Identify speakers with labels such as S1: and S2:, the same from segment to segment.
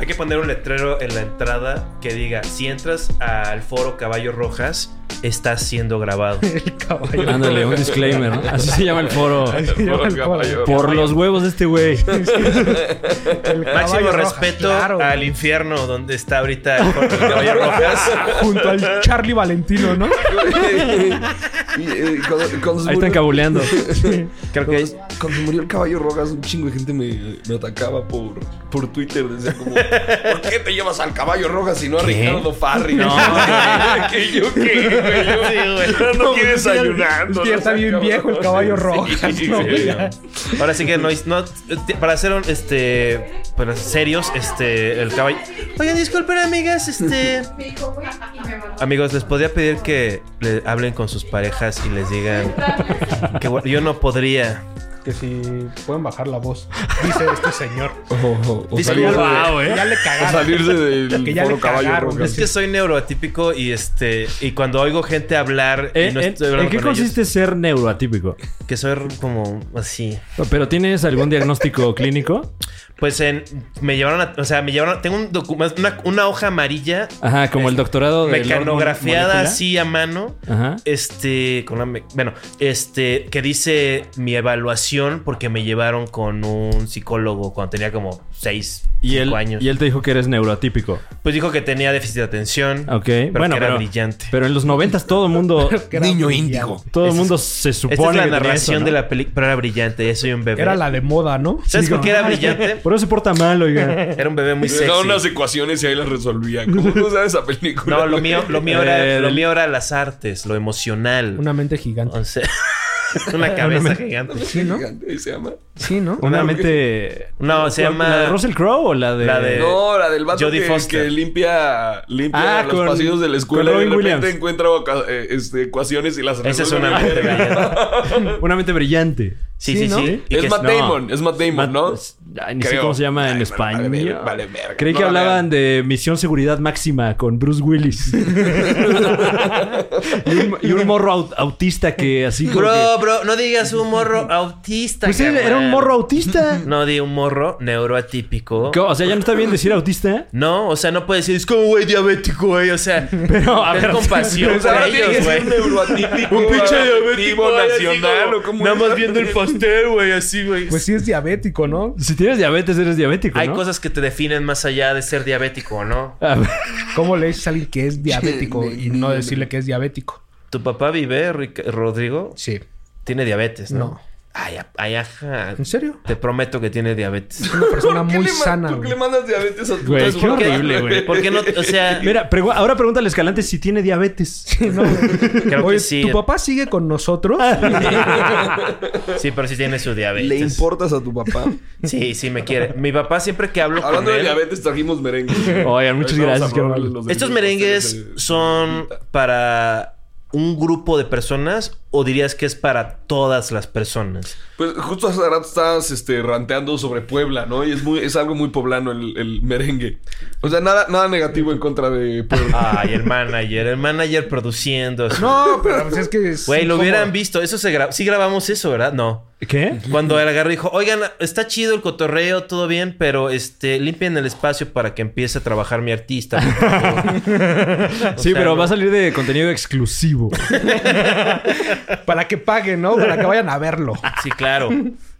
S1: Hay que poner un letrero en la entrada que diga: si entras al foro Caballo Rojas, estás siendo grabado.
S2: El caballo.
S3: Ándale, un disclaimer, ¿no? Así se llama el foro.
S2: Así se llama el caballo.
S3: Por los huevos de este güey.
S1: Máximo
S2: El caballo roja,
S1: respeto
S2: claro,
S1: al infierno donde está ahorita el foro Caballo Rojas.
S2: Junto al Charlie Valentino, ¿no?
S4: Y, eh, cuando, cuando se
S3: Ahí están
S4: murió-
S3: cabuleando.
S1: Creo que
S4: Cuando, cuando se murió el caballo Rojas, un chingo de gente me, me atacaba por, por Twitter. Decía como, ¿por qué te llevas al caballo Rojas y no a Ricardo Farri? No, que yo qué, güey. Yo, no quieres ayudando.
S2: Ya está bien viejo el caballo rojo. ¿no? Ya.
S1: Ahora sí que no, no- para ser un, este para ser serios, este el caballo. Oigan, disculpen amigas, este amigos, les podría pedir que le hablen con sus parejas y les digan que bueno, yo no podría.
S2: Que si pueden bajar la voz, dice este señor. eh".
S4: O, o
S1: Dice,
S4: salirse de-
S3: Wow,
S2: Ya le
S4: o
S2: cagaron.
S4: salirse del
S2: Que ya le
S4: foro caballo
S2: cagaron.
S4: Rojas.
S1: Es que soy neuroatípico y este y cuando oigo gente hablar y no
S3: ¿En,
S1: estoy hablando
S3: Eh, en qué
S1: con ellos,
S3: consiste ser neuroatípico?
S1: que soy como así.
S3: ¿Pero tienes algún diagnóstico clínico?
S1: Pues en me llevaron, a- o sea, me llevaron, tengo un documento, una, una hoja amarilla
S3: Ajá, como el doctorado de Lord
S1: mecanografiada
S3: Molecula.
S1: así a mano.
S3: Ajá.
S1: Este, con una me- bueno, este, que dice mi evaluación porque me llevaron con un psicólogo cuando tenía como 6,
S3: Y él,
S1: años.
S3: y él te dijo que eres neuroatípico.
S1: Pues dijo que tenía déficit de atención,
S3: Ok.
S1: pero
S3: bueno,
S1: que era
S3: pero,
S1: brillante.
S3: pero en los noventas todo el mundo,
S4: Niño índigo.
S3: todo el mundo se
S1: Esta es
S3: supone
S1: la
S3: que tenía
S1: narración
S3: eso, ¿no?
S1: de la película, pero era brillante, ya soy un bebé.
S2: Era la de moda, ¿no?
S1: ¿Sabes por qué era
S3: Ah,
S1: brillante?
S3: Por eso se porta mal, oiga.
S1: Era un bebé muy
S4: Les
S1: sexy.
S4: daban unas ecuaciones y ahí las resolvían. ¿Cómo no sabes esa película?
S1: No, lo mío, lo mío era,
S3: Eh,
S1: lo
S3: del-
S1: mío era las artes, lo emocional.
S2: Una mente gigante.
S1: Entonces, una cabeza gigante.
S2: Sí, ¿no?
S4: Gigante, se llama.
S2: Sí, ¿no?
S3: Una mente...
S1: No, se
S3: ¿La-
S1: llama-
S3: ¿La de Russell Crowe o la de...?
S1: La de- Eh,
S4: No, la del vato
S1: Jodie
S4: que,
S1: Foster.
S4: que limpia, limpia
S3: Ah,
S4: los
S3: con-
S4: pasillos de la escuela y
S3: con
S4: de repente
S3: Robin Williams.
S4: encuentra oca- eh, este, ecuaciones y las
S1: Esa es
S4: resuelve.
S1: una mente brillante.
S3: Una mente brillante.
S1: Sí,
S2: Sí,
S1: sí, sí.
S2: ¿no?
S1: Y que
S4: Es Matt
S3: no.
S4: Damon, es Matt Damon,
S3: Mat-
S4: ¿no?
S3: Ay, ni sé
S4: Creo.
S3: cómo se llama
S4: Ay,
S3: en
S4: vale,
S3: español.
S4: vale, vale, verga.
S3: Creí que
S4: No la
S3: hablaban de Misión Seguridad Máxima con Bruce Willis. y, un, y un morro aut- autista que así... como que-
S1: Bro, bro, no digas un morro autista.
S3: Pues sí,
S1: carnal.
S3: era un morro autista.
S1: No di un morro neuroatípico.
S3: ¿Qué? O sea, ya no está bien decir autista.
S1: No, o sea, no puedes decir, es como güey diabético, güey. O sea,
S3: Pero, a
S1: ten
S3: ver,
S1: compasión
S4: Pues ahora
S1: para
S4: tiene que
S1: ellos, güey.
S4: ser un neuroatípico.
S1: Un pinche
S4: adaptivo
S1: diabético güey, así
S4: nacional
S1: como-
S4: o cómo
S1: Nada
S4: es?
S1: más viendo el pastel, güey, así, güey.
S2: Pues sí es diabético, ¿no?
S3: Si tienes diabetes, eres diabético,
S1: Hay
S3: ¿no?
S1: cosas que te definen más allá de ser diabético, ¿no?
S3: A ver,
S2: ¿Cómo le dices a alguien que es diabético y no decirle que es diabético?
S1: ¿Tu papá vive, Ric- Rodrigo?
S2: Sí.
S1: Tiene diabetes, ¿no?
S2: No.
S1: Ay, a- ay, ajá.
S2: ¿En serio?
S1: Te prometo que tiene diabetes.
S2: Una persona
S4: ¿Por qué
S2: muy
S4: le ma-
S2: sana,
S4: ¿Por qué
S2: güey.
S4: le mandas diabetes a tu
S3: Güey,
S4: a tu
S3: qué
S4: papá?
S3: horrible, güey.
S1: ¿Por qué no? O sea,
S3: Mira, pregu- ahora pregúntale a Escalante si tiene diabetes.
S2: No, güey.
S1: Creo que
S2: Oye,
S1: sí. eh. Ah.
S2: ¿tu papá sigue con nosotros?
S1: sí, pero sí tiene su diabetes.
S4: ¿Le importas a tu papá?
S1: Sí, sí me quiere. Mi papá siempre que hablo
S4: Hablando
S1: con
S4: de
S1: él...
S4: diabetes, trajimos merengues.
S3: Oigan, muchas
S4: Ahorita vamos
S3: gracias,
S4: a probarle
S3: carnal.
S4: los de este,
S1: Estos
S4: los
S1: merengues
S4: pasteles de-
S1: son para un grupo de personas o dirías que es para todas las personas.
S4: Pues justo hace rato estabas este, ranteando sobre Puebla, ¿no? Y es muy, es algo muy poblano el, el merengue. O sea, nada, nada negativo en contra de Puebla.
S1: Ay, el manager, el manager produciendo.
S2: No, pero pues es que... es
S1: Güey, lo
S2: incómodo.
S1: hubieran visto. Eso se grabó. Sí grabamos eso, ¿verdad? No.
S3: ¿Qué?
S1: Cuando el agarró dijo, oigan, está chido el cotorreo, todo bien, pero este, limpien el espacio para que empiece a trabajar mi artista. por favor". O
S3: Sí,
S1: sea,
S3: pero
S1: no.
S3: va a salir de contenido exclusivo.
S2: Para que paguen, ¿no? Para que vayan a verlo.
S1: Sí, claro.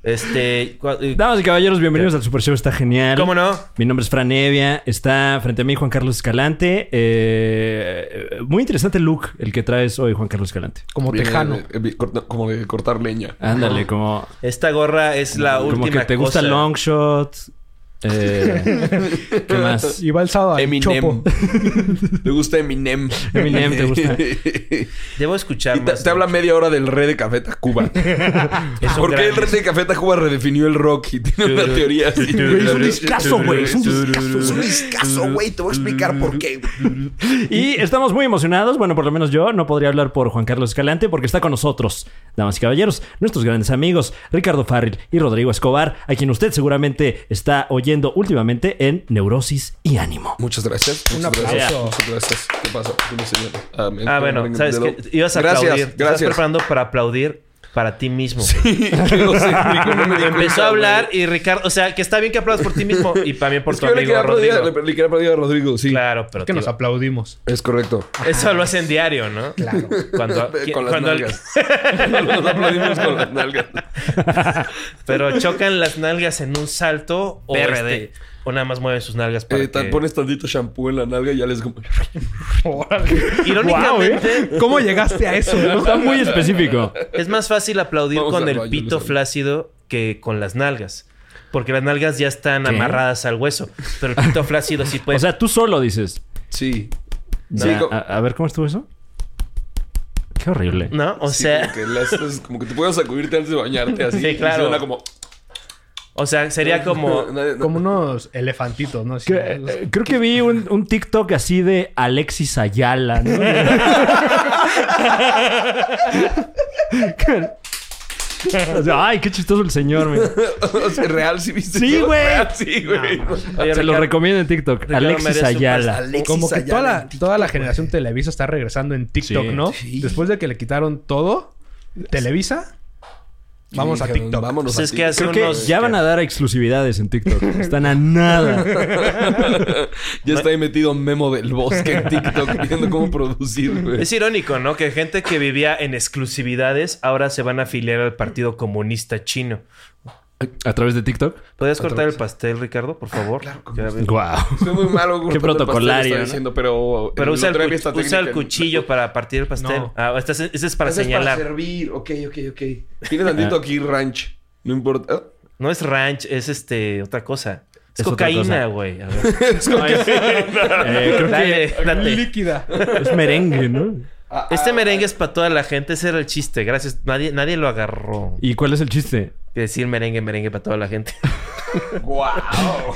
S1: Este. cua- eh,
S3: Damas y caballeros, bienvenidos al Super Show, está genial.
S1: ¿Cómo no?
S3: Mi nombre es Fran Evia, está frente a mí Juan Carlos Escalante. Eh, muy interesante look el que traes hoy, Juan Carlos Escalante.
S2: Como
S4: Viene
S2: tejano.
S4: de- de- corta- como de cortar leña.
S3: Ándale, como,
S1: Esta gorra es la última.
S3: como que te gusta
S1: cosa.
S3: long shot. Eh, ¿Qué más?
S2: Y va el sábado al
S4: Eminem.
S2: Chopo.
S4: Le gusta Eminem.
S3: Eminem, ¿te gusta?
S1: Debo escuchar
S4: Y te,
S1: más.
S4: te habla media hora del rey de Café Tacuba.
S1: Es un
S4: ¿Por qué
S1: gran
S4: el rey de Café Tacuba redefinió el rock? Y tiene una teoría así.
S3: Es un discazo, güey. Es un discazo.
S5: Es un discazo, güey. Te voy a explicar por qué. güey.
S3: Y estamos muy emocionados. Bueno, por lo menos yo no podría hablar por Juan Carlos Escalante porque está con nosotros, damas y caballeros, nuestros grandes amigos Ricardo Farril y Rodrigo Escobar, a quien usted seguramente está oyendo últimamente en Neurosis y Ánimo.
S4: Muchas gracias.
S2: Un
S4: Muchas gracias.
S2: aplauso.
S4: Muchas gracias. ¿Qué pasó? Dime, señor. Ah, me-
S1: Ah, bueno,
S4: me-
S1: sabes
S4: de
S1: que
S4: lo-
S1: ibas a
S4: gracias,
S1: aplaudir. Te Estás
S4: Gracias.
S1: preparando para aplaudir. para ti mismo.
S4: No sé, Rico, no me di
S1: Empezó
S4: cuenta,
S1: a hablar y Ricardo, o sea, que está bien que aplaudas por ti mismo y también por
S4: güey. Es
S1: tu
S4: que yo
S1: amigo
S4: le quería aplaudir a-
S1: Rodrigo.
S4: le- le quería aplaudir a Rodrigo, sí.
S1: Claro, pero
S2: que nos
S1: tío,
S2: aplaudimos.
S4: Es correcto.
S1: eso lo hacen diario, ¿no?
S2: Claro.
S1: Cuando,
S4: Con las
S1: cuando-
S4: nalgas. Nos aplaudimos con las nalgas.
S1: pero chocan las nalgas en un salto o,
S6: PRD.
S1: este, o nada más mueven sus nalgas para
S4: Eh, tan-
S1: que-
S4: Pones tantito shampoo en la nalga y ya les... como-
S1: Irónicamente,
S2: ¿eh?
S3: ¿eh?
S2: ¿Cómo llegaste a eso? no?
S3: Está muy específico.
S1: es más fácil aplaudir
S4: Vamos
S1: con
S4: a-
S1: el
S4: no, yo no
S1: pito
S4: sabía.
S1: flácido que con las nalgas. Porque las nalgas ya están amarradas al hueso. Pero el pito flácido sí puede.
S3: O sea, tú solo dices.
S4: Sí.
S3: Ya,
S4: Sí, co-
S3: a, a ver, ¿cómo estuvo eso? Qué horrible.
S1: ¿No? O
S4: Sí,
S1: sea.
S4: Como que, las- es como que te puedes sacudirte antes de bañarte así.
S1: Sí,
S4: y
S1: claro.
S4: suena como...
S1: O sea, sería como.
S4: Nadie- no-
S2: Como unos elefantitos, ¿no? Así,
S3: Que- eh, creo que vi un, un TikTok así de Alexis Ayala, ¿no? O sea, Ay, qué chistoso el señor, mira.
S4: O sea, real sí viste.
S3: Sí,
S4: eso?
S3: güey.
S4: Real, Sí, güey.
S1: Oye,
S3: Se lo
S1: Ricardo,
S3: recomiendo en TikTok.
S1: Ricardo merece
S3: Alexis
S1: un
S3: Ayala.
S5: Alexis
S2: Como que
S5: Ayala
S2: toda la,
S5: en TikTok,
S2: toda la
S5: güey.
S2: generación Televisa está regresando en TikTok,
S3: Sí.
S2: ¿no?
S5: Sí.
S2: Después de que le quitaron todo, Televisa, vamos a
S4: Dijeron,
S2: TikTok.
S4: Vámonos
S1: Pues
S4: a
S1: es que
S4: TikTok.
S1: hace
S3: Creo que
S1: unos-
S3: ya van a dar exclusividades en TikTok. Están a nada.
S4: Ya está ahí metido Memo del Bosque en TikTok viendo cómo producir, güey.
S1: Es irónico, ¿no? Que gente que vivía en exclusividades ahora se van a afiliar al Partido Comunista Chino.
S3: ¿A través de TikTok?
S1: ¿Podrías cortar el pastel, Ricardo, por favor? Ya ves.
S3: Wow.
S4: Soy muy malo cortando el pastel,
S3: protocolario,
S4: estoy
S3: ¿no?
S4: diciendo, pero...
S1: Pero
S4: eh,
S1: usa
S4: lo trae
S1: el, cu-
S4: esta
S1: usa
S4: técnica
S1: el
S4: en-
S1: cuchillo para partir el pastel.
S2: No.
S1: Ah, este es, ese es para
S4: Ese es
S1: señalar.
S4: Para servir. Ok, ok, ok. Tiene tantito aquí ranch. No importa. Ah,
S1: No es ranch, es este otra cosa. Es,
S3: Es otra cosa.
S1: cocaína, güey. A ver.
S3: Eh, creo
S1: Dale, date.
S2: Líquida.
S3: que es merengue, ¿no?
S4: ah,
S1: Este
S4: ah,
S1: merengue es para toda la gente, ese era el chiste. Gracias. Nadie, nadie lo agarró.
S3: ¿Y cuál es el chiste?
S1: Que Decir merengue, merengue para toda la gente.
S4: Guau.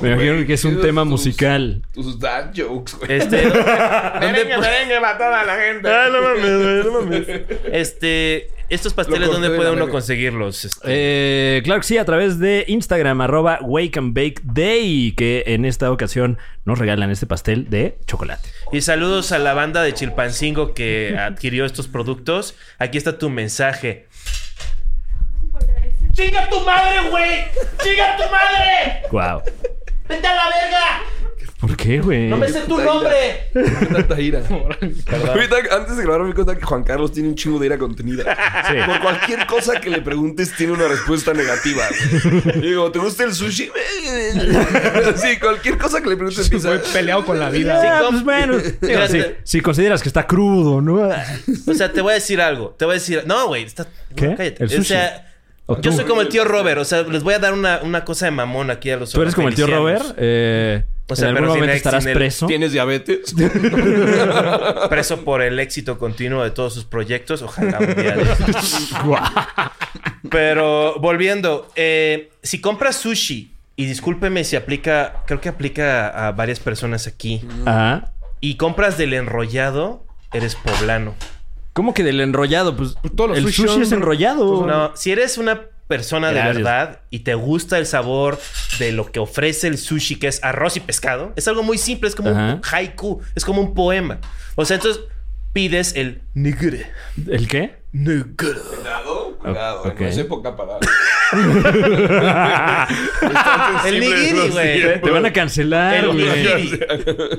S3: Me imagino que es un
S4: Tus-
S3: tema
S4: tus-
S3: musical.
S4: Tus dad jokes, güey.
S1: Este. ¿dónde pu-
S4: para toda la gente.
S1: Ah, no mames, güey, no mames. Este, estos pasteles,
S4: corté
S1: ¿dónde
S4: de
S1: puede
S4: la
S1: uno
S4: verga.
S1: conseguirlos? Este,
S3: Eh, claro que sí, a través de Instagram, arroba Wake and Bake Day, que en esta ocasión nos regalan este pastel de chocolate.
S1: Y saludos a la banda de Chilpancingo que adquirió estos productos. Aquí está tu mensaje.
S7: ¡Chinga tu madre, güey! ¡Chinga tu madre!
S3: Wow.
S7: ¡Vete a la verga!
S3: ¿Por qué, güey?
S7: ¡No me sé tu nombre!
S4: Tanta ira. Ahorita, antes de grabar, me di cuenta que Juan Carlos tiene un chingo de ira contenida.
S3: Sí.
S4: Por cualquier cosa que le preguntes, tiene una respuesta negativa. güey. Digo, ¿te gusta el sushi? sí, cualquier cosa que le preguntes, piensa,
S2: Fue peleado con la vida.
S3: Ah, pues bueno. Digo, si, si consideras que está crudo, ¿no?
S1: O sea, te voy a decir algo. Te voy a decir. No, güey. Está...
S3: ¿Qué?
S1: no, cállate.
S3: ¿El
S1: O
S3: sushi?
S1: sea,
S3: ¿O
S1: yo
S3: tú?
S1: soy como el tío Robert. O sea, les voy a dar una, una cosa de mamón aquí a los
S3: ¿Tú eres como el tío Robert?
S1: felicianos.
S3: Eh,
S1: O sea,
S3: en
S1: pero
S3: algún
S1: sin
S3: momento
S1: ex,
S3: estarás
S1: sin el-
S3: preso.
S4: ¿Tienes diabetes?
S1: Preso por el éxito continuo de todos sus proyectos. Ojalá un día de estos. Pero volviendo, eh, si compras sushi, y discúlpeme si aplica, creo que aplica a varias personas aquí,
S3: Ajá.
S1: y compras del enrollado, eres poblano.
S3: ¿Cómo que del enrollado? Pues,
S2: todos los
S3: el
S2: sushi
S3: sushi,
S2: son-
S3: es enrollado.
S1: Pues No, si eres una persona de
S3: Gracias.
S1: verdad y te gusta el sabor de lo que ofrece el sushi, que es arroz y pescado, es algo muy simple, es como
S3: Ajá.
S1: un haiku, es como un poema. O sea, entonces pides el nigure.
S3: ¿El qué?
S4: Cuidado,
S3: cuidado,
S4: cuidado.
S3: Ok.
S4: No
S3: no
S4: es
S3: es
S4: época para...
S1: El nigiri, güey.
S3: Te, te van a cancelar,
S1: El
S3: güey.
S1: nigiri.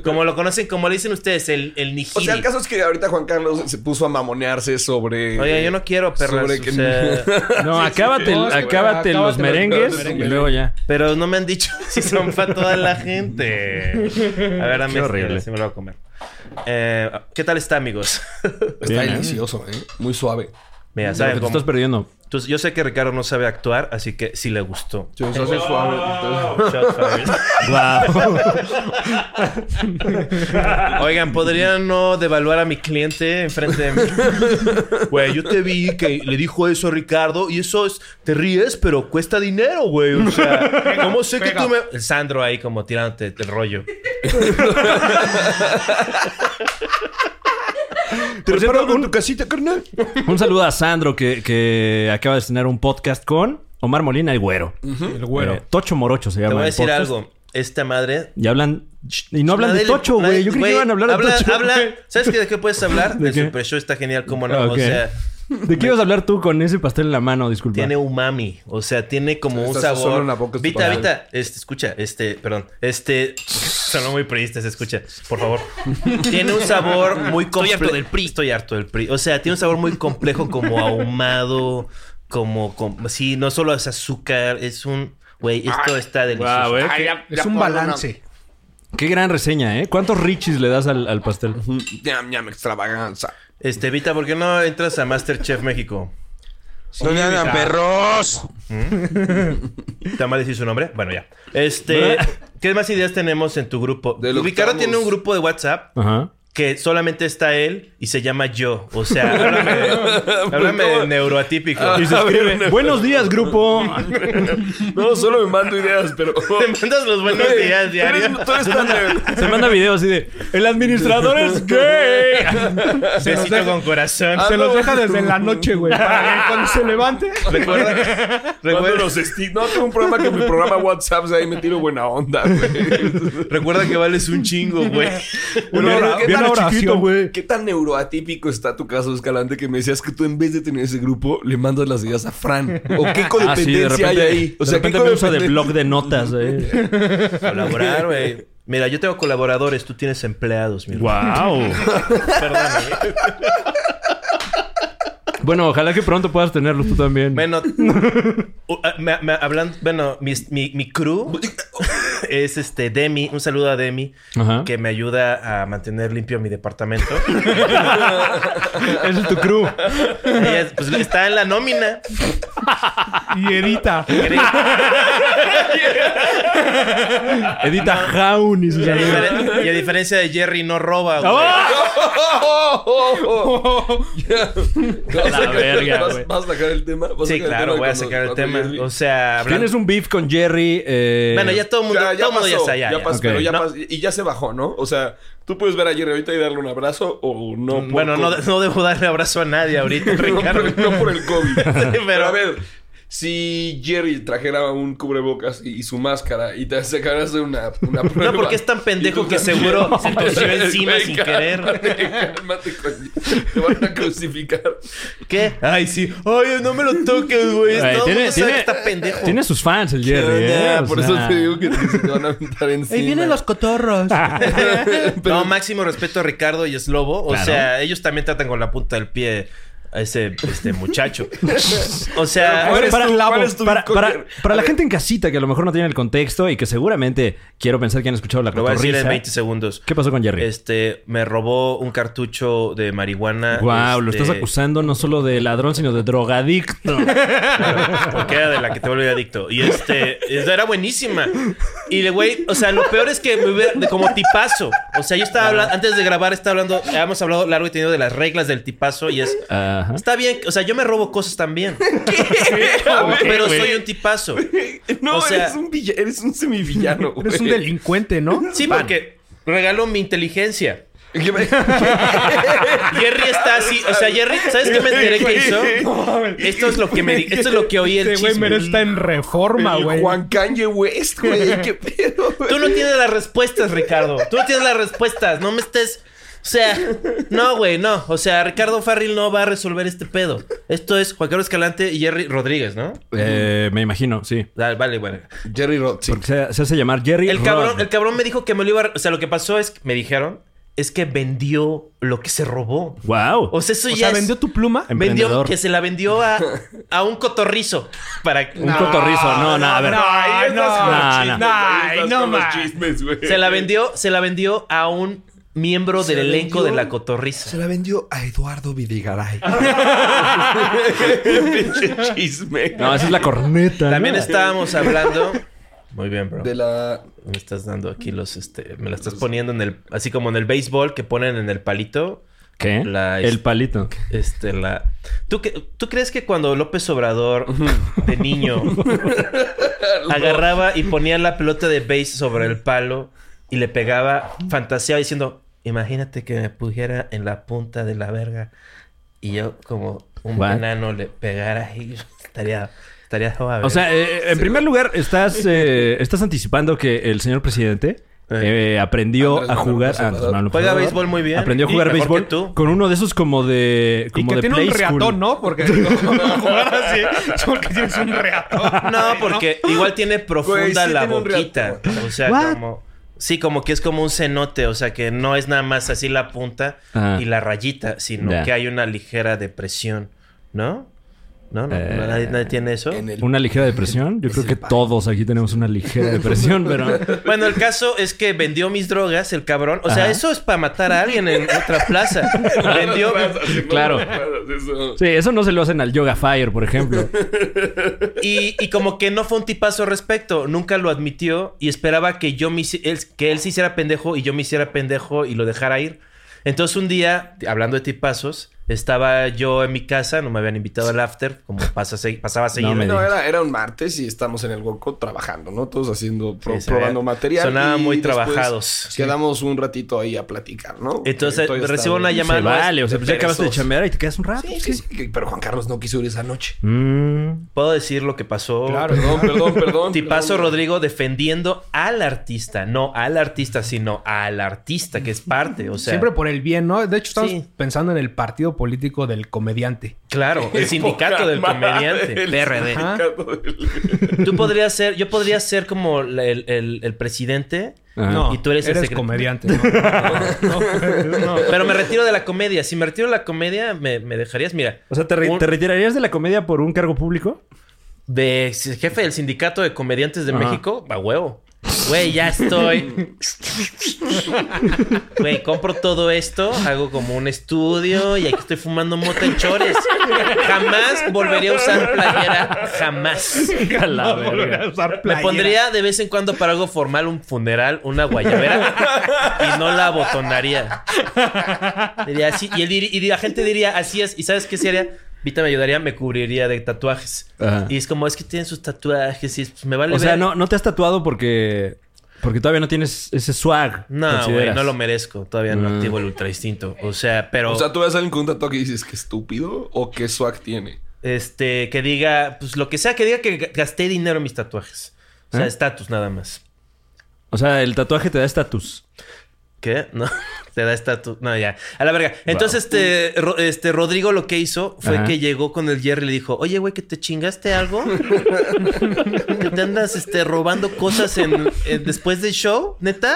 S1: Como lo conocen, como le dicen ustedes, el, el nigiri.
S4: O sea, el caso es que ahorita Juan Carlos se puso a mamonearse sobre...
S1: Oye, yo no quiero perras.
S4: sobre
S1: o
S4: que-
S1: sea,
S3: No, acábate,
S4: No, sí,
S3: acábate los
S4: güey.
S2: Acábate los
S3: merengues
S4: merengues.
S3: y luego ya.
S1: pero no me han dicho si son para toda la gente. A ver, dame
S3: Qué
S1: este,
S3: horrible.
S1: si me lo voy a comer. Eh, ¿Qué tal está, amigos?
S4: Está
S3: Bien, ¿eh?
S4: delicioso, ¿eh? Muy suave.
S1: Mira,
S3: Lo que
S1: ¿saben
S3: te
S1: cómo?
S3: estás perdiendo.
S1: Entonces, yo sé que Ricardo no sabe actuar, así que sí le gustó.
S4: Sí, se hace suave.
S1: Shots fired. Oigan, ¿podrían no devaluar a mi cliente enfrente de mí? Güey, yo te vi que le dijo eso a Ricardo y eso es... Te ríes, pero cuesta dinero, güey. O sea, ¿cómo sé que tú me...? El Sandro ahí como tirándote el rollo.
S4: Te reparo en tu casita, carnal.
S3: Un saludo a Sandro que, que acaba de estrenar un podcast con Omar Molina y Güero.
S2: El güero.
S3: Eh, Tocho Morocho se llama.
S1: Te voy a
S3: el
S1: decir
S3: podcast.
S1: algo. Esta madre...
S3: Y hablan. Y no hablan
S1: Nadie
S3: de
S1: le-
S3: Tocho,
S1: nadie-
S3: güey. Yo creí que iban a hablar de
S1: habla-
S3: Tocho.
S1: habla-
S3: güey.
S1: ¿Sabes qué, de qué puedes hablar?
S3: ¿De
S1: De,
S3: qué?
S1: Super Show está genial, como no.
S3: Ah, ok.
S1: O sea,
S3: ¿De qué ibas a hablar tú con ese pastel en la mano? Disculpa.
S1: Tiene umami, o sea, tiene como un
S4: Estás
S1: sabor.
S4: solo en la boca, es tu
S1: Vita,
S4: palabra.
S1: Vita, este, escucha, este, perdón, este, sonó muy priista, se escucha, por favor. tiene un sabor muy complejo. Estoy harto del PRI. Estoy harto del PRI. O sea, tiene un sabor muy complejo, como ahumado, como, como sí, no solo es azúcar, es un, güey, esto está delicioso.
S6: Guau, eh.
S4: Ay, ya-
S2: Es
S4: ya
S2: un
S4: puedo,
S2: balance.
S3: Qué gran reseña, ¿eh? ¿Cuántos richis le das al, al pastel?
S4: no. Ñam, ñam, extravaganza.
S1: Este, Vita, ¿por qué no entras a Masterchef México?
S4: No le hagan perros.
S1: ¿Está mal decir su nombre? Bueno, ya. Este, ¿qué más ideas tenemos en tu grupo?
S4: De lo que
S1: Ricardo
S4: estamos-
S1: tiene un grupo de WhatsApp
S3: Ajá.
S1: que solamente está él y se llama yo. O sea, háblame, háblame de neuroatípico.
S3: Y se escribe, Buenos días, grupo.
S4: No, solo me mando ideas, pero.
S1: Te mandas los buenos días
S4: Tú eres-
S1: diarios.
S4: tú eres tan de-
S3: Se manda video así de. El administrador es gay.
S1: Besito con corazón.
S4: Ah,
S2: Se los
S4: no.
S2: deja desde la noche, güey. Para que cuando se levante.
S1: Recuerda,
S4: Mando
S1: recuerda,
S4: los esti- No, tengo un programa que mi programa WhatsApp, o sea, ahí me tiro buena onda, güey.
S1: recuerda que vales un chingo, güey.
S4: Pero,
S2: hora-
S4: ¿qué
S2: una
S4: tan
S2: oración?
S4: chiquito, güey? ¿Qué tan neuroatípico está tu caso, Escalante, que me decías que tú en vez de tener ese grupo, le mandas las ideas a Fran? ¿O qué
S3: Ah, sí, de
S4: codependencia
S3: repente,
S4: hay ahí?
S3: de repente
S4: ¿qué
S3: me usa de
S4: codependen-
S3: blog de notas. eh.
S1: Colaborar, güey. Mira, yo tengo colaboradores, tú tienes empleados, mi
S6: Wow.
S1: Perdóname.
S3: Bueno, ojalá que pronto puedas tenerlos tú también.
S1: Bueno, u- a- me- me- hablando, bueno, mis- mi, mi crew es este Demi, un saludo a Demi,
S3: Ajá.
S1: que me ayuda a mantener limpio mi departamento.
S3: Ese es tu crew.
S1: Ella es- pues, está en la nómina.
S2: Y edita.
S3: Edita Jaun y sus
S1: Y a,
S3: amigos.
S1: diferen- y a diferencia de Jerry, no roba. güey.
S4: Ah, ¿Vas a
S6: La
S4: sacar-
S6: verga,
S4: vas-
S6: güey.
S4: ¿Vas a sacar el tema? ¿Vas
S1: Sí,
S4: sacar el
S1: claro,
S4: tema
S1: voy a
S4: cuando-
S1: sacar el
S4: cuando
S1: tema.
S4: Jerry-
S1: O sea, hablando-
S3: Tienes un beef con Jerry. eh,
S1: bueno, ya todo el mundo,
S4: Ya, ya
S1: todo el mundo ya
S4: pasó,
S1: está allá,
S4: ya
S1: ya.
S4: pasó, pero
S3: Ok.
S4: ya
S1: No.
S4: pas- y ya se bajó, ¿no? O sea, tú puedes ver a Jerry ahorita y darle un abrazo o no. por
S1: Bueno, no,
S4: COVID.
S1: no debo darle abrazo a nadie ahorita,
S4: No
S1: Ricardo.
S4: por, no por el COVID. pero...
S1: pero-
S4: a ver, si Jerry trajera un cubrebocas y, y su máscara y te sacaras de una, una prueba...
S1: No, porque es tan
S4: y
S1: pendejo
S4: tú
S1: que
S4: también-
S1: seguro se torció
S4: Güey,
S1: encima sin
S4: cálmate,
S1: querer.
S4: cálmate, coño. Te van a crucificar.
S1: ¿Qué? Ay, sí. Ay, no me lo toques, güey.
S3: Ay,
S1: Todo el
S3: tiene-
S1: mundo sabe
S3: tiene-
S1: que está pendejo.
S3: Tiene sus fans el Jerry. eh,
S4: Ya,
S3: o
S4: por eso
S3: sea.
S4: te digo que te, se te van a aventar encima.
S2: cotorros.
S1: No, máximo respeto a Ricardo y Slobo. O
S3: Claro.
S1: sea, ellos también tratan con la punta del pie a ese este muchacho. o sea,
S4: Pero, ¿cuál es
S3: para,
S4: tu- cuál
S3: para-
S4: es tu
S3: para-
S4: cocker?
S3: para- para
S4: A
S3: la
S4: ver.
S3: gente en casita que a lo mejor no tiene el contexto y que seguramente quiero pensar que han escuchado la
S1: lo voy a decir en
S3: cotorrisa.
S1: 20 segundos.
S3: ¿Qué pasó con Jerry?
S1: Este, me robó un cartucho de marihuana.
S3: Wow, lo
S1: este,
S3: estás acusando no solo de ladrón, sino de drogadicto.
S1: Porque era de la que te volví adicto. Y este, esta era buenísima. Y el güey, o sea, lo peor es que me hubiera- de como tipazo. O sea, yo estaba hablando, antes de grabar, estaba hablando, habíamos hablado largo y tenido de las reglas del tipazo y es.
S3: Ajá.
S1: Está bien, o sea, yo me robo cosas también. Pero soy un tipazo.
S4: No,
S1: O sea-
S4: eres, un villa- eres un semivillano, güey.
S2: Eres un delincuente, ¿no?
S1: Sí, porque regalo mi inteligencia.
S4: ¿Qué me-
S1: Jerry está así, o sea, Jerry, ¿sabes qué me enteré que hizo? Esto es lo que me di- esto es lo que oí el
S2: Este güey
S1: chisme.
S2: merece estar en reforma,
S4: El
S2: güey.
S4: Juan Kanye West, güey. ¿Qué pedo, güey?
S1: Tú no tienes las respuestas, Ricardo. Tú no tienes las respuestas, no me estés o sea, no, güey, no. O sea, Ricardo Farril no va a resolver este pedo. Esto es Juan Carlos Escalante y Jerry Rodríguez, ¿no?
S3: Eh, me imagino, sí.
S1: Ah, Vale, bueno.
S4: Jerry Roth, sí.
S3: Porque se, se hace llamar Jerry.
S1: El cabrón,
S3: Rod.
S1: el cabrón me dijo que me lo iba a... O sea, lo que pasó es... Me dijeron... Es que vendió lo que se robó.
S3: Wow.
S1: O sea, eso
S2: O
S1: ya
S2: sea,
S1: es-
S2: vendió tu pluma.
S1: vendió
S3: Emprendedor.
S1: que se la vendió a, a un cotorrizo. Para...
S3: un cotorrizo. No, no, a ver.
S2: Ay, no,
S3: Ah, no, no.
S2: Ay,
S4: Estás
S2: no
S4: con los
S2: más.
S4: chismes, güey.
S1: Se la vendió... Se la vendió a un miembro del
S4: la
S1: elenco de
S4: vendió?
S1: la cotorriza.
S4: Se la vendió a Eduardo Videgaray. Pinche chisme.
S3: No, esa es la corneta.
S1: También
S3: ¿no?
S1: estábamos hablando... Muy bien, bro.
S4: De la...
S1: Me estás dando aquí los... Este, me la estás poniendo en el... Así como en el béisbol que ponen en el palito.
S3: ¿Qué?
S1: La-
S3: El palito.
S1: Este, la... ¿Tú, que- ¿Tú crees que cuando López Obrador, de niño, agarraba y ponía la pelota de base sobre el palo y le pegaba, fantaseaba diciendo, imagínate que me pusiera en la punta de la verga y yo como un
S3: What?
S1: banano le pegara y estaría, estaría suave.
S3: eh, O sea, eh, en primer lugar, estás, eh, estás anticipando que el señor presidente Eh, aprendió
S4: Andrés
S3: a
S4: Manuel
S3: jugar.
S4: López
S3: ah,
S4: Obrador.
S3: Andrés Manuel López
S1: Juega
S3: Obrador.
S1: béisbol muy bien.
S3: Aprendió a
S1: Y
S3: jugar
S1: mejor
S3: béisbol
S1: que tú.
S3: con uno de esos como de.
S2: Y
S3: Como
S2: que
S3: de
S2: tiene
S3: play
S2: un
S3: school.
S2: reatón, ¿no? Porque no vas a jugar así. Porque tienes un reatón.
S1: No, porque igual tiene
S4: Güey, sí
S1: profunda la
S4: tiene un
S1: boquita. O sea,
S3: What?
S1: como. Sí, como que es como un cenote, o sea que no es nada más así la punta
S3: Ah.
S1: y la rayita, sino
S3: Ya.
S1: que hay una ligera depresión, ¿no? ¿No? no,
S3: Eh.
S1: nadie, nadie tiene eso?
S4: En el-
S3: Una ligera depresión. Yo creo que todos aquí tenemos una ligera depresión, pero.
S1: Bueno, el caso es que vendió mis drogas, el cabrón. O sea,
S3: Ajá.
S1: eso es para matar a alguien en otra plaza. vendió.
S3: Claro.
S4: Eso.
S3: Sí, eso no se lo hacen al Yoga Fire, por ejemplo.
S1: Y, y como que no fue un tipazo al respecto, nunca lo admitió y esperaba que yo me hici- él, que él se hiciera pendejo y yo me hiciera pendejo y lo dejara ir. Entonces un día, hablando de tipazos, estaba yo en mi casa, no me habían invitado al after, como pasa se- pasaba seguido.
S3: me
S4: No, era, era un martes y estamos en el Workout trabajando, ¿no? Todos haciendo, pro-
S1: Sí, se
S4: probando
S1: ve-
S4: material.
S1: sonaba
S4: y
S1: muy
S4: después
S1: trabajados.
S4: Quedamos un ratito ahí a platicar, ¿no?
S1: Entonces,
S4: Porque todavía
S1: recibo
S4: estaba-
S1: una llamada.
S3: Se vale, o sea,
S4: de
S3: pues ya acabaste de
S4: perezoso.
S3: chambear y te quedas un rato. pues,
S4: Sí, sí, sí, que- Pero Juan Carlos no quiso ir esa noche.
S3: Mm.
S1: Puedo decir lo que pasó.
S2: Claro.
S4: Perdón, perdón, perdón.
S1: Tipazo
S4: perdón.
S1: Rodrigo defendiendo al artista, no al artista, sino al artista, que es parte. O sea,
S2: Siempre por el bien, ¿no? De hecho, estamos
S1: Sí.
S2: pensando en el partido político del comediante.
S1: claro, el sindicato
S4: Poca
S1: del
S4: madre,
S1: comediante,
S4: el
S1: PRD.
S4: sindicato del-
S1: Tú podrías ser, yo podría ser como la- el, el- el presidente.
S3: Ajá.
S2: No,
S1: Y tú eres el secret-
S2: comediante. ¿no? Ah. No, no, no.
S1: Pero me retiro de la comedia. Si me retiro de la comedia, me, me dejarías, mira.
S3: O sea, ¿te, re-
S1: un-
S3: te retirarías de la comedia por un cargo público?
S1: de jefe del sindicato de comediantes de
S3: Ajá.
S1: México, a huevo. Güey, ya estoy. Güey, compro todo esto, hago como un estudio y aquí estoy fumando mota en chores. Jamás volvería a usar playera. Jamás.
S3: A la verga.
S2: Volver a usar
S1: Me
S2: playera.
S1: pondría de vez en cuando para algo formal un funeral, una guayabera y no la abotonaría. Diría así, y, él dir- y la gente diría, así es, y ¿sabes qué sería? Vita me ayudaría, me cubriría de tatuajes.
S3: Ajá.
S1: Y es como, es que tienen sus tatuajes y es- pues, me vale
S3: O sea,
S1: ver.
S3: no, no te has tatuado porque. Porque todavía no tienes ese swag.
S1: No, güey,
S3: consideras.
S1: no lo merezco. Todavía no activo el ultra instinto. O sea, pero
S4: O sea, tú ves a alguien con un tatuaje y dices, ¿qué estúpido? ¿O qué swag tiene?
S1: este que diga, pues lo que sea, que diga que ga- gasté dinero en mis tatuajes. O sea,
S3: ¿Eh?
S1: estatus nada más.
S3: O sea, el tatuaje te da estatus.
S1: ¿Qué? No, te da estatus. No, ya. A la verga. Entonces, este, Ro- este Rodrigo lo que hizo fue
S3: Ajá.
S1: que llegó con el Jerry y le dijo: Oye, güey, que te chingaste algo. que te andas este, robando cosas en, en- después del show, neta.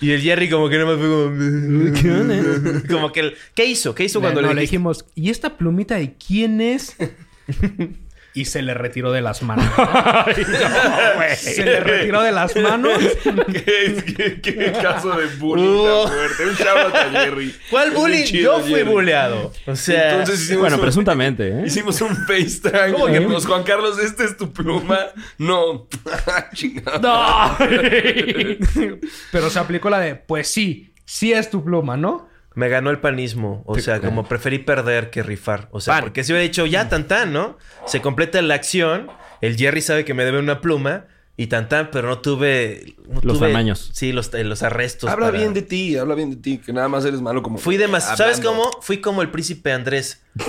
S1: Y el Jerry, como que nada más fue como.
S3: ¿Qué onda?
S1: como que el- ¿Qué hizo? ¿Qué hizo
S2: No,
S1: cuando le,
S2: le
S1: dijiste?
S2: dijimos, ¿y esta plumita de quién es? Y se le retiró de las manos. se le retiró de las manos.
S4: ¿Qué, es? ¿Qué, qué caso de bullying tan fuerte? Un shout a Jerry.
S1: Uh. ¿Cuál
S4: Es muy
S1: bullying?
S4: chido,
S1: Yo fui
S4: Jerry.
S1: bulleado. O sea,
S4: Entonces hicimos
S3: Bueno,
S4: un-
S3: presuntamente, ¿eh?
S4: Hicimos un FaceTime.
S3: ¿Cómo que?
S4: Dijimos, Juan Carlos, ¿esta es tu pluma? No. Ah, Chingado.
S3: ¡No!
S2: Pero se aplicó la de, pues sí, sí es tu pluma, ¿no?
S1: me ganó el panismo. O sea, como preferí perder que rifar. O sea,
S3: Pan.
S1: porque si hubiera dicho ya tan tan, ¿no? Se completa la acción. El Jerry sabe que me debe una pluma. Y tan tan, pero no tuve... no
S3: Los
S1: tuve-
S3: tamaños.
S1: Sí, los, eh, los arrestos.
S4: Habla
S1: para-
S4: bien de ti, habla bien de ti, que nada más eres malo como.
S1: Fui demasiado... ¿Sabes
S4: hablando.
S1: cómo? Fui como el príncipe Andrés.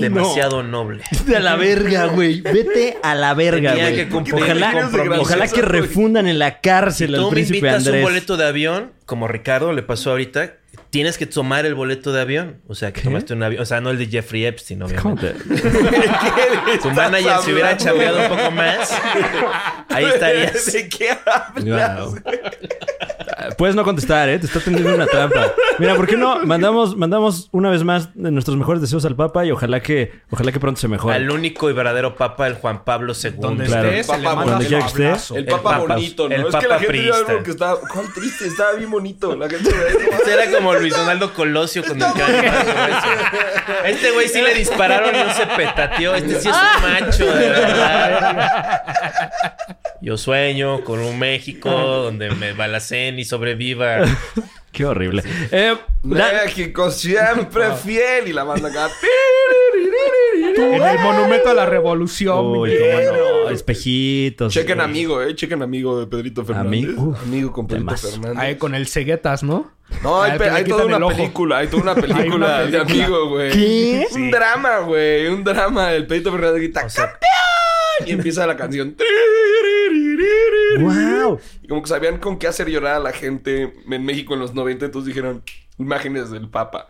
S1: Demasiado noble.
S3: a la verga, güey. Vete a la verga,
S1: Tenía
S3: güey.
S1: que cumplir mi
S3: Ojalá,
S1: compromiso.
S3: ojalá que refundan en la cárcel al
S1: Tú me
S3: príncipe
S1: invitas un
S3: Andrés.
S1: boleto de avión, como Ricardo le pasó ahorita. Tienes que tomar el boleto de avión. O sea, que tomaste un avión. O sea, no el de Jeffrey Epstein, obviamente.
S3: ¿Cómo te-
S1: Tu manager si hubiera chambeado un poco más, ahí estarías.
S4: ¿De qué hablas?
S3: Wow. Ah, Puedes no contestar, ¿eh? Te está tendiendo una trampa. Mira, ¿por qué no mandamos, mandamos una vez más nuestros mejores deseos al Papa y ojalá que, ojalá que pronto se mejore?
S1: Al único y verdadero papa, el Juan Pablo II.
S2: Donde
S3: Claro.
S2: estés, se le
S4: Papá,
S2: manda
S4: donde
S2: el
S3: quiera que esté.
S2: abrazo.
S4: El
S1: El
S4: papa
S1: papa-
S4: bonito, ¿no?
S1: el
S4: es que
S1: papa
S4: la gente iba a ver
S1: priista.
S4: porque estaba. ¿Cuál triste? Estaba bien bonito. La gente iba a ver,
S1: Este Era como Luis Donaldo Colosio con el cañón. Este güey sí le dispararon y no se petateó. Este sí es un macho, de verdad. Yo sueño con un México donde me balacen y sobreviva.
S3: Qué horrible. Eh, la-
S4: México siempre fiel. Y la banda acá.
S2: En el monumento a la revolución.
S3: Uy,
S2: mi
S3: cómo no.
S2: querido.
S3: Espejitos.
S4: Chequen
S3: Uy.
S4: amigo, eh. Chequen amigo de Pedrito Fernández.
S3: Amigo. Uf,
S4: amigo con Pedrito
S3: temazo.
S4: Fernández.
S2: Ahí con el ceguetas, ¿no?
S4: No, hay,
S2: Al
S4: pe-
S2: que le
S4: hay toda
S2: quitan
S4: una
S2: el ojo.
S4: película, hay toda una película, de
S2: película.
S4: amigo, güey.
S3: ¿Qué?
S4: Un drama, güey. Un drama. El Pedrito Fernández grita
S1: sea-
S4: ¡Campeón! Y empieza la canción.
S3: ¡Wow!
S4: Y como que sabían con qué hacer llorar a la gente en México en los 90, entonces dijeron imágenes del Papa.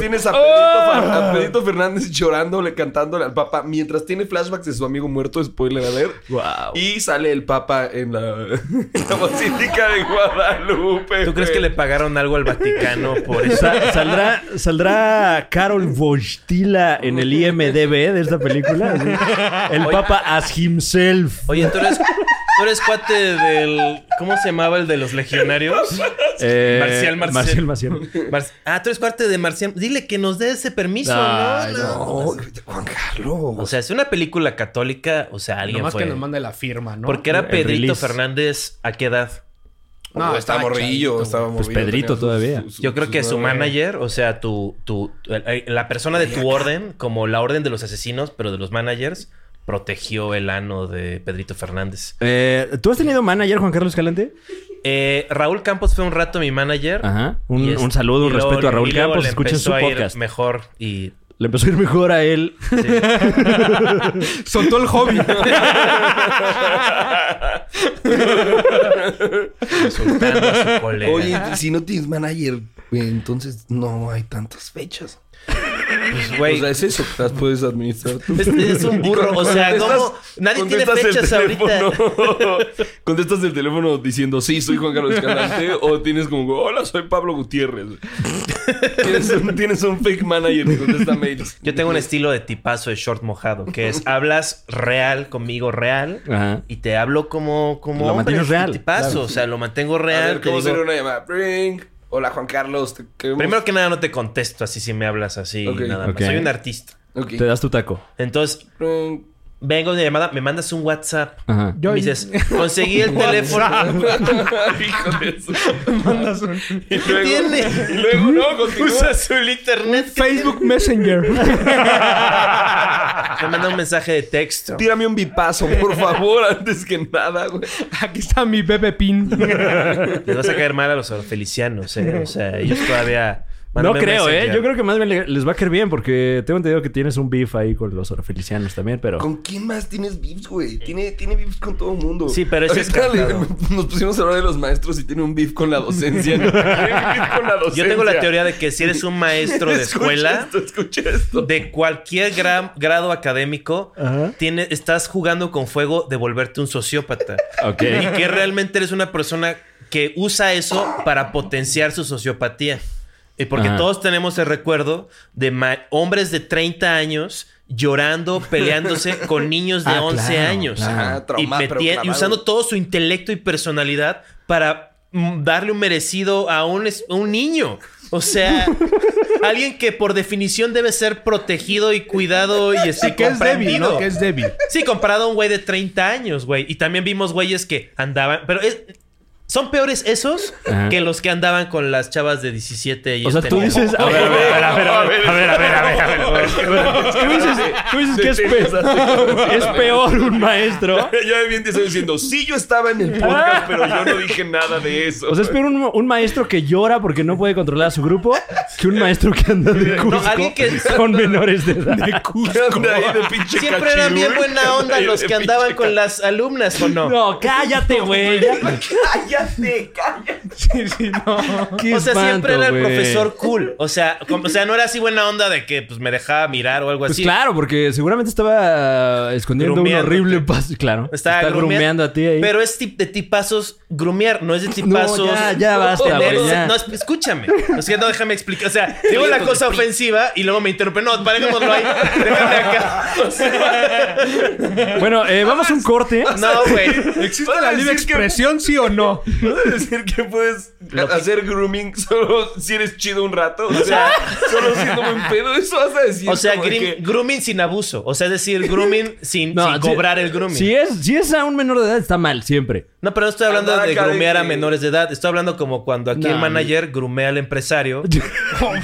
S4: tienes a Pedrito, Fer-
S1: Ah.
S4: a Pedrito Fernández llorándole, cantándole al Papa, mientras tiene flashbacks de su amigo muerto, spoiler alert.
S3: Wow.
S4: Y sale el Papa en la, en la Basílica de Guadalupe.
S1: ¿Tú crees que
S4: güey.
S1: le pagaron algo al Vaticano por eso?
S3: Sa- ¿Saldrá, ¿Saldrá Carol Wojtyla en el IMDB de esta película? Así, El Papa as himself.
S1: Oye, tú eres, tú eres cuate del. ¿Cómo se llamaba el de los legionarios?
S3: Eh,
S1: Marcial, Marcial.
S3: Marcial, Marcial.
S1: Mar- ah, tú eres cuate de Marcial. Dile que nos dé ese permiso,
S3: Ay,
S1: ¿no?
S5: No, Juan
S1: O
S5: Carlos.
S1: sea, si una película católica, o sea, alguien
S2: Nomás
S1: fue.
S2: que nos mande la firma, ¿no?
S1: Porque era
S3: El
S1: Pedrito
S3: release.
S1: Fernández, ¿a qué edad?
S4: No, estaba morrillo,
S2: chavito,
S4: estaba
S3: Pues
S4: morrillo,
S3: Pedrito
S4: tenía sus-
S3: todavía.
S4: sus-
S1: Yo creo
S4: sus
S1: que su
S4: nueve.
S1: manager, o sea, tu, tu, eh, la persona de tu orden, como la orden de los asesinos, pero de los managers, protegió el ano de Pedrito Fernández.
S3: Eh, ¿Tú has tenido manager, Juan Carlos Calante?
S1: Eh, Raúl Campos fue un rato mi manager.
S3: Ajá. Un,
S1: Y es-
S3: un saludo, un
S1: y luego-
S3: respeto a
S1: y
S3: Raúl
S1: luego
S3: Campos.
S1: le
S3: Escuchen su
S1: empezó a ir
S3: podcast.
S1: Mejor y
S3: Le empezó a ir mejor a él.
S2: Soltó el hobby.
S1: insultando a su colega.
S5: Oye, si no tienes manager, güey, entonces no hay tantas fechas.
S1: Pues,
S4: O
S1: güey,
S4: sea, es eso que las puedes administrar tú.
S1: es, Este es un burro. O sea, ¿cómo? Nadie tiene
S4: Contestas el
S1: fechas ahorita.
S4: teléfono. Contestas el teléfono diciendo, sí, soy Juan Carlos Escalante. o tienes como, hola, soy Pablo Gutiérrez. tienes, un, tienes un fake manager que contesta mails.
S1: Yo tengo un estilo de tipazo de short mojado, que es hablas real conmigo real
S3: Ajá.
S1: y te hablo como como
S3: Lo
S1: hombre,
S3: mantienes real,
S1: Tipazo, o sea, lo mantengo
S4: A
S1: real.
S4: ver,
S1: te
S4: ¿cómo
S1: digo-
S4: sería una llamada? Ring. Hola, Juan Carlos. te queremos-
S1: Primero que nada no te contesto así si me hablas así
S4: Ok.
S1: nada más.
S3: Ok.
S1: Soy un artista.
S4: Ok.
S3: Te das tu taco.
S1: Entonces,
S4: Ring.
S1: vengo de una llamada, me mandas un WhatsApp.
S3: Ajá.
S1: Me dices, conseguí el teléfono.
S4: Hijo de su-
S2: Mandas un
S4: Y luego,
S1: tiene?
S4: Y luego, no, continúa.
S1: Usas el internet.
S2: Facebook Messenger.
S1: Me manda un mensaje de texto.
S4: Tírame un bipazo, por favor, antes que nada, güey.
S2: Aquí está mi bebé pin.
S1: Les vas a caer mal a los felicianos, ¿eh? O sea, ellos todavía...
S3: No
S1: Mándame
S3: creo, ¿eh?
S1: Messenger.
S3: Yo creo que más bien le- les va a caer bien porque tengo entendido que tienes un beef ahí con los orfelicianos también, pero...
S5: ¿Con quién más tienes beefs, güey? Tiene, tiene beefs con todo el mundo.
S1: Sí, pero ese es
S4: Ahorita le-
S1: cantado.
S4: nos pusimos a hablar de los maestros y tiene un beef con la docencia. ¿no? Tiene un beef con la docencia.
S1: Yo tengo la teoría de que si eres un maestro de
S4: Escucha
S1: escuela,
S4: esto, escucha esto.
S1: de cualquier gra- grado académico, tiene- estás jugando con fuego de volverte un sociópata.
S3: Ok.
S1: Y que realmente eres una persona que usa eso para potenciar su sociopatía. Y porque
S3: Ajá.
S1: todos tenemos el recuerdo de ma- hombres de 30 años llorando, peleándose con niños de
S3: Ah,
S1: 11
S3: claro,
S1: años.
S3: claro.
S4: Ah, trauma,
S1: y,
S4: pero
S1: metía- y
S4: clavado.
S1: usando todo su intelecto y personalidad para mm, darle un merecido a un, es- a un niño. O sea, alguien que por definición debe ser protegido y cuidado y este,
S2: Sí, que es débil,
S1: comprendido.
S2: ¿no? Que es débil.
S1: Sí, comparado a un güey de 30 años, güey. Y también vimos güeyes que andaban. Pero es- son peores esos
S3: Ajá.
S1: que los que andaban con las chavas de 17 y
S3: O sea,
S1: este,
S3: tú
S1: no.
S3: dices... "Ah, A ver, a ver, a ver, a ver, a ver, a ver, a ver, a ver, a ver, a ver. Tú dices, tú dices que es, pe- es peor un maestro.
S4: Ya bien te estoy diciendo, sí, yo estaba en el podcast, pero yo no dije nada de eso.
S3: O sea, es peor un, un maestro que llora porque no puede controlar a su grupo que un maestro que anda de Cusco
S1: alguien que-
S3: con menores de edad.
S4: ¿Qué onda ahí de pinche
S1: Siempre eran bien
S4: cachirul?
S1: buena onda
S4: Ahí de
S1: los que
S4: pinche
S1: andaban con las alumnas, ¿o no?
S3: No, cállate, güey.
S5: Cállate, cállate.
S2: Sí, sí, no.
S3: Qué
S1: O sea, siempre
S3: espanto,
S1: era el
S3: güey.
S1: profesor cool. O sea, como- o sea, no era así buena onda de que pues me dejaba mirar o algo
S3: Pues
S1: así.
S3: claro, porque seguramente estaba eh, escondiendo un
S1: Grumeándote.
S3: horrible paso. Claro.
S1: Estaba
S3: está grumeando a ti ahí.
S1: Pero es tip- de tipazos grumear, no es de tipazos.
S3: ya, ya basta,
S1: tener-
S3: güey, ya.
S1: No, es- escúchame. O sea, no déjame explicar. O sea, digo la cosa ofensiva y luego me interrumpe. No, parémonos ahí. Déjame acá. O sea,
S3: Bueno, eh, vamos a un corte.
S1: no, güey.
S2: ¿Existe la libre expresión, sí o no?
S4: ¿Vas a decir que puedes hacer grooming solo si eres chido un rato? O sea, solo siendo buen pedo. Eso vas a decir.
S1: O sea,
S4: como de
S1: grim-
S4: que-
S1: grooming sin abuso. O sea, es decir, grooming sin,
S3: No,
S1: sin
S3: si-
S1: cobrar el grooming.
S3: Si es, si es a un menor de edad, está mal, siempre.
S1: No, pero no estoy hablando
S4: Andaba
S1: de
S4: acá de
S1: grumear a
S4: que-
S1: menores de edad. Estoy hablando como cuando aquí
S3: No,
S1: el manager grumea al empresario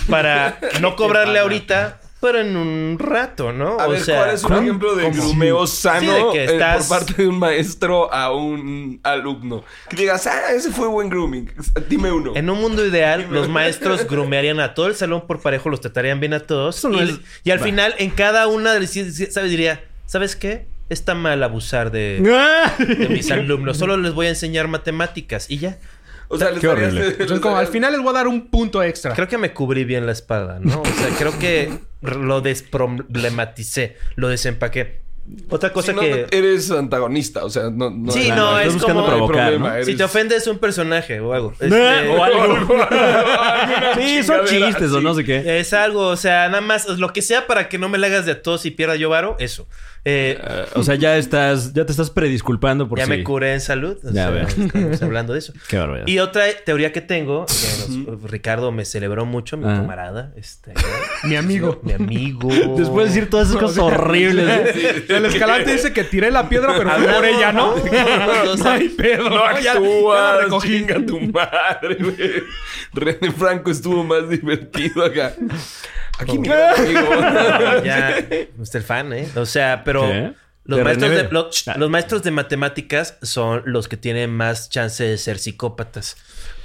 S1: para no cobrarle ahorita, pero en un rato, ¿no?
S4: A
S1: o
S4: ver,
S1: sea,
S4: ¿cuál es un ejemplo de grumeo sano
S1: Sí, de que
S4: eh,
S1: estás-
S4: por parte de un maestro a un alumno? Que digas, ah, ese fue buen grooming. Dime uno.
S1: en un mundo ideal, los maestros grumearían a todo el salón por parejo, los tratarían bien a todos.
S3: no
S1: y,
S3: es-
S1: y al final, en cada una de las- ¿sabes? Diría, ¿sabes qué? está mal abusar de, de mis alumnos. Solo les voy a enseñar matemáticas y ya.
S4: O sea, les
S3: Qué
S4: darías-
S3: horrible.
S4: les
S2: Entonces, como al
S4: darías-
S2: final les voy a dar un punto extra.
S1: Creo que me cubrí bien la espada, ¿no? O sea, creo que lo desproblematicé, lo desempaqué. Otra cosa
S4: si no, eh,
S1: que...
S4: eres antagonista, o sea, no... no
S1: Sí,
S4: Claro.
S1: no,
S3: estás
S1: es
S3: buscando
S1: como-
S3: provocar,
S4: problema,
S3: ¿no?
S4: eh.
S1: Si
S4: eres-
S1: te ofendes un personaje o algo. Este,
S3: O algo. sí, son
S4: chingadera,
S3: chistes o
S4: sí.
S3: no sé qué.
S1: Es algo, o sea, nada más lo que sea para que no me la hagas de a todos y pierda yo varo, eso. Eh,
S3: Eh, O sea, ya estás, ya te estás predisculpando por
S1: ya
S3: si-
S1: me curé en salud. o
S3: Ya
S1: sea,
S3: veo.
S1: estamos hablando de eso.
S3: Qué barbaridad.
S1: Y otra teoría que tengo, que nos- Ricardo me celebró mucho, mi
S3: Ah.
S1: camarada, este,
S2: Mi amigo.
S1: mi amigo.
S3: Después de decir todas esas cosas horribles. ¿eh?
S2: El escalante dice que tiré la piedra, pero fue por ella, ¿no?
S1: Hablamos-
S2: No hay pedo.
S4: No
S2: ya- ya la
S4: actúas,
S2: recogí.
S4: chinga tu madre, güey. René Franco estuvo más divertido acá.
S1: Oh,
S4: Aquí mira, amigo.
S1: Ya, Mr. Fan, ¿eh? O sea, pero
S3: ¿Qué? Ah.
S1: los
S3: ¿De
S1: maestros
S3: René?
S1: de, lo- los maestros de matemáticas son los que tienen más chance de ser psicópatas.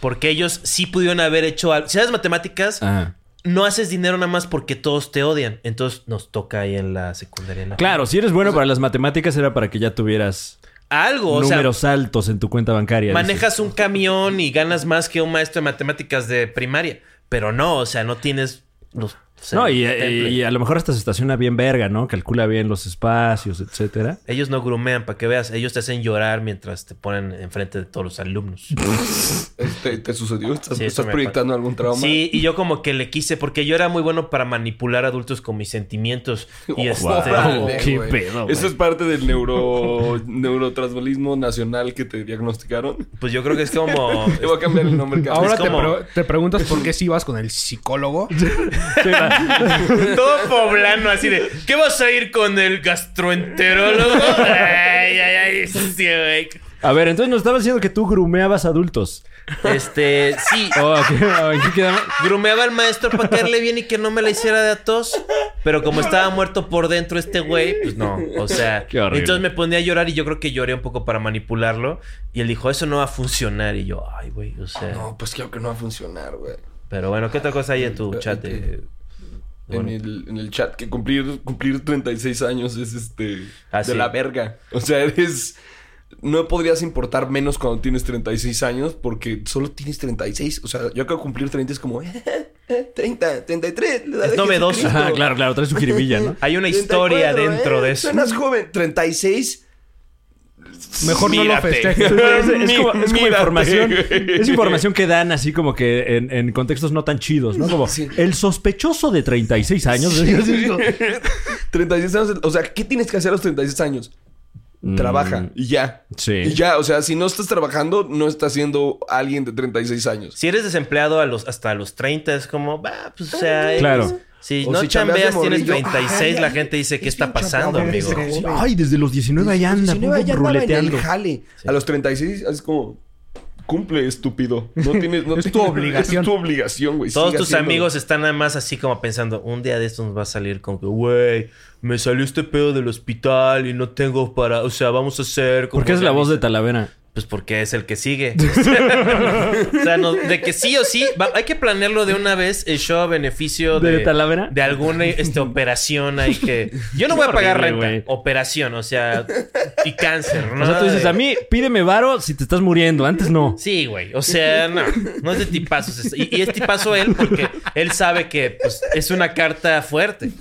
S1: Porque ellos sí pudieron haber hecho algo. Si sabes matemáticas,
S3: Ajá.
S1: no haces dinero nada más porque todos te odian. Entonces nos toca ahí en la secundaria. ¿no?
S3: Claro, si eres bueno para las matemáticas era para que ya tuvieras
S1: Algo, o sea,
S3: números altos en tu cuenta bancaria.
S1: manejas un camión y ganas más que un maestro de matemáticas de primaria. Pero no, o sea, no tienes los... o
S3: dices.
S1: sea,
S3: No, y,
S1: temple.
S3: y- y a lo mejor hasta se estaciona bien verga, ¿no? Calcula bien los espacios, etcétera.
S1: Ellos no grumean para que veas, ellos te hacen llorar mientras te ponen enfrente de todos los alumnos.
S4: ¿Te, Este, te sucedió? ¿Estás,
S1: Sí, eso
S4: estás
S1: me
S4: proyectando algún trauma?
S1: Sí, y yo como que le quise, porque yo era muy bueno para manipular adultos con mis sentimientos. Y
S4: Oh,
S1: este.
S4: wow,
S3: qué
S4: güey.
S3: pedo, güey.
S4: Eso es parte del neuro neurotransbolismo nacional que te diagnosticaron.
S1: Pues yo creo que es como.
S4: Te voy a cambiar el nombre. cabrón.
S2: Ahora
S1: Es
S2: te,
S1: como-
S2: pre- te preguntas por qué si ibas con el psicólogo.
S1: Todo poblano, así de. ¿Qué vas a ir con el gastroenterólogo? Ay, ay, ay. Sí, güey.
S3: A ver, entonces nos estaba diciendo que tú grumeabas adultos.
S1: Este, sí.
S3: Oh, ok, aquí quedamos.
S1: Grumeaba al maestro para caerle bien y que no me la hiciera de a tos. Pero como estaba muerto por dentro este güey, pues no. O sea,
S3: Qué horrible.
S1: entonces me ponía a llorar y yo creo que lloré un poco para manipularlo. Y él dijo, eso no va a funcionar. Y yo, ay, güey, o sea.
S4: No, pues claro que no va a funcionar, güey.
S1: Pero bueno, ¿qué otra cosa hay en tu chat? eh?
S4: En
S1: Bueno.
S4: el, en el chat que cumplir, cumplir 36 años es este...
S1: Ah,
S4: de
S1: sí.
S4: la verga. O sea, eres... No podrías importar menos cuando tienes 36 años porque solo tienes 36. O sea, yo acabo de cumplir 30 es como... eh, eh, 30, 33. la edad
S1: Es
S4: de
S1: novedoso. Ah,
S4: Jesucristo.
S3: Ajá, claro, claro, traes su jiribilla, ¿no?
S1: Hay una
S4: 34,
S1: historia dentro
S4: eh,
S1: de eso.
S4: Suenas joven. 36.
S2: Mejor no lo
S4: Mírate.
S2: festejes.
S3: Es, es como, es como
S4: Mírate,
S3: información.
S4: güey.
S3: Es información que dan así como que en, en contextos no tan chidos, ¿no? Como el sospechoso de 36 años.
S4: 36 años. O sea, ¿qué tienes que hacer a los 36 años?
S3: Mm.
S1: Mm.
S4: Trabaja y ya.
S3: sí.
S4: Y ya, o sea, si no estás trabajando, no estás siendo alguien de 36 años.
S1: Si eres desempleado a los, hasta los 30, es como, va, pues o sea.
S3: Claro.
S1: es- si
S4: O
S1: no
S4: si
S1: chambeas,
S4: chambeas de
S1: tienes
S4: morrillo,
S1: 36,
S5: ay,
S1: la
S5: ay,
S1: gente dice, ¿qué
S5: es
S1: está
S5: un
S1: pasando,
S5: chambeador,
S1: amigo?
S5: ese.
S3: Sí, Ay, desde los 19 ahí anda,
S5: Si no,
S3: puro
S5: ya andaba en el
S3: ruleteando.
S5: jale.
S4: A los 36 es como cumple, estúpido. No tienes no
S2: Es tu
S4: tienes-
S2: obligación.
S4: Es tu obligación, güey.
S1: Todos
S4: Sigue
S1: tus
S4: haciéndolo.
S1: amigos están nada más así como pensando, un día de estos nos va a salir con que, güey, me salió este pedo del hospital y no tengo para, o sea, vamos a hacer... como
S3: ¿Por qué es la voz de
S1: organiza-
S3: Talavera?
S1: Pues porque es el que sigue. o sea, no- de que sí o sí, va- hay que planearlo de una vez el show a beneficio
S3: ¿De
S1: de,
S3: Talavera?
S1: De alguna este, operación ahí que. Yo no voy a pagar
S3: horrible,
S1: renta.
S3: güey.
S1: Operación, o sea, y cáncer, ¿no?
S3: O sea, tú dices, a mí pídeme varo si te estás muriendo. Antes no.
S1: Sí, güey. O sea, no. No es de tipazos. es- Y, y es tipazo él porque él sabe que pues, es una carta fuerte.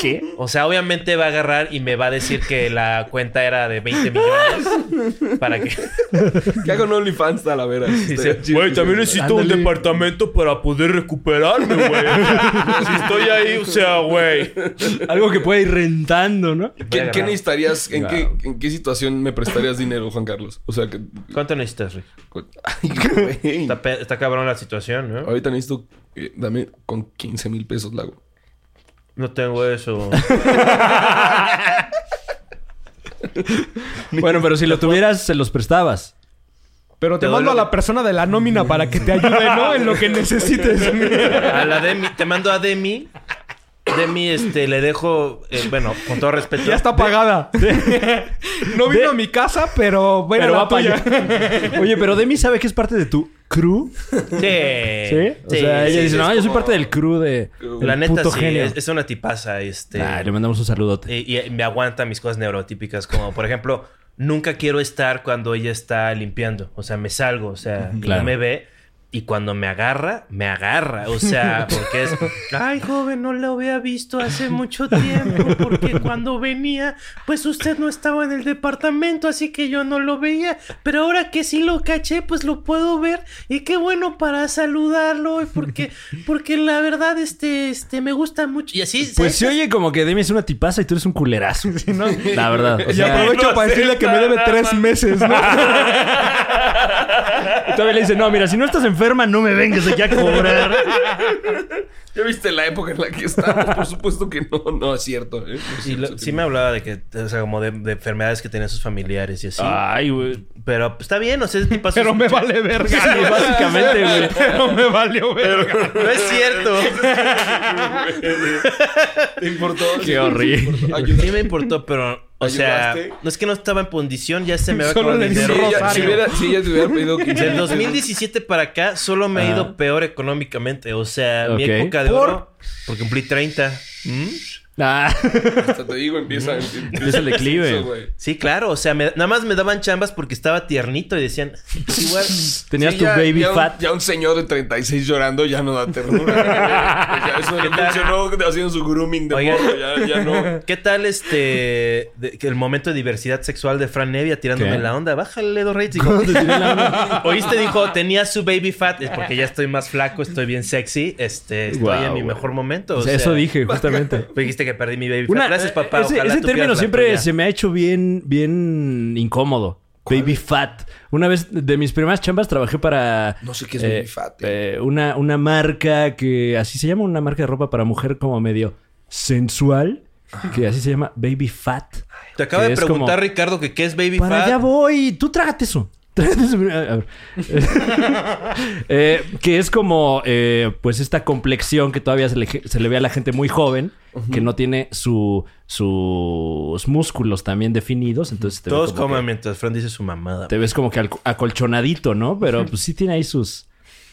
S3: ¿Qué?
S1: O sea, obviamente va a agarrar y me va a decir que la cuenta era de 20 millones. Para que.
S4: Que hagan OnlyFans a la vera. este,
S1: Dice, güey, también necesito un
S3: Ándale.
S1: departamento para poder recuperarme, güey. si estoy ahí, o sea, güey.
S3: Algo que pueda ir rentando, ¿no?
S4: ¿Qué, qué necesitarías? ¿en,
S3: Wow.
S4: qué, ¿En qué situación me prestarías dinero, Juan Carlos? O sea, que.
S1: ¿Cuánto necesitas, Rick?
S4: Ay, güey.
S1: Está, pe- está cabrón la situación, ¿no?
S4: Ahorita necesito. eh, dame con 15 mil pesos, Lago.
S1: No tengo eso.
S3: Bueno, pero si lo tuvieras, se los prestabas.
S2: Pero te,
S1: Te
S2: mando
S1: doy lo-
S2: a la persona de la nómina para que te ayude, ¿no? En lo que necesites.
S1: A la Demi. Te mando a Demi. Demi, este, le dejo, eh, bueno, con todo respeto.
S2: Ya está pagada. No vino a mi casa, pero bueno,
S3: pero
S2: la
S3: va para
S2: tuya.
S3: allá. Oye, pero Demi sabe que es parte de tu crew.
S1: Sí.
S3: ¿Sí? o sea, ella
S1: sí,
S3: dice,
S1: sí,
S3: no,
S1: es
S3: yo soy
S1: como-
S3: parte del crew de...
S1: La
S3: del
S1: neta,
S3: puto
S1: sí,
S3: genio.
S1: Es, es una tipaza, este. eh,
S3: Ay, le mandamos un saludote.
S1: y, y me aguanta mis cosas neurotípicas, como por ejemplo, nunca quiero estar cuando ella está limpiando. O sea, me salgo, o sea, y
S3: Claro.
S1: no me ve. Y cuando me agarra, me agarra. O sea, porque es. Ay, joven, no la había visto hace mucho tiempo. Porque cuando venía, pues usted no estaba en el departamento, así que yo no lo veía. Pero ahora que sí lo caché, pues lo puedo ver. Y qué bueno para saludarlo. y Porque, porque la verdad, este, este, me gusta mucho. Y así
S3: Pues
S1: ¿sabes?
S3: se oye como que Demi es una tipaza y tú eres un culerazo. La verdad. o
S2: Y
S3: sea-
S2: aprovecho para decirle que me debe tres meses, ¿no?
S3: Y todavía le dice, no, mira, si no estás enferma, no me vengas aquí a cobrar.
S4: ¿Ya viste la época en la que estamos? Por supuesto que no, no es cierto. ¿eh? No es
S1: Y lo-
S4: cierto
S1: sí
S4: que
S1: me hablaba de que, o sea, como de, de enfermedades que tenían sus familiares y así.
S3: Ay, güey.
S1: Pero pues, está bien, o sea, ese tipo
S2: Ah. Pero me vale verga.
S3: Sí, básicamente, güey.
S2: Pero me valió verga.
S1: No es cierto.
S4: ¿Te importó?
S3: Qué horrible.
S1: sí me importó, pero, o sea,
S4: ¿Ayudaste?
S1: no es que no estaba en condición, ya se me va
S2: Solo
S1: con
S2: le
S1: el
S2: hice
S4: Si
S1: dinero.
S4: ella, si
S2: Rosario.
S4: hubiera, si ella te hubiera pedido
S1: Del
S4: 15 mil
S1: 2017 para acá solo me he ido peor económicamente. O sea, mi
S3: Ok.
S1: época de
S3: ¿Por?
S1: oro. Porque cumplí 30. ¿Mm?
S3: Ah,
S4: hasta te digo, empieza. Empieza
S3: el declive.
S4: eso, güey.
S1: Sí, claro. O sea, me- nada más me daban chambas porque estaba tiernito y decían, "Pues igual.
S3: tenías
S4: Sí,
S3: tu
S4: ya-
S3: baby
S4: ya un-
S3: fat.
S4: ya un señor de 36 llorando ya no da ternura. ya eso le funcionó haciendo su grooming de
S1: Oigan.
S4: morro. Ya, ya no.
S1: ¿Qué tal este de- que el momento de diversidad sexual de Fran Nevia tirándome
S3: ¿Qué?
S1: la onda? Bájale dos rates. Dijo, Oíste, dijo, tenía su baby fat, es porque ya estoy más flaco, estoy bien sexy, este, estoy
S3: Guau,
S1: en mi
S3: güey.
S1: mejor momento.
S3: O sea, eso dije, justamente.
S1: Dijiste que perdí mi baby fat.
S3: Una- eh,
S1: Gracias, papá.
S3: Ese,
S1: ojalá
S3: ese
S1: tú quieras
S3: término
S1: la
S3: siempre
S1: tuya.
S3: se me ha hecho bien, bien incómodo. Baby fat. Una vez de mis primeras chambas trabajé para.
S5: No sé qué es
S3: eh,
S5: baby fat,
S3: eh, una, una marca que así se llama una marca de ropa para mujer como medio sensual. Que así se llama Baby Fat.
S1: Te acaba
S3: que
S1: de
S3: es como-
S1: preguntar, Ricardo, que qué es baby
S3: Para
S1: fat.
S3: allá voy. Tú trágate eso. Trágate eso. A ver. Eh, que es como, eh, pues, esta complexión que todavía se le, se le ve a la gente muy joven, que no tiene su, sus músculos también definidos. Entonces te, ve
S1: Todos
S3: como
S1: comen
S3: que-
S1: mientras Fran dice su mamada.
S3: te ves como que alco- acolchonadito, ¿no? Pero pues sí tiene ahí sus.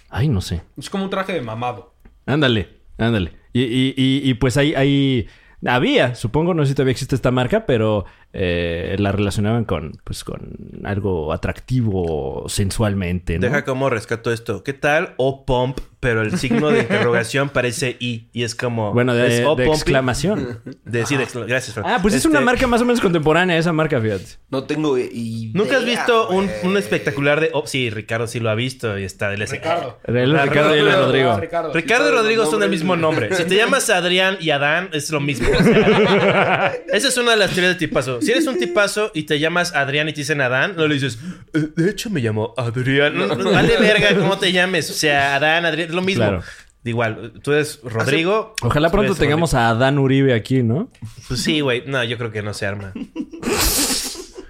S3: Ay, no sé.
S2: Es como un traje de mamado.
S3: Ándale, ándale. Y, y- y- y, pues ahí, ahí había, supongo, no sé si todavía existe esta marca, pero eh, la relacionaban con, pues, con algo atractivo sensualmente, ¿no?
S1: Deja como rescato esto. ¿Qué tal o pump? Pero el signo de interrogación parece I. Y es como...
S3: Bueno, de,
S1: es
S3: de
S1: O pump y-
S3: exclamación.
S1: de- sí, de excla- Gracias, Fran.
S3: Ah, pues es
S1: Este,
S3: una marca más o menos contemporánea esa marca, fíjate.
S5: No tengo idea,
S1: ¿Nunca has visto un,
S5: güey.
S1: un espectacular de... oh, sí, Ricardo sí lo ha visto y está del
S2: Ricardo.
S3: El Ricardo y el
S4: Ricardo.
S3: Rodrigo.
S2: Ricardo.
S1: Ricardo y
S4: Los
S1: Rodrigo son del
S4: nombres.
S1: mismo nombre. Si te llamas Adrián y Adán, es lo mismo. O sea, esa es una de las teorías de tipazo. Si eres un tipazo y te llamas Adrián y te dicen Adán, no le dices, "Eh, de hecho me llamo Adrián. No, no, vale verga cómo te llames. O sea, Adán, Adrián, es lo mismo.
S3: Claro. Ah,
S1: Igual, tú eres Rodrigo.
S3: Ojalá
S1: tú
S3: pronto
S1: eres
S3: tengamos a Adán Uribe aquí, ¿no?
S1: Rodrigo. Pues sí, güey. No, yo creo que no se arma.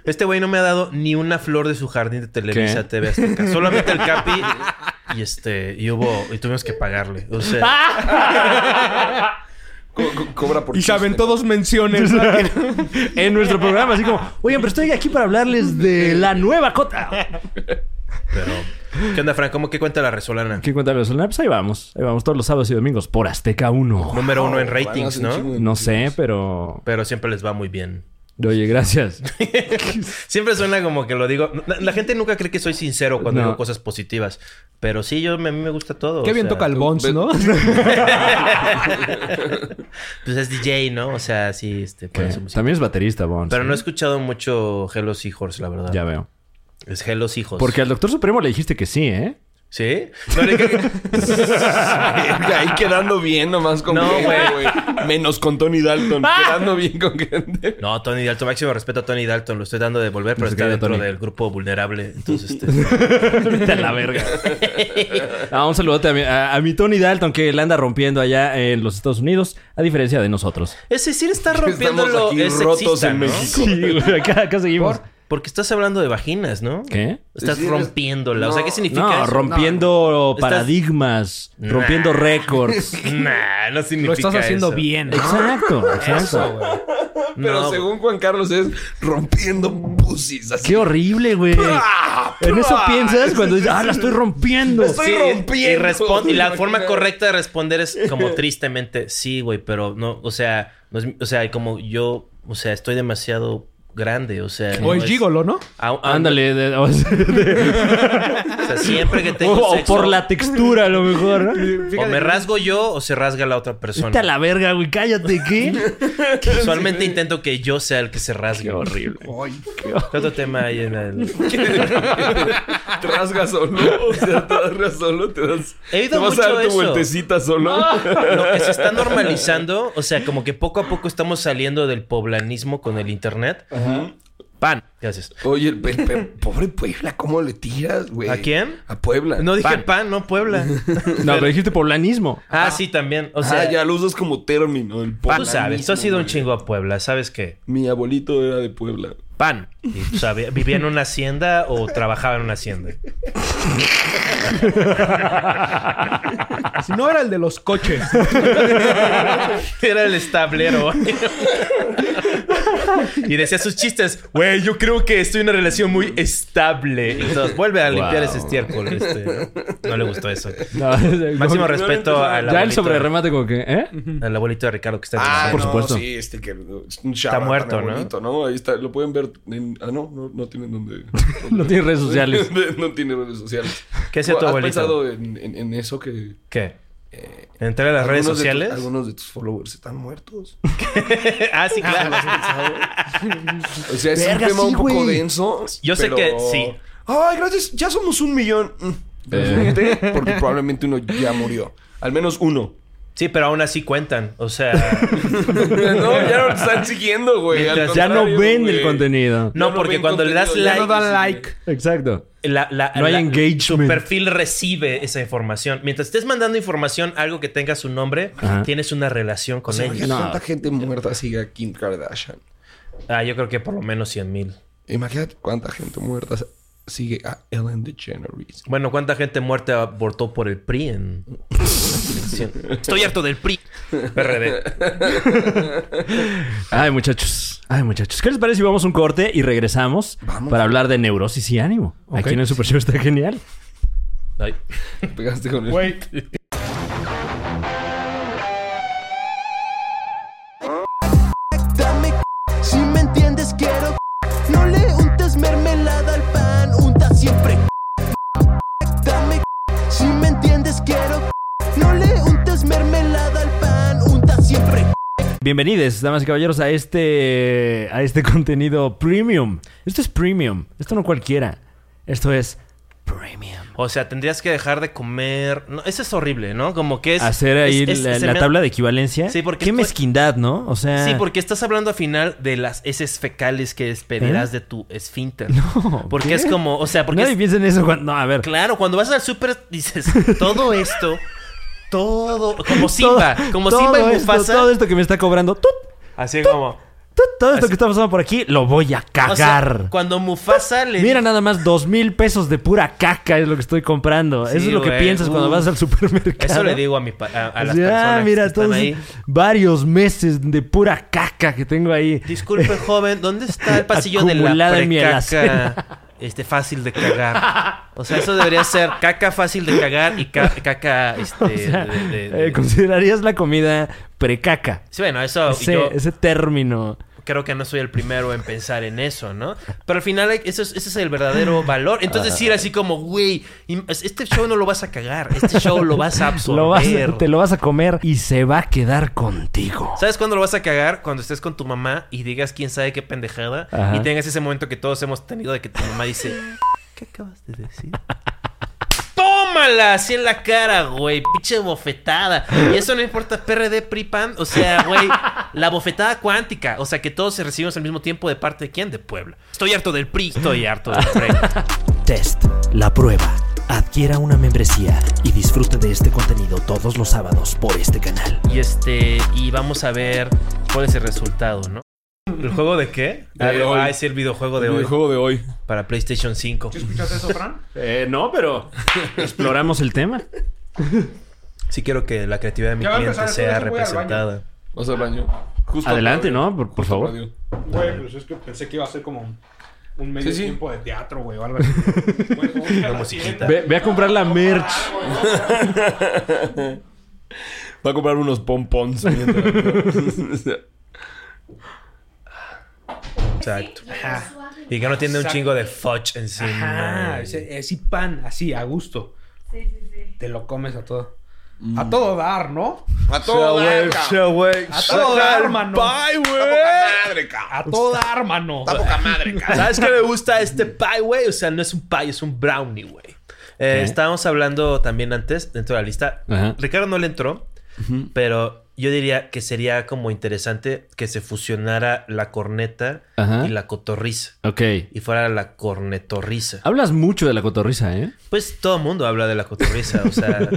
S1: Este güey no me ha dado ni una flor de su jardín de Televisa
S3: ¿Qué?
S1: TV Azteca. Solamente el Capi y este... Y hubo... Y tuvimos que pagarle. O sea...
S4: Co- co- cobra por
S2: Y se aventó dos menciones.
S3: en nuestro programa, así como, oigan, pero estoy aquí para hablarles de la nueva cota.
S1: Pero, ¿qué onda, Frank? ¿Cómo que cuenta la Resolana?
S3: ¿Qué cuenta los Pues ahí vamos. Ahí vamos todos los sábados y domingos por Azteca 1.
S1: Número uno en
S4: Van a hacer
S1: ratings,
S4: un chingo
S1: ¿no?
S4: de-
S3: No sé, pero.
S1: Pero siempre les va muy bien.
S3: Oye, gracias.
S1: Siempre suena como que lo digo. La, la gente nunca cree que soy sincero cuando
S3: No.
S1: digo cosas positivas. Pero sí, yo, me- a mí me gusta todo.
S2: Qué
S1: o
S2: bien
S1: sea,
S2: toca el Bones, ¿no?
S1: Pues es DJ, ¿no? O sea, sí, este, pone su música.
S3: Eh, También es baterista, Bones.
S1: Pero no he escuchado mucho Hello Seahorse, la verdad.
S3: Ya veo.
S1: Es Hello Seahorse.
S3: Porque al doctor Supremo le dijiste que sí, ¿eh?
S1: ¿Sí? No, le-
S4: Verga, Ahí quedando bien nomás con
S1: No,
S4: que-
S1: güey.
S4: Menos con Tony Dalton. Quedando bien con gente.
S1: No, Tony Dalton. Máximo respeto a Tony Dalton. Lo estoy dando de volver, pero
S3: se
S1: está
S3: caiga,
S1: dentro
S3: Tony.
S1: del grupo vulnerable. Entonces, este...
S3: Vete a la verga. Ah, un saludote a mi, a- a mi Tony Dalton, que la anda rompiendo allá en los Estados Unidos, a diferencia de nosotros.
S1: Ese sí le está
S4: Estamos
S1: rompiéndolo.
S4: aquí
S1: es
S4: rotos
S1: sexista,
S4: en
S1: ¿no?
S4: México.
S3: Sí, güey, acá, acá seguimos.
S1: Porque estás hablando de vaginas, ¿no?
S3: ¿Qué?
S1: Estás
S5: Sí, eres-
S1: rompiéndola. O sea, ¿qué significa
S3: No,
S1: eso?
S3: rompiendo
S1: Estás-
S3: paradigmas, rompiendo récords.
S1: Nah, no significa
S2: Lo estás haciendo
S1: eso.
S2: bien.
S3: Exacto, exacto.
S4: Pero
S1: No.
S4: según Juan Carlos es rompiendo pusis. Así. Ah,
S3: Qué horrible, güey. En eso piensas cuando dices, ah, la estoy rompiendo.
S4: Estoy
S1: Sí,
S4: rompiendo.
S1: Y, respon- y la forma
S4: Imagínate.
S1: correcta de responder es como tristemente, sí, güey, pero no, o sea, no es, mi- o sea, como yo, o sea, estoy demasiado grande, o sea. no
S2: O es gigolo, ¿no?
S1: Ah, ah,
S3: Ándale, de- o, sea,
S1: O sea, siempre que tengo
S3: o
S1: sexo,
S3: por la textura a lo mejor. ¿no?
S1: o me rasgo yo o se rasga la otra
S3: Vete a
S1: persona.
S3: la verga, güey, cállate, ¿qué?
S1: Usualmente intento que yo sea el que se rasgue. Qué horrible. ¿Qué otro tema hay en el...?
S4: Te rasgas solo. O sea, te rasgas solo. Te das.
S1: He oído
S4: te vas
S1: mucho
S4: a dar tu
S1: eso.
S4: vueltecita solo.
S1: Lo que se está normalizando, o sea, como que poco a poco estamos saliendo del poblanismo con el internet. Pan. Gracias.
S5: Oye, el pe- pe- pobre Puebla, ¿cómo le tiras, güey?
S1: ¿A quién?
S5: A Puebla.
S1: No dije pan,
S5: Pan.
S1: no Puebla.
S3: No, pero dijiste poblanismo.
S1: Ah, sí, también. O sea,
S4: Ah, ya lo usas como término. El
S1: tú sabes, tú has ido un chingo a Puebla, ¿sabes qué?
S4: Mi abuelito era de Puebla.
S1: Pan. Y, o sea, vi- ¿Vivía en una hacienda o trabajaba en una hacienda?
S2: Si no era el de los coches.
S1: Era el establero. y decía sus chistes. Güey, yo creo que estoy en una relación muy estable. Y todos, vuelve a limpiar ese estiércol. este. No, le gustó eso.
S3: No, o sea,
S1: Máximo
S3: como-
S1: respeto al
S3: Ya el
S1: abuelito,
S3: sobreremate como que, ¿eh?
S1: al abuelito de Ricardo que está en
S4: Ah,
S1: el-
S3: por
S4: no,
S3: supuesto.
S4: Sí, este que es un charlatán
S1: muerto, ¿no?
S4: abuelito, ¿no? Ahí está, lo pueden ver. En, ah, no, no, no tienen donde.
S3: No tiene redes sociales.
S4: no tiene redes sociales.
S1: ¿Qué hacía tu
S4: ¿Has
S1: abuelito?
S4: pensado en, en- en eso que.
S1: ¿Qué? ¿Entrar a las redes
S5: Algunos de tus-
S1: sociales?
S5: algunos de tus followers están muertos.
S1: ah, sí, claro.
S4: O sea, es
S5: Verga,
S4: un tema
S5: sí,
S4: un poco
S5: güey.
S4: denso.
S1: Yo sé
S4: pero-
S1: que sí. Eh.
S4: Ay, gracias. Ya somos un millón. Mm, realmente, Porque probablemente uno ya murió. Al menos uno.
S1: Sí, pero aún así cuentan. O sea,
S4: no, ya no te están siguiendo, güey. al
S1: Mientras
S3: Ya no
S4: contrario,
S3: ven el
S4: güey.
S3: contenido.
S1: no,
S4: no
S1: porque
S4: ven
S1: cuando le das
S4: contenido, ya
S1: like,
S4: no
S2: dan like.
S3: Exacto.
S1: la, la-
S3: No hay
S1: la-
S3: engagement.
S1: Tu perfil recibe esa información. Mientras estés mandando información, algo que tenga su nombre,
S3: Ajá.
S1: tienes una relación con ellos.
S5: Imagínate cuánta gente muerta sigue a Kim Kardashian.
S1: Ah, yo creo que por lo menos 100 mil.
S5: Imagínate cuánta gente muerta sigue a Ellen DeGeneres.
S1: Bueno, ¿cuánta gente muerta abortó por el PRI en... Estoy harto del PRI. PRD.
S3: Ay, muchachos. Ay, muchachos. ¿Qué les parece si vamos a un corte y regresamos
S5: Vamos.
S3: para hablar de neurosis y ánimo? Aquí en el Super Show está genial.
S1: Ay.
S5: Pegaste con el...
S6: Dame si me entiendes quiero No le untes mermelada al pan, unta siempre Dame si me entiendes quiero No le untes mermelada al pan, unta siempre
S3: Bienvenidos, damas y caballeros, a este, a este contenido premium. Esto es premium. Esto no cualquiera. Esto es premium.
S1: O sea, tendrías que dejar de comer... No, eso es horrible, ¿no? Como que es...
S3: Hacer ahí
S1: es- es-
S3: la,
S1: se
S3: la
S1: me ha-
S3: tabla de equivalencia.
S1: Sí, porque
S3: Qué
S1: esto-
S3: mezquindad, ¿no? O sea...
S1: Sí, porque estás hablando al final de las heces fecales que despedirás de
S3: ¿Eh?
S1: tu esfínter.
S3: No,
S1: Porque
S3: ¿qué?
S1: es como, o sea, porque
S3: Nadie
S1: es-
S3: piensa en eso cuando... No, a ver.
S1: claro, cuando vas al súper dices, todo esto, todo, como Simba,
S3: Todo-
S1: como
S3: todo
S1: Simba y
S3: esto,
S1: Mufasa.
S3: todo esto que me está cobrando... tut,
S1: Así como,
S3: tut, todo esto que está pasando por aquí, lo voy a
S1: o sea,
S3: cagar.
S1: cuando Mufasa le
S3: Mira nada más, dos mil pesos de pura caca es lo que estoy comprando.
S1: Sí,
S3: Eso es lo que
S1: güey.
S3: piensas cuando
S1: Uh.
S3: vas al supermercado.
S1: eso le digo a mi pa- a, a las
S3: Así, ah,
S1: personas
S3: mira,
S1: que están
S3: todos
S1: ahí.
S3: varios meses de pura caca que tengo ahí.
S1: Disculpe, joven, ¿dónde está el pasillo de la
S3: Acumulada en mi
S1: precaca?
S3: alacena.
S1: Este, fácil de cagar. O sea, eso debería ser caca fácil de cagar y ca- caca, este,
S3: O sea,
S1: de- de-
S3: eh,
S1: de-
S3: ¿considerarías la comida precaca?
S1: Sí, bueno, eso y
S3: Ese,
S1: yo
S3: ese término.
S1: creo que no soy el primero en pensar en eso, ¿no? Pero al final hay- eso es- ese es el verdadero valor. Entonces decir así como, güey, im- este show no lo vas a cagar, este show lo vas a absorber.
S3: Lo vas- te lo vas a comer y se va a quedar contigo.
S1: ¿Sabes cuándo lo vas a cagar? Cuando estés con tu mamá y digas quién sabe qué pendejada
S3: Ajá.
S1: y tengas ese momento que todos hemos tenido de que tu mamá dice, ¿qué acabas de decir? ¡Tómala! Así en la cara, güey. Pinche bofetada. Y eso no importa, PRD, PRI, PAN. O sea, güey, la bofetada cuántica. O sea, que todos se recibimos al mismo tiempo de parte de quién? De Puebla. Estoy harto del PRI. Estoy harto del PRI.
S8: Test, la prueba. Adquiera una membresía y disfrute de este contenido todos los sábados por este canal.
S1: Y este, y vamos a ver cuál es el resultado, ¿no? ¿El juego de qué?
S4: De hoy.
S1: ah, es el videojuego de hoy.
S4: El juego de hoy.
S1: Para PlayStation 5.
S2: ¿Escuchaste eso, Fran?
S3: Eh, no, pero exploramos el tema.
S1: Sí quiero que la creatividad de mi
S2: Ya va a
S1: cliente
S2: empezar,
S1: sea
S2: entonces voy al
S1: representada.
S4: Vas al baño. Justo
S3: Adelante,
S4: aplaudió.
S3: ¿no? Por, por
S4: Justo
S3: favor.
S4: aplaudió.
S2: Güey, pues es que pensé que iba a ser como un- un medio
S4: Sí, sí.
S2: tiempo de teatro, güey, o algo así. Güey, ¿cómo que la
S1: musiquita.
S3: Ve, ve a comprar la merch.
S4: Va a comprar unos pompons. mientras-
S1: Exacto.
S2: Ajá.
S1: Y que no tiene un
S2: Exacto.
S1: chingo de fudge encima.
S2: Ajá, es, es y pan, así, a gusto.
S9: Sí, sí, sí.
S2: Te lo comes a todo. A todo dar, ¿no?
S4: A todo dar, cabrón.
S2: A todo dar, mano.
S4: Ay, güey. Madre, cabrón.
S2: A todo dar, mano.
S4: Poca madre, cabrón.
S1: ¿Sabes qué me gusta este pie, güey? O sea, no es un pie, es un brownie, güey. Eh, Estábamos hablando también antes, dentro de la lista.
S3: Ajá.
S1: Ricardo no le entró, pero yo diría que sería como interesante que se fusionara la corneta
S3: Ajá.
S1: y la cotorriza.
S3: Ok.
S1: Y fuera la cornetorriza.
S3: Hablas mucho de la cotorriza, ¿eh?
S1: Pues todo el mundo habla de la cotorriza, o sea...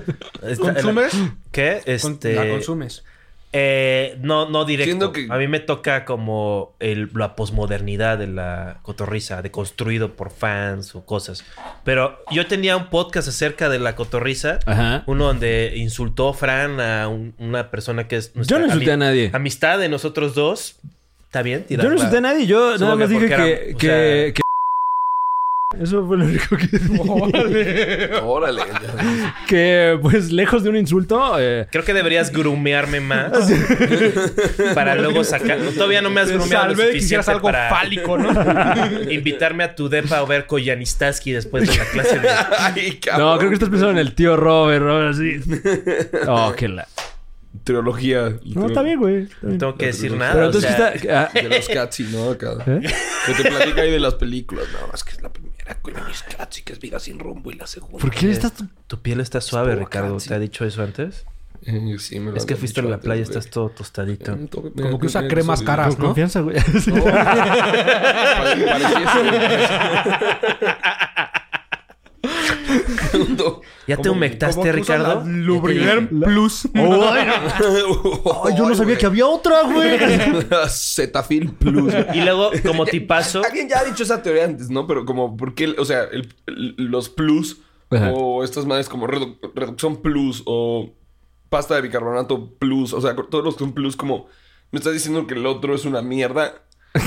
S1: está-
S2: ¿Consumes?
S1: ¿Qué?
S2: Con-
S1: Este,
S2: La consumes.
S1: eh, no, no directo.
S4: Siendo que-
S1: A mí me toca como el- la posmodernidad de la cotorriza, de construido por fans o cosas. Pero yo tenía un podcast acerca de la cotorriza.
S3: Ajá.
S1: Uno donde insultó Fran a un- una persona que es... nuestra
S3: Yo no insulté
S1: ami-
S3: a nadie.
S1: Amistad de nosotros dos. ¿Está bien?
S3: Yo no insulté a nadie, yo nada
S1: Supongo
S3: más
S1: que
S3: dije
S1: porque era-
S3: que,
S1: o sea-
S3: que- que- Eso fue lo único que dije.
S4: Órale.
S3: que, pues, lejos de un insulto... eh,
S1: Creo que deberías grumearme más para luego sacar... Todavía no me has grumeado lo
S2: Salve de que hicieras
S1: suficiente
S2: algo
S1: para
S2: fálico, ¿no?
S1: invitarme a tu depa a ver Koyanistaski después de la clase de...
S4: Ay, cabrón.
S3: no, creo que estás pensando en el tío Robert, Robert, así. Oh, qué la...
S4: Trilogía.
S3: No, está bien, güey. está bien.
S1: No tengo que decir
S4: Pero
S1: nada.
S3: Pero
S1: o
S3: entonces,
S1: sea,
S3: ¿qué Ah, está...?
S4: De los Katsi, ¿no? Acá.
S3: ¿Eh?
S4: Que te platica ahí de las películas. No, es que es la primera.
S5: Con mis cats y que es vida sin rumbo y la segunda.
S3: ¿Por qué estás...?
S1: Tu piel está suave, Ricardo. ¿Te ha dicho eso antes?
S4: Eh, sí, me lo
S1: es que
S4: habían
S1: fuiste a
S4: dicho
S1: la
S4: antes,
S1: playa,
S4: güey. Eh,
S1: estás todo tostadito.
S2: Como que usa cremas caras,
S3: Con
S2: ¿no?
S3: confianza, güey.
S4: Pare- pareciese-
S1: ¿Ya te humectaste, Ricardo?
S2: Lubriderm Plus.
S3: Ay, yo no sabía que había otra, güey.
S4: Zetafil Plus.
S1: Y luego, como tipazo,
S4: Alguien ya ha dicho esa teoría antes, ¿no? Pero como, ¿por qué? el- O sea, el- el- los plus
S3: Ajá.
S4: o estas madres como redu- reducción plus o pasta de bicarbonato plus. O sea, todos los que son plus como... Me estás diciendo que el otro es una mierda.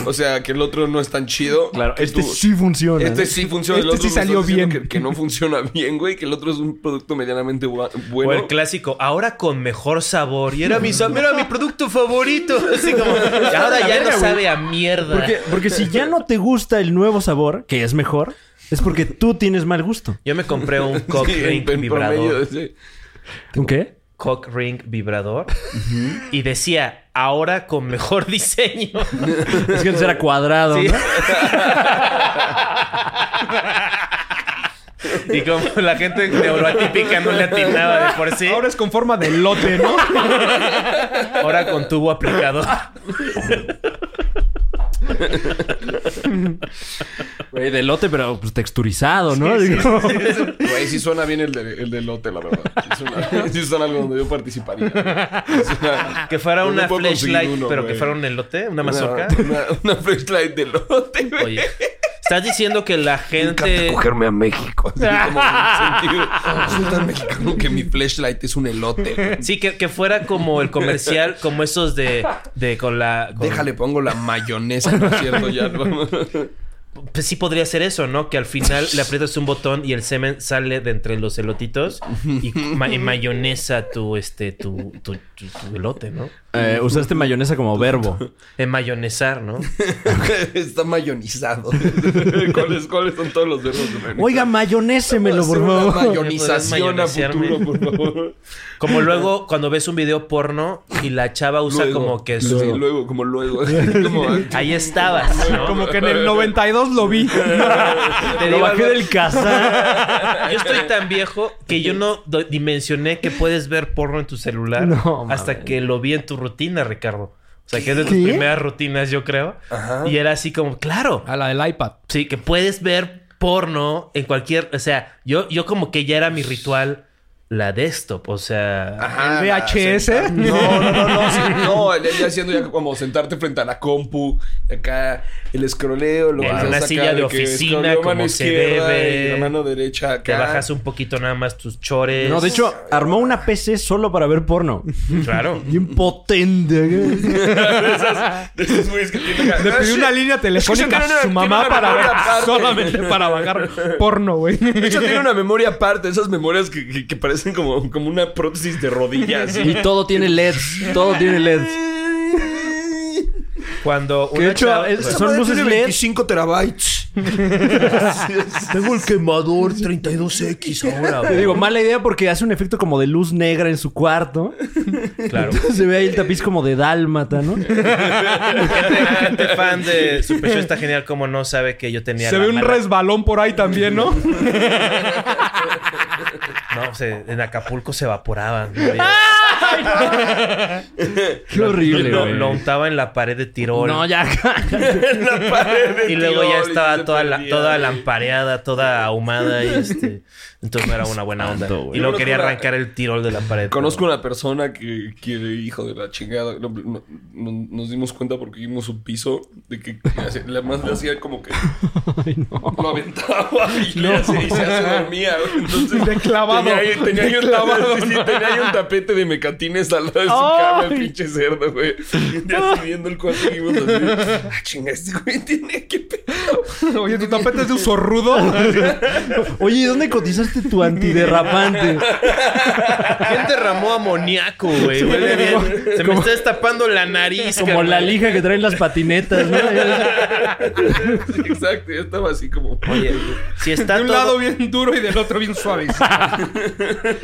S4: O sea, que el otro no es tan chido.
S3: Claro,
S4: que
S3: este
S4: tú-
S3: sí funciona.
S4: Este
S3: ¿no?
S4: sí funciona. el
S2: Este
S4: otro
S2: sí
S4: me estás
S2: salió
S4: diciendo
S2: bien.
S4: Que, que no funciona bien, güey. Que el otro es un producto medianamente gua-
S1: o
S4: bueno.
S1: el clásico, ahora con mejor sabor. Y era mi, sa- era mi producto favorito. Así como, y ahora ya no sabe a mierda.
S3: Porque, porque si ya no te gusta el nuevo sabor, que es mejor, es porque tú tienes mal gusto.
S1: Yo me compré un cock
S4: Sí, en-
S1: ring
S4: en promedio,
S1: vibrador.
S4: sí.
S3: ¿Un qué?
S1: Cock ring vibrador. Y decía, ahora con mejor diseño.
S3: Es que antes era cuadrado,
S1: Sí.
S3: ¿no?
S1: y como la gente neuroatípica no le atinaba de por sí,
S2: Ahora es con forma de lote, ¿no?
S1: ahora con tubo aplicado.
S3: Güey, de lote, pero pues texturizado, ¿no? Digo,
S4: Güey, sí suena bien el, de, el del lote, la verdad. Sí suena, sí suena algo donde yo participaría. güey. Sí suena-
S1: Que fuera
S4: Yo no
S1: una
S4: puedo conseguir
S1: flashlight,
S4: uno,
S1: pero
S4: güey.
S1: que fuera un elote, una mazorca.
S4: Una, una flashlight de lote, güey.
S1: Oye, estás diciendo que la gente.
S5: Cogerme a México.
S4: Así como en el sentido- Soy tan mexicano que mi flashlight es un elote. güey.
S1: Sí, que, que fuera como el comercial, como esos de, de con la. con-
S4: Déjale, pongo la mayonesa, ¿no es cierto? Ya, vamos.
S1: Pues sí podría ser eso, ¿no? Que al final le aprietas un botón y el semen sale de entre los elotitos y, ma- y mayonesa tu, este, tu, tu, tu- tu elote, ¿no?
S3: eh, usaste mayonesa como verbo.
S1: En mayonesar, ¿no?
S4: Está mayonizado. ¿Cuáles, ¿Cuáles son todos los verbos? de mayonizar?
S3: Oiga, mayonésemelo, por
S4: Hacer una
S3: favor.
S4: Mayonización a
S1: ¿Podrías mayonesearme?
S4: futuro, por favor.
S1: Como luego cuando ves un video porno y la chava usa
S4: Luego.
S1: como que
S4: Sí,
S1: su...
S4: luego, como luego. Como-
S1: Ahí estabas, ¿no?
S2: Como que en el 92 lo vi.
S1: Te
S3: Lo
S1: digo
S3: bajé
S1: algo,
S3: del casa.
S1: Yo estoy tan viejo que yo no do- dimensioné que puedes ver porno en tu celular
S3: No, mames.
S1: hasta que lo vi en tu rutina, Ricardo. O sea, que es de tus primeras rutinas, yo creo. Y era así como, claro.
S2: A la del iPad.
S1: Sí, que puedes ver porno en cualquier... O sea, yo, yo como que ya era mi ritual la desktop. O sea...
S4: Ajá,
S2: VHS.
S4: Ah, No, no, no, no, sí, no, el, el ya haciendo ya como sentarte frente a la compu, acá el scrolleo, lo
S1: En
S4: vas a
S1: una
S4: sacar
S1: silla de
S4: que
S1: oficina,
S4: scrolleo mano
S1: como se
S4: izquierda
S1: debe.
S4: y la mano derecha acá.
S1: Te bajas un poquito nada más tus chores.
S3: No, de hecho, armó una PC solo para ver porno.
S1: Claro.
S3: Bien potente.
S4: de esos güeyes que tienen acá.
S2: Le
S4: Ah,
S2: pidió
S4: shit.
S2: una línea
S4: Es que
S2: telefónica
S4: yo
S2: a
S4: tengo
S2: su
S4: una-
S2: mamá
S4: tengo una
S2: para ver
S4: memoria aparte.
S2: solamente para bajar porno, güey.
S4: De hecho, tiene una memoria aparte, esas memorias que, que- que parecen como, como una prótesis de rodillas.
S3: Y todo tiene LEDs. Todo tiene LEDs.
S1: Cuando
S3: Que de
S1: una
S3: hecho,
S1: chava-
S3: es-
S5: Esa
S3: son
S5: madre
S3: luces
S5: tiene
S3: LED.
S5: 25 terabytes. Tengo el quemador 32X ahora.
S3: Te digo, mala idea porque hace un efecto como de luz negra en su cuarto.
S1: Claro.
S3: Se ve ahí el tapiz como de dálmata, ¿no?
S1: gente, gente este, fan de Super Show está genial como no sabe que yo tenía.
S2: Se
S1: la
S2: ve un
S1: mala-
S2: resbalón por ahí también, ¿no?
S1: No, se- en Acapulco se evaporaban. ¿no?
S4: Ah.
S3: Qué horrible,
S1: Lo,
S3: güey.
S1: lo untaba en la pared de Tirol.
S3: No, ya.
S4: La pared de
S1: Y luego ya
S4: Tirol y
S1: estaba
S4: se
S1: toda, la-
S4: perdía.
S1: toda lampareada, toda ahumada. Y este, entonces no era una buena onda.
S3: Santo, güey.
S1: Y luego
S4: Yo
S1: quería
S4: conozco una-
S1: arrancar el Tirol de la pared.
S4: Conozco una persona que, que hijo de la chingada, no, no- no- nos dimos cuenta porque vimos un piso de que hace- la más le hacía como que lo aventaba y, le hace- y se hace dormía. güey. Entonces,
S2: De clavado.
S4: Tenía, ahí- tenía ahí un
S2: De clavado,
S4: tapete, sí, tenía ahí un tapete de mecatines al lado de su cama, el pinche cerdo, güey. Y así viendo el cuarto y vimos así. Ah, chinga, este güey tiene que pedo.
S2: Oye, tu tapete es de uso rudo.
S3: Oye, ¿y ¿dónde cotizaste tu antiderrapante?
S1: ¿Quién derramó amoníaco, güey? Huele bien. Se me está destapando la nariz.
S3: Como
S1: carnal.
S3: la lija que traen las patinetas, ¿no?
S4: Sí, Exacto, yo estaba así como.
S1: Oye, si está
S2: De un
S1: todo-
S2: lado bien duro y del otro bien suave.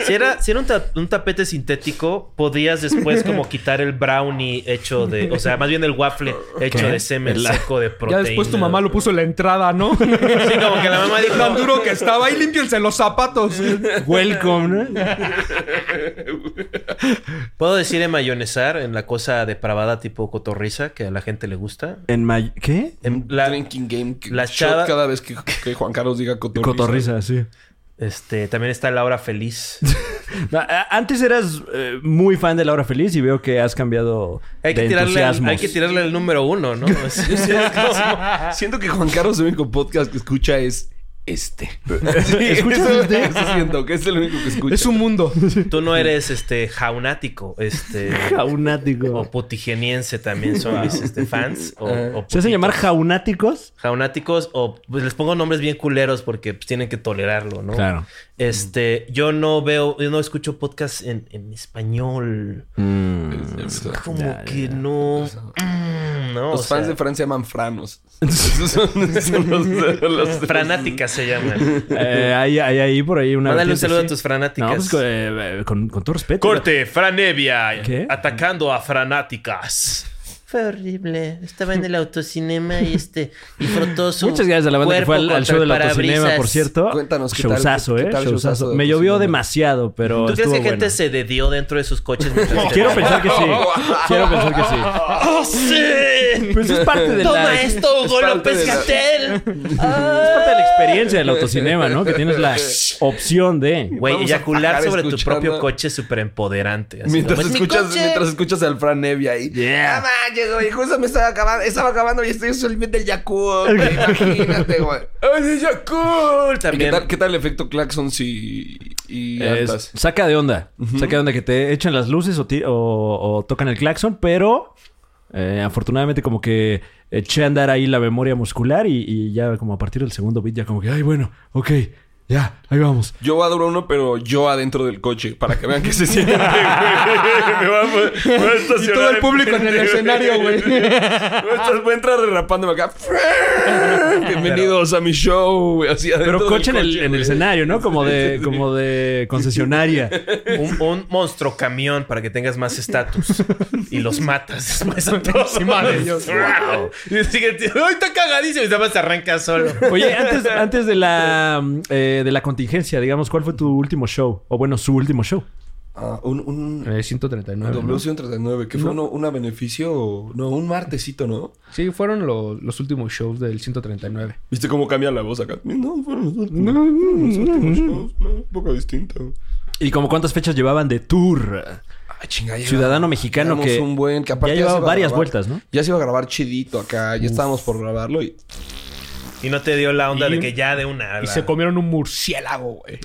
S1: Si era, si era un, ta- un tapete sintético, podías después como quitar el brownie hecho de... O sea, más bien el waffle hecho de semen seco de
S2: Ya
S1: proteína.
S2: después tu mamá lo puso en la entrada, ¿no?
S1: Sí, como que la mamá dijo...
S2: Tan duro que estaba. Ahí límpiense los zapatos.
S3: Welcome, ¿no?
S1: ¿Puedo decir en mayonesar en la cosa depravada tipo cotorriza que a la gente le gusta?
S3: En may... ¿Qué?
S1: En la-
S4: drinking game. que-
S1: la
S4: shot
S1: chava-
S4: cada vez que, que Juan Carlos diga cotorriza.
S3: Cotorriza, sí.
S1: este, también está la hora feliz.
S3: No, a- Antes eras eh, muy fan de Laura Feliz y veo que has cambiado
S1: Hay que,
S3: de
S1: tirarle al,
S3: entusiasmos.
S1: hay que tirarle al número uno, ¿no? Es- es como-
S4: Siento que Juan Carlos el único podcast que escucha es este.
S3: ¿Escuchas
S4: eso,
S3: este?
S4: eso siento que es el único que escucha.
S2: Es un mundo.
S1: tú no eres este jaunático, este...
S3: Jaunático.
S1: O putigeniense también son mis este, fans. O, o
S3: ¿Se hacen llamar
S1: putitos.
S3: jaunáticos?
S1: jaunáticos o pues, les pongo nombres bien culeros porque pues, tienen que tolerarlo, ¿no?
S3: Claro.
S1: Este, yo no veo, yo no escucho podcast en, en español. Mm. Como
S3: ya,
S1: que no. mm, no,
S4: Los
S1: o
S4: fans
S1: sea,
S4: de Francia llaman franos. Esos son, son los, los-
S1: Franáticas se llaman.
S3: Eh, hay, hay ahí por ahí una.
S1: Mándale un
S3: vertiente,
S1: saludo
S3: sí.
S1: a tus franáticas.
S3: No, pues con, eh, eh, con- con todo respeto.
S1: Corte, Franevia.
S3: ¿Qué?
S1: Atacando a Franáticas. Fue horrible. Estaba en el autocinema y este. Y frotó su
S3: Muchas gracias a la banda que
S1: cuerpo
S3: fue al, al
S1: contra
S3: show
S1: el
S3: del autocinema,
S1: parabrisas.
S3: por cierto.
S4: Cuéntanos qué tal-
S3: Showzazo,
S4: qué
S3: ¿eh?
S4: tal showzazo pues,
S3: Showzazo.
S4: de
S3: Me llovió
S4: autocinema.
S3: demasiado, pero.
S1: ¿Tú crees que
S3: estuvo
S1: gente Oh,
S3: bueno.
S1: se dedió dentro de sus coches? mientras
S3: Quiero
S1: llegaban?
S3: pensar que sí. Quiero pensar que sí.
S1: Oh, ¡Sí!
S3: Pues es parte de
S1: Toma
S3: la.
S1: esto, Hugo
S4: parte
S1: López
S4: de la-
S1: Gatel.
S3: Es parte de la experiencia del autocinema, ¿no? Que tienes la opción de.
S1: Güey,
S4: Vamos a
S1: eyacular
S4: pagar
S1: sobre tu
S4: escuchando.
S1: propio coche es súper empoderante. así
S4: Mientras
S1: como, "Es mi
S4: escuchas,
S1: coche".
S4: mientras escuchas al Fran Nevia ahí.
S3: Yeah.
S4: Ah, manches, güey, justo me estaba acabando, estaba acabando y estoy solamente el Yakult. güey, Imagínate, güey. ¡Ay, el Yakult!
S1: También.
S4: ¿Y ¿Qué tal, qué tal el efecto claxons y, y
S3: Es-
S4: altas?
S3: saca de onda. Saca de onda que te echan las luces o, ti- o- o tocan el claxon, pero eh, afortunadamente como que eché a andar ahí la memoria muscular y, y ya como a partir del segundo beat ya como que, ay, bueno, ok, ya, ahí vamos.
S4: Yo adoro uno, pero yo adentro del coche, para que vean que se siente, güey. Me va a, me va a estacionar.
S2: Y todo el público en el escenario, güey.
S4: Estás- Voy a entrar derrapándome acá. Bienvenidos a mi show, güey. Así adentro
S3: Pero
S4: del
S3: coche en el, en el
S4: güey.
S3: escenario, ¿no? Como de, como de concesionaria.
S1: Un, un monstruo camión para que tengas más estatus. y los matas después a todos. ¡Wow! Y sigue el tío, ¡Ay, está cagadísimo! Y nada más arranca solo.
S3: Oye, antes, antes de la mm, eh, de la contingencia, digamos, ¿cuál fue tu último show? O bueno, su último show.
S5: Ah, un, un
S2: Eh, 139. ¿no?
S5: W139, que fue uno, una beneficio... No, un martesito, ¿no?
S2: Sí, fueron lo- los últimos shows del 139.
S4: ¿Viste cómo cambia la voz acá? No, fueron los últimos, fueron los últimos shows, no, un poco distinto.
S3: ¿Y como cuántas fechas llevaban de tour?
S4: Ay, Ah, chinga, ya
S3: Ciudadano mexicano
S4: llevamos
S3: que
S4: un buen, que
S3: ya
S4: aparte se
S3: llevaba
S4: iba a
S3: varias
S4: grabar.
S3: vueltas, ¿no?
S4: Ya se iba a grabar chidito acá. Ya estábamos por grabarlo y...
S1: Y no te dio la onda
S2: Y-
S1: de que ya de una.
S2: Y
S1: la-
S2: se comieron un murciélago, güey.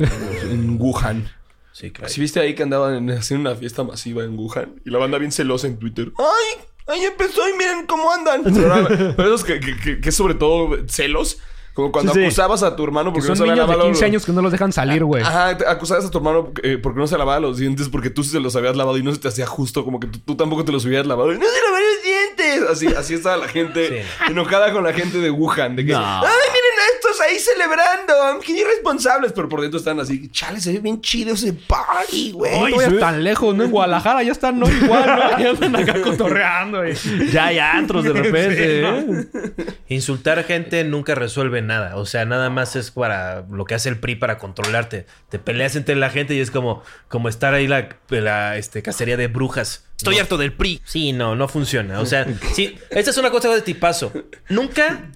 S4: En Wuhan.
S1: Sí, claro.
S4: Si viste ahí que andaban en- haciendo una fiesta masiva en Wuhan y la banda bien celosa en Twitter. ¡Ay! ¡Ahí empezó y miren cómo andan! Pero, era- pero esos que, que- que- que sobre todo celos. Como cuando
S3: Sí, sí.
S4: acusabas a tu hermano
S2: Que
S4: porque
S2: son
S4: no se había
S2: niños de
S4: lavado
S2: 15
S4: los-
S2: años que no los dejan salir, güey.
S4: Ajá, te- acusabas a tu hermano eh, porque no se lavaba los dientes porque tú sí se los habías lavado y no se te hacía justo, como que tú, tú tampoco te los hubieras lavado. Y, ¡No se lavaron los dientes! Así, así estaba la gente enojada con la gente de Wuhan. De que, ¡Ay, miren a estos ahí celebrando! ¡Qué irresponsables! Pero por dentro están así, ¡chale, se ve bien chido ese party, güey!
S2: No
S3: se
S2: vayas
S3: ve-
S2: tan lejos, ¿no? En Guadalajara ya están, no igual, ¿no? Ya están acá cotorreando, güey.
S3: Ya hay antros de repente. ¿eh?
S1: Insultar gente nunca resuelve nada. O sea, nada más es para lo que hace el PRI para controlarte. Te peleas entre la gente y es como, como estar ahí la, la, este, cacería de brujas. Estoy harto del PRI. Sí, no, no funciona. O sea, sí, esta es una cosa de tipazo. Nunca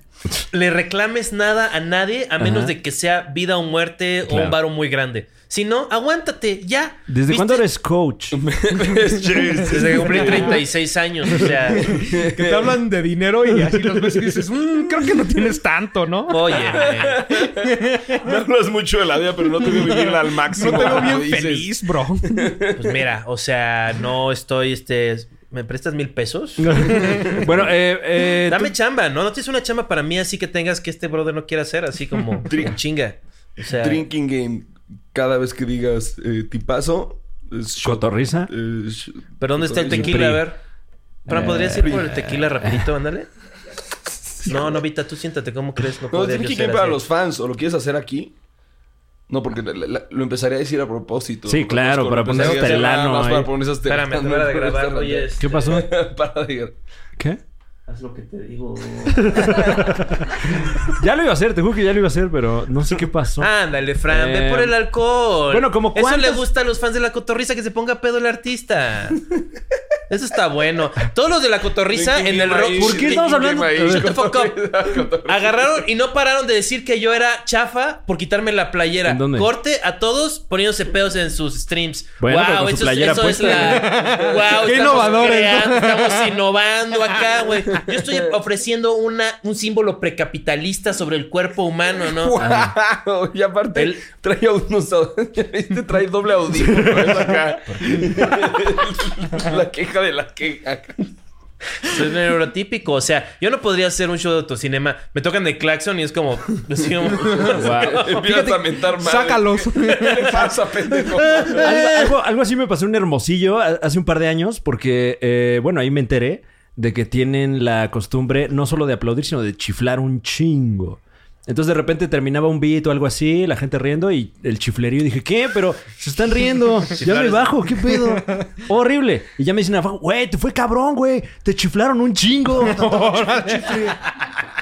S1: le reclames nada a nadie a menos
S3: Ajá.
S1: de que sea vida o muerte o
S3: Claro.
S1: un varo muy grande. Si no, aguántate, ya.
S3: ¿Desde
S1: ¿Viste?
S3: cuándo eres coach?
S1: Desde que cumplí 36 años, o sea,
S2: Que te hablan de dinero y así los ves y dices, mmm, creo que no tienes tanto, ¿no?
S1: oye,
S4: Me hablas mucho de la vida, pero no te veo vivirla al máximo.
S2: No te veo
S4: como
S2: bien
S4: dices.
S2: feliz, bro.
S1: Pues mira, o sea, no estoy, este... ¿Me prestas mil pesos?
S3: bueno, eh, eh,
S1: Dame chamba, ¿no? No tienes una chamba para mí así que tengas que este brother no quiera hacer, así como
S4: Drink.
S1: chinga. O sea,
S4: Drinking game. Cada vez que digas eh, tipazo... es shot.
S3: ¿Cotorrisa?
S4: Eh, sh-
S1: ¿pero dónde está el tequila? A ver. Fran, ¿podrías ir por el tequila rapidito? Ándale. No, no, Vita, tú siéntate. ¿Cómo crees? No,
S4: No,
S1: podría
S4: tiene
S1: yo
S4: que
S1: ser
S4: ir para
S1: así.
S4: los fans. ¿O lo quieres hacer aquí? No, porque la- la- la- lo empezaría a decir a propósito. Pues,
S3: Sí, claro,
S4: Lo
S3: para
S4: empezaría
S3: ponerlo
S4: a hacer nada
S3: telano
S4: más
S3: ahí.
S4: Para poner esas telanas,
S1: Espérame, te voy a
S4: ¿no?
S1: grabar.
S4: Para
S1: Oye,
S4: estar-
S1: este,
S3: ¿Qué pasó?
S4: para de grabar.
S3: ¿Qué?
S1: Haz lo que te digo.
S3: Ya lo iba a hacer, te juro que ya lo iba a hacer, pero no sé qué pasó.
S1: Ándale, Fran, ve
S3: Eh,
S1: por el alcohol.
S3: bueno, como
S1: Eso le
S3: cuántas-
S1: gusta a los fans de la cotorriza que se ponga pedo el artista. Eso está bueno. Todos los de la cotorriza en el rock.
S3: ¿Por qué estamos hablando-
S1: Shut the fuck up. Agarraron y no pararon de decir que yo era chafa por quitarme la playera.
S3: ¿En dónde?
S1: Corte a todos poniéndose pedos en sus streams.
S3: Bueno, pero con
S1: eso,
S3: su
S1: es-
S3: playera
S1: eso es
S3: puesta.
S1: la. Wow,
S2: Qué innovadores, ¿no?
S1: estamos innovando acá, güey. Yo estoy ofreciendo una, un símbolo precapitalista sobre el cuerpo humano, Ah, ¿no?
S4: ¡Wow! Y aparte,
S1: El-
S4: trae unos. Este trae doble audífono. ¿ves acá? la queja de la queja.
S1: Soy neurotípico. O sea, yo no podría hacer un show de autocinema. Me tocan de claxon y es como. así como-
S4: Empiezas a mentar madre.
S2: Sácalos.
S4: ¿Qué le pasa, pendejo?
S3: algo, algo- algo así me pasó en Hermosillo a- hace un par de años porque, eh, bueno, ahí me enteré de que tienen la costumbre no solo de aplaudir, sino de chiflar un chingo. Entonces de repente terminaba un beat o algo así, la gente riendo y el chiflerío. Y dije, ¿qué? Pero se están riendo. ya me bajo, ¿qué pedo? Horrible. Y ya me dicen abajo, güey, te fue cabrón, güey. Te chiflaron un chingo.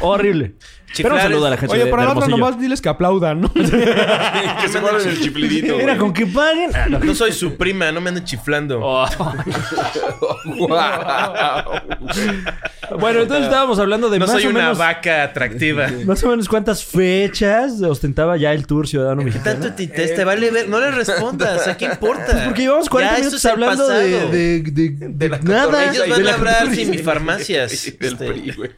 S3: Horrible. Pero un
S1: Chiflar
S3: saludo
S1: es-
S3: a la gente
S2: Oye,
S3: de,
S2: para
S3: de
S2: la otra
S3: Hermosillo.
S2: nomás diles que aplaudan, ¿no?
S4: que se guarden el chiflidito.
S3: Mira, con que paguen. Ah, no.
S1: No soy su prima, no me anden chiflando.
S2: Oh.
S3: Bueno, entonces estábamos hablando de
S1: no
S3: más
S1: soy
S3: o
S1: una
S3: menos...
S1: vaca atractiva.
S3: Más o menos cuántas fechas ostentaba ya el tour ciudadano mexicano. Pues
S1: Tanto te, te- te vale ver. No le respondas. ¿A qué importa?
S3: Porque llevamos 40
S1: Ya, eso
S3: minutos
S1: es el
S3: hablando
S1: pasado.
S3: de, de, de- de nada.
S1: Ellos
S3: De
S1: van
S3: la-
S1: a hablar sin mis farmacias.
S4: Del
S1: Este,
S4: PRI, güey.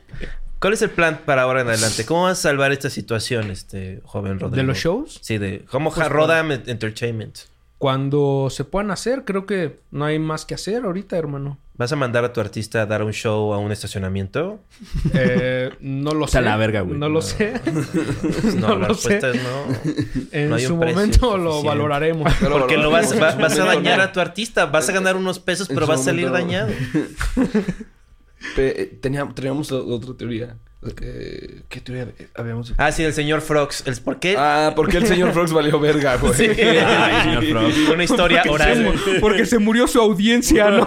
S1: ¿Cuál es el plan para ahora en adelante? ¿Cómo vas a salvar esta situación, este joven Rodrigo?
S2: ¿De los shows? Pues,
S1: Sí, de como Rodam Entertainment.
S2: Cuando se puedan hacer, creo que no hay más que hacer ahorita, hermano.
S1: ¿Vas a mandar a tu artista a dar un show a un estacionamiento?
S2: Eh, no lo sé.
S3: Está la verga, güey.
S2: No lo sé.
S1: No,
S2: No
S1: la
S2: lo sé.
S1: respuesta es no.
S2: En
S1: No hay un
S2: su
S1: precio
S2: momento lo
S1: suficiente.
S2: valoraremos.
S1: Porque lo vas, va- vas a dañar a
S4: tu
S1: tu artista. Vas a ganar unos pesos, pero
S4: su
S1: vas a salir
S4: momento-
S1: dañado.
S4: Pe- eh, teníamos, teníamos o- otra teoría. Eh, ¿Qué teoría habíamos?
S1: Ah, sí, el señor Frogs. El- ¿Por qué?
S4: Ah, ¿por qué el señor Frogs valió verga, güey?
S1: Ay, señor Frogs. Una historia oral.
S2: Porque se murió su audiencia, ¿no?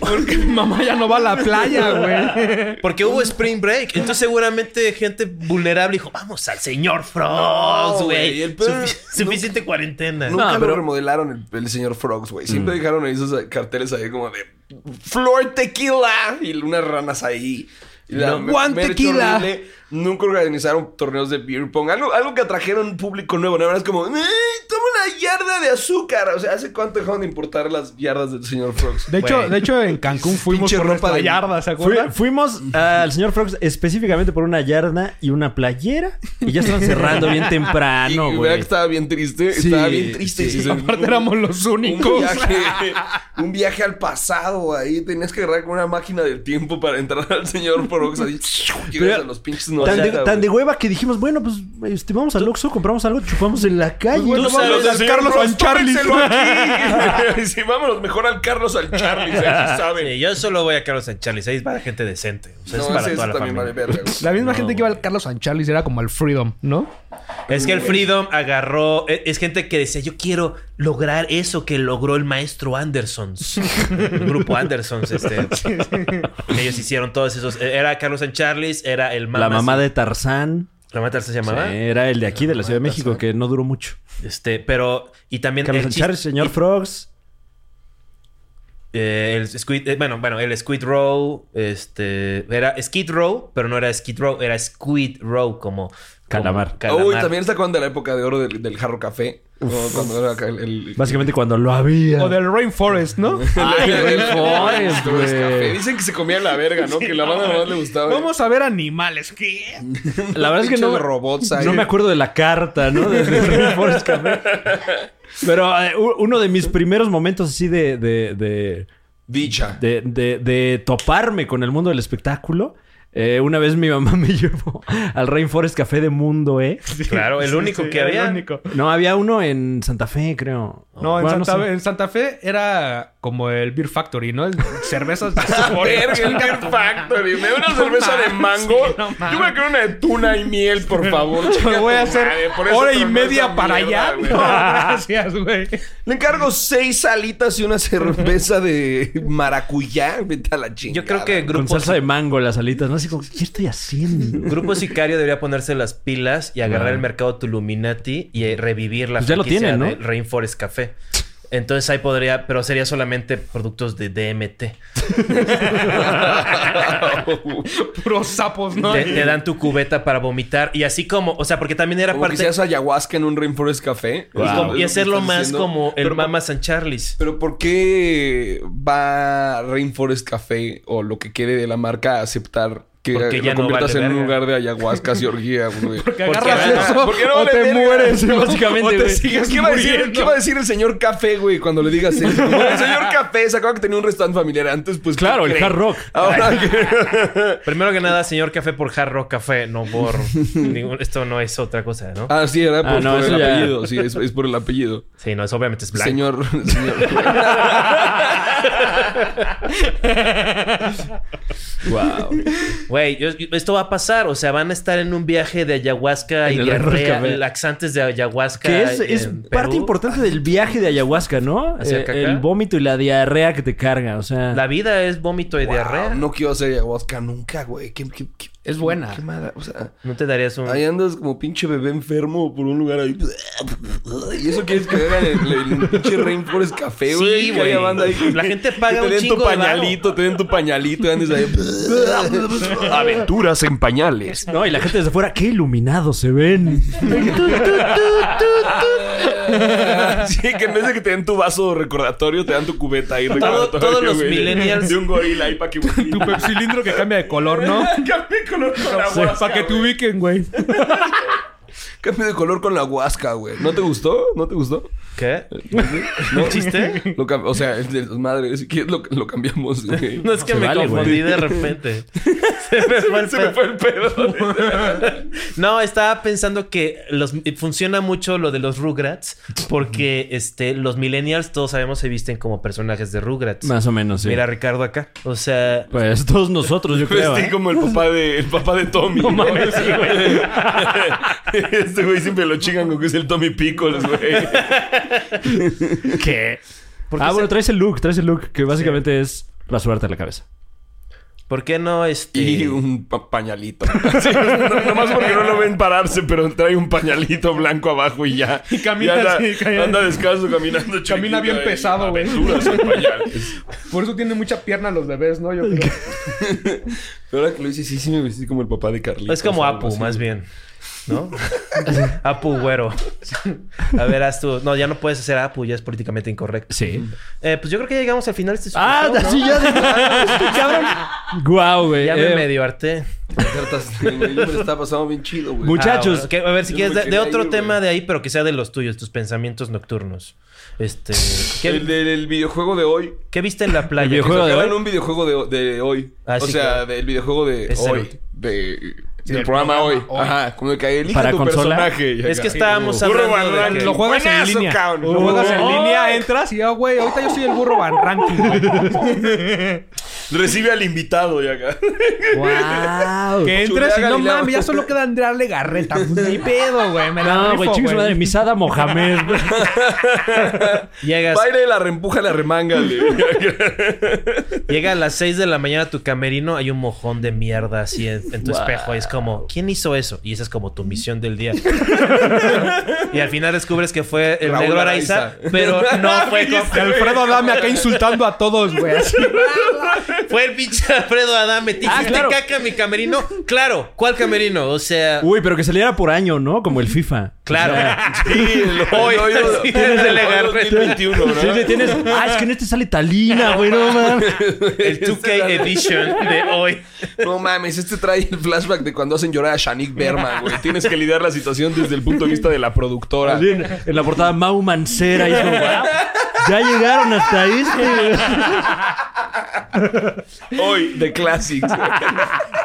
S2: Porque mi mamá ya no va a la playa, güey.
S1: Porque hubo Spring Break. Entonces, seguramente gente vulnerable dijo: Vamos al señor Frogs,
S4: No,
S1: güey.
S4: güey, el pedo-
S1: Sufi- suficiente cuarentena.
S4: Nunca
S3: No,
S4: lo
S3: pero-
S4: remodelaron el, el señor Frogs, güey. Siempre eh, dejaron ahí esos carteles ahí como de Flor Tequila y unas ranas ahí. La
S2: No. One
S4: merch
S2: tequila.
S4: horrible. Nunca organizaron torneos de beer pong. Algo, algo que atrajeron público nuevo. Nada más como, "Ey, toma una yarda de azúcar. O sea, ¿hace cuánto dejaron de importar las yardas del señor Frogs?
S2: De hecho, de hecho, en Cancún fuimos
S4: Pinche
S2: por
S4: ropa
S2: nuestra
S4: de-
S2: yarda, ¿se
S3: Fui-
S2: acuerdan?
S3: fuimos al señor Frogs específicamente por una yarda y una playera. Y ya estaban cerrando bien
S4: Y
S3: temprano,
S4: vea que
S3: Ah, güey.
S4: estaba bien triste. estaba bien triste.
S5: sí.
S4: Y se-
S2: Aparte éramos los
S4: un
S2: únicos.
S4: viaje, un viaje al pasado ahí. Tenías que agarrar con una máquina del tiempo para entrar al señor Frogs. Ahí llegas a los pinches
S3: Tan
S4: 90.
S3: de, tan de
S4: güey.
S3: hueva que dijimos, bueno, pues este, vamos al Oxxo, compramos algo, chupamos en
S1: Pues
S3: la calle.
S4: Bueno,
S3: ¿no?
S4: vamos
S1: sabes,
S4: al
S1: señor
S4: Carlos
S2: Frogs,
S4: al Charlie. sí, vámonos mejor al Carlos al Charlie. se sabe.
S1: Sí, yo solo voy a Carlos San Charlie 6 para gente decente. O sea, es
S4: No,
S1: para
S4: ese-
S1: toda
S4: ese
S1: la
S4: también
S1: familia.
S4: vale verga, güey.
S2: La misma
S1: No,
S2: gente que iba al Carlos San Charles era como al Freedom, ¿no?
S1: Es que el Freedom agarró. e- Es gente que decía, yo quiero lograr eso que logró el maestro Andersons. el grupo Andersons, este. Ellos hicieron todos esos. e, Era Carlos San Charles, era el
S3: La
S1: mamá.
S3: mamá de Tarzán.
S1: La mamá de Tarzán se
S3: Sí,
S1: llamaba.
S3: Era el de aquí, de la Ciudad de México, que no duró mucho.
S1: Este, pero. Y también.
S3: Carlos
S1: el
S3: San
S1: chis-
S3: Charles, señor Frogs.
S1: Eh, el Squid, eh, bueno, bueno, el Squid Row, este, era Skid Row, pero no era Skid Row, era Squid Row como
S3: Calamar.
S1: como calamar.
S4: Uy, también está cuando de la época de oro del, del jarro café. Como Cuando era acá el, el-
S3: Básicamente cuando lo había.
S2: O del Rainforest, ¿no? Ah,
S3: Ay,
S4: el-
S3: Ray
S4: el-
S3: Forest,
S4: los café.
S3: güey.
S4: Dicen que se comía la verga, ¿no? que la banda nomás le gustaba.
S2: Vamos a ver animales. ¿Qué?
S3: La verdad es que
S4: Pinches
S3: no,
S4: robots ahí.
S3: no me acuerdo de la carta, ¿no? De- de Ray Forest Café. Pero eh, u- uno de mis primeros momentos así de- de- de
S4: Dicha.
S3: de, de- de toparme con el mundo del espectáculo. Eh, una vez mi mamá me llevó al Rainforest Café de Mundo, ¿eh?
S1: Claro, el único que
S2: era el
S1: había.
S2: único.
S3: No, había uno en Santa Fe, creo.
S2: No, en,
S3: Bueno,
S2: Santa,
S3: sé.
S2: en Santa Fe era como el Beer Factory, ¿no? El- cervezas de sabor.
S4: Verga, el Beer Factory. Me da una cerveza de mango.
S2: sí, no
S4: Yo
S2: mames.
S4: me quiero una de tuna y miel, por favor.
S2: Me
S4: Chinga
S2: voy a
S4: tu
S2: hacer
S4: madre, por eso
S2: hora y
S4: tronó esa
S2: media para
S4: mierda,
S2: allá.
S4: güey.
S2: No, gracias, güey.
S4: Le encargo seis salitas y una cerveza de maracuyá. Vete a la chingada.
S1: Yo creo que
S3: Con
S1: grupo,
S3: salsa de mango, las alitas. No sé cómo, ¿qué estoy haciendo?
S1: grupo Sicario debería ponerse las pilas y agarrar el mercado Tuluminati y eh, revivir la
S3: Pues ya lo
S1: franquicia
S3: tienen, ¿no?
S1: de Rainforest Café. Entonces ahí podría, pero sería solamente productos de DMT.
S2: Puros sapos, ¿no?
S1: Te, te dan tu cubeta para vomitar y así como, o sea, porque también era
S4: Como que
S1: parte
S4: seas ayahuasca en un Rainforest Café.
S1: y, como- y
S4: Es lo que
S1: hacerlo
S4: estás
S1: más
S4: diciendo.
S1: como el
S4: Pero-
S1: Mama San Charles.
S4: Pero ¿por qué va Rainforest Café o lo que quede de la marca a aceptar que
S1: Porque ya
S4: lo
S1: no
S4: conviertas
S1: vale
S4: en un
S1: verga.
S4: lugar de ayahuasca y orgía, güey?
S2: que
S1: porque
S2: agarras
S1: era-
S2: eso
S4: ¿por qué no
S2: o
S4: vale
S2: te
S4: verga?
S2: mueres,
S3: Sí,
S2: ¿no?
S3: básicamente,
S2: O te
S3: güey.
S2: sigues
S4: ¿Qué va, a decir,
S2: muriendo.
S4: qué va a decir el señor Café, güey, cuando le digas eso? Como, el señor Café, ¿se acuerdan que tenía un restaurante familiar antes? Pues
S3: Claro,
S4: ¿qué
S3: el
S4: creen?
S3: hard rock.
S4: Ahora que...
S1: Primero que nada, señor café por jarro café, no por ningún- esto no es otra cosa, ¿no?
S4: Ah, sí, era por,
S3: Ah, no,
S4: por
S3: eso
S4: el
S3: ya-
S4: apellido. Sí, es, es por el apellido.
S1: Sí, no, es obviamente es blanco.
S4: Señor... señor. Ah,
S1: Güey, yo- yo- esto va a pasar, o sea, van a estar en un viaje de ayahuasca
S3: En
S1: y
S3: el Arroz
S1: diarrea,
S3: Café.
S1: laxantes de ayahuasca.
S3: Que es, es
S1: en
S3: parte
S1: Perú.
S3: importante del viaje de ayahuasca, ¿no?
S1: ¿Hacia
S3: Eh,
S1: caca?
S3: el vómito y la diarrea que te carga. O sea,
S1: La vida es vómito y diarrea.
S4: Wow,
S1: No.
S4: no quiero hacer ayahuasca nunca, güey. ¿Qué, qué, qué-
S2: Es buena.
S4: qué mala, o sea...
S1: te darías un.
S4: Ahí andas como pinche bebé enfermo por un lugar ahí. Y eso quieres que hagan el, el- el pinche Rainforest Café,
S1: Sí,
S4: güey. que
S1: güey.
S4: haya banda ahí.
S1: La gente paga
S4: que
S1: un
S4: te den tu
S1: chingo de varo.
S4: pañalito, te den tu pañalito y andes ahí. Aventuras en pañales.
S3: no, y la gente desde afuera, qué iluminados se ven.
S4: Sí, que en vez de que te den tu vaso recordatorio, te dan tu cubeta ahí recordatorio.
S1: todos los
S4: güey, de-
S1: millennials.
S4: De un gorila ahí para que.
S2: Tu pepsilindro que cambia de color, ¿no?
S4: Cambie color con la
S2: Para
S4: huasca.
S2: que te ubiquen, güey.
S4: Cambie de color con la huasca, güey. ¿No te gustó? ¿No te gustó?
S1: ¿Qué? eh, ¿No chiste?
S4: Lo cam- o sea, es de los madres. Si quieres, lo, lo cambiamos, güey.
S1: No es que
S3: Se
S1: me
S3: vale,
S1: confundí
S3: güey.
S1: de repente. Se me fue el
S4: Se me
S1: pedo.
S4: fue el pedo.
S1: No, estaba pensando que los, funciona mucho lo de los Rugrats porque este, los millennials todos sabemos se visten como personajes de Rugrats.
S3: Más o menos, sí.
S1: Mira Pues, a Ricardo acá. O sea,
S3: Pues todos nosotros, yo creo.
S4: Vestí
S3: ¿eh?
S4: como el papá de, el papá de Tommy. No mames, güey. Este güey siempre lo chingan con que es el Tommy Pickles, güey.
S3: Ah, bueno, traes el look, traes el look, que básicamente es rasurarte la cabeza.
S1: ¿Por qué no este?
S4: Y un pa- pañalito. Sí, no- nomás porque no lo ven pararse, pero trae un pañalito blanco abajo y ya. Y
S2: camina
S4: anda,
S2: así, camina-
S4: anda descalzo caminando.
S2: Camina bien pesado, güey.
S4: pañales.
S2: Por eso tienen mucha pierna los bebés, ¿no? Yo creo.
S4: Pero ahora que lo hice, sí, sí me vestí como el papá de Carlitos.
S1: Es como
S4: o algo
S1: Apu,
S4: así.
S1: más bien. ¿No? Apu güero. A ver, haz tú. No, ya no puedes hacer Apu, ya es políticamente incorrecto.
S3: Sí.
S1: Eh, pues yo creo que ya llegamos al final de este
S3: Ah,
S1: show, ¿no?
S3: sí, ya. Cabrón. Guau, güey.
S1: Ya
S3: Eh,
S1: me medio harté.
S4: Yo me lo estaba pasando bien chido, güey.
S3: Muchachos.
S1: Ah, bueno, ok, a ver, si
S4: Yo
S1: quieres,
S4: no
S1: de,
S4: me
S1: de
S4: quería
S1: otro
S4: ir,
S1: tema
S4: güey.
S1: de ahí, pero que sea de los tuyos, tus pensamientos nocturnos. Este. ¿Qué,
S4: El del videojuego de hoy.
S1: qué viste en la playa?
S3: El videojuego- ¿Juego de
S4: Sacaron
S3: hoy?
S4: un videojuego de, de hoy.
S1: Ah,
S4: o
S1: sí,
S4: sea,
S1: claro.
S4: del videojuego de
S1: Es el
S4: hoy.
S1: último.
S4: De,
S2: del
S4: del programa,
S2: programa
S4: hoy.
S2: hoy.
S4: Ajá. Como de que elige
S3: Para
S4: tu
S3: consola.
S4: personaje. y
S1: Es
S4: acá.
S1: que estábamos
S4: Burro
S1: hablando de
S4: Van
S1: que-
S4: Ranking.
S2: Lo juegas en
S4: Buenazo,
S2: línea.
S4: cabrea.
S2: Lo juegas
S4: Oh.
S2: en línea, entras y, ah, güey, ahorita yo soy el burro van ranking.
S4: Recibe al invitado y acá.
S3: Guau.
S2: Que entres y
S4: Chulea,
S2: no
S4: Galileo.
S2: mames, ya solo queda Andrea Legarreta. Pues, Ni pedo, güey. Me la
S3: No,
S2: rifo,
S3: güey, chingue su madre. Misada Mohamed.
S1: Llegas,
S4: Baile la rempuja, la remanga.
S1: llega a las 6 de la mañana a tu camerino, hay un mojón de mierda así en, en tu espejo. Y es como, ¿quién hizo eso? Y esa es como tu misión del día. y al final descubres que fue el
S4: Raúl
S1: negro Araiza,
S4: Araiza.
S1: pero no fue con-
S2: Y Alfredo Dame acá insultando a todos, güey. así.
S1: Fue el pinche Alfredo Adame. ¿Te
S3: Ah,
S1: hiciste
S3: claro. Uh,
S1: caca en mi camerino? Claro, ¿cuál camerino? O sea,
S3: Uy, pero que saliera por año, ¿no? Como el FIFA.
S1: claro.
S4: hoy,
S1: Hoy, sí, tienes el Legarreta.
S4: 2021, ¿no?
S3: Sí, sí, tienes. Ah, es que en este sale Talina, güey, no mames.
S1: El 2K Edition de hoy.
S4: No mames, este trae el flashback de cuando hacen llorar a Shanik Berman, güey. Tienes que lidiar la situación desde el punto de vista de la productora.
S3: Así En, en la portada Mau Mancera. Y es como, "Guau, ya llegaron hasta ahí. este".
S4: Hoy, de Classics.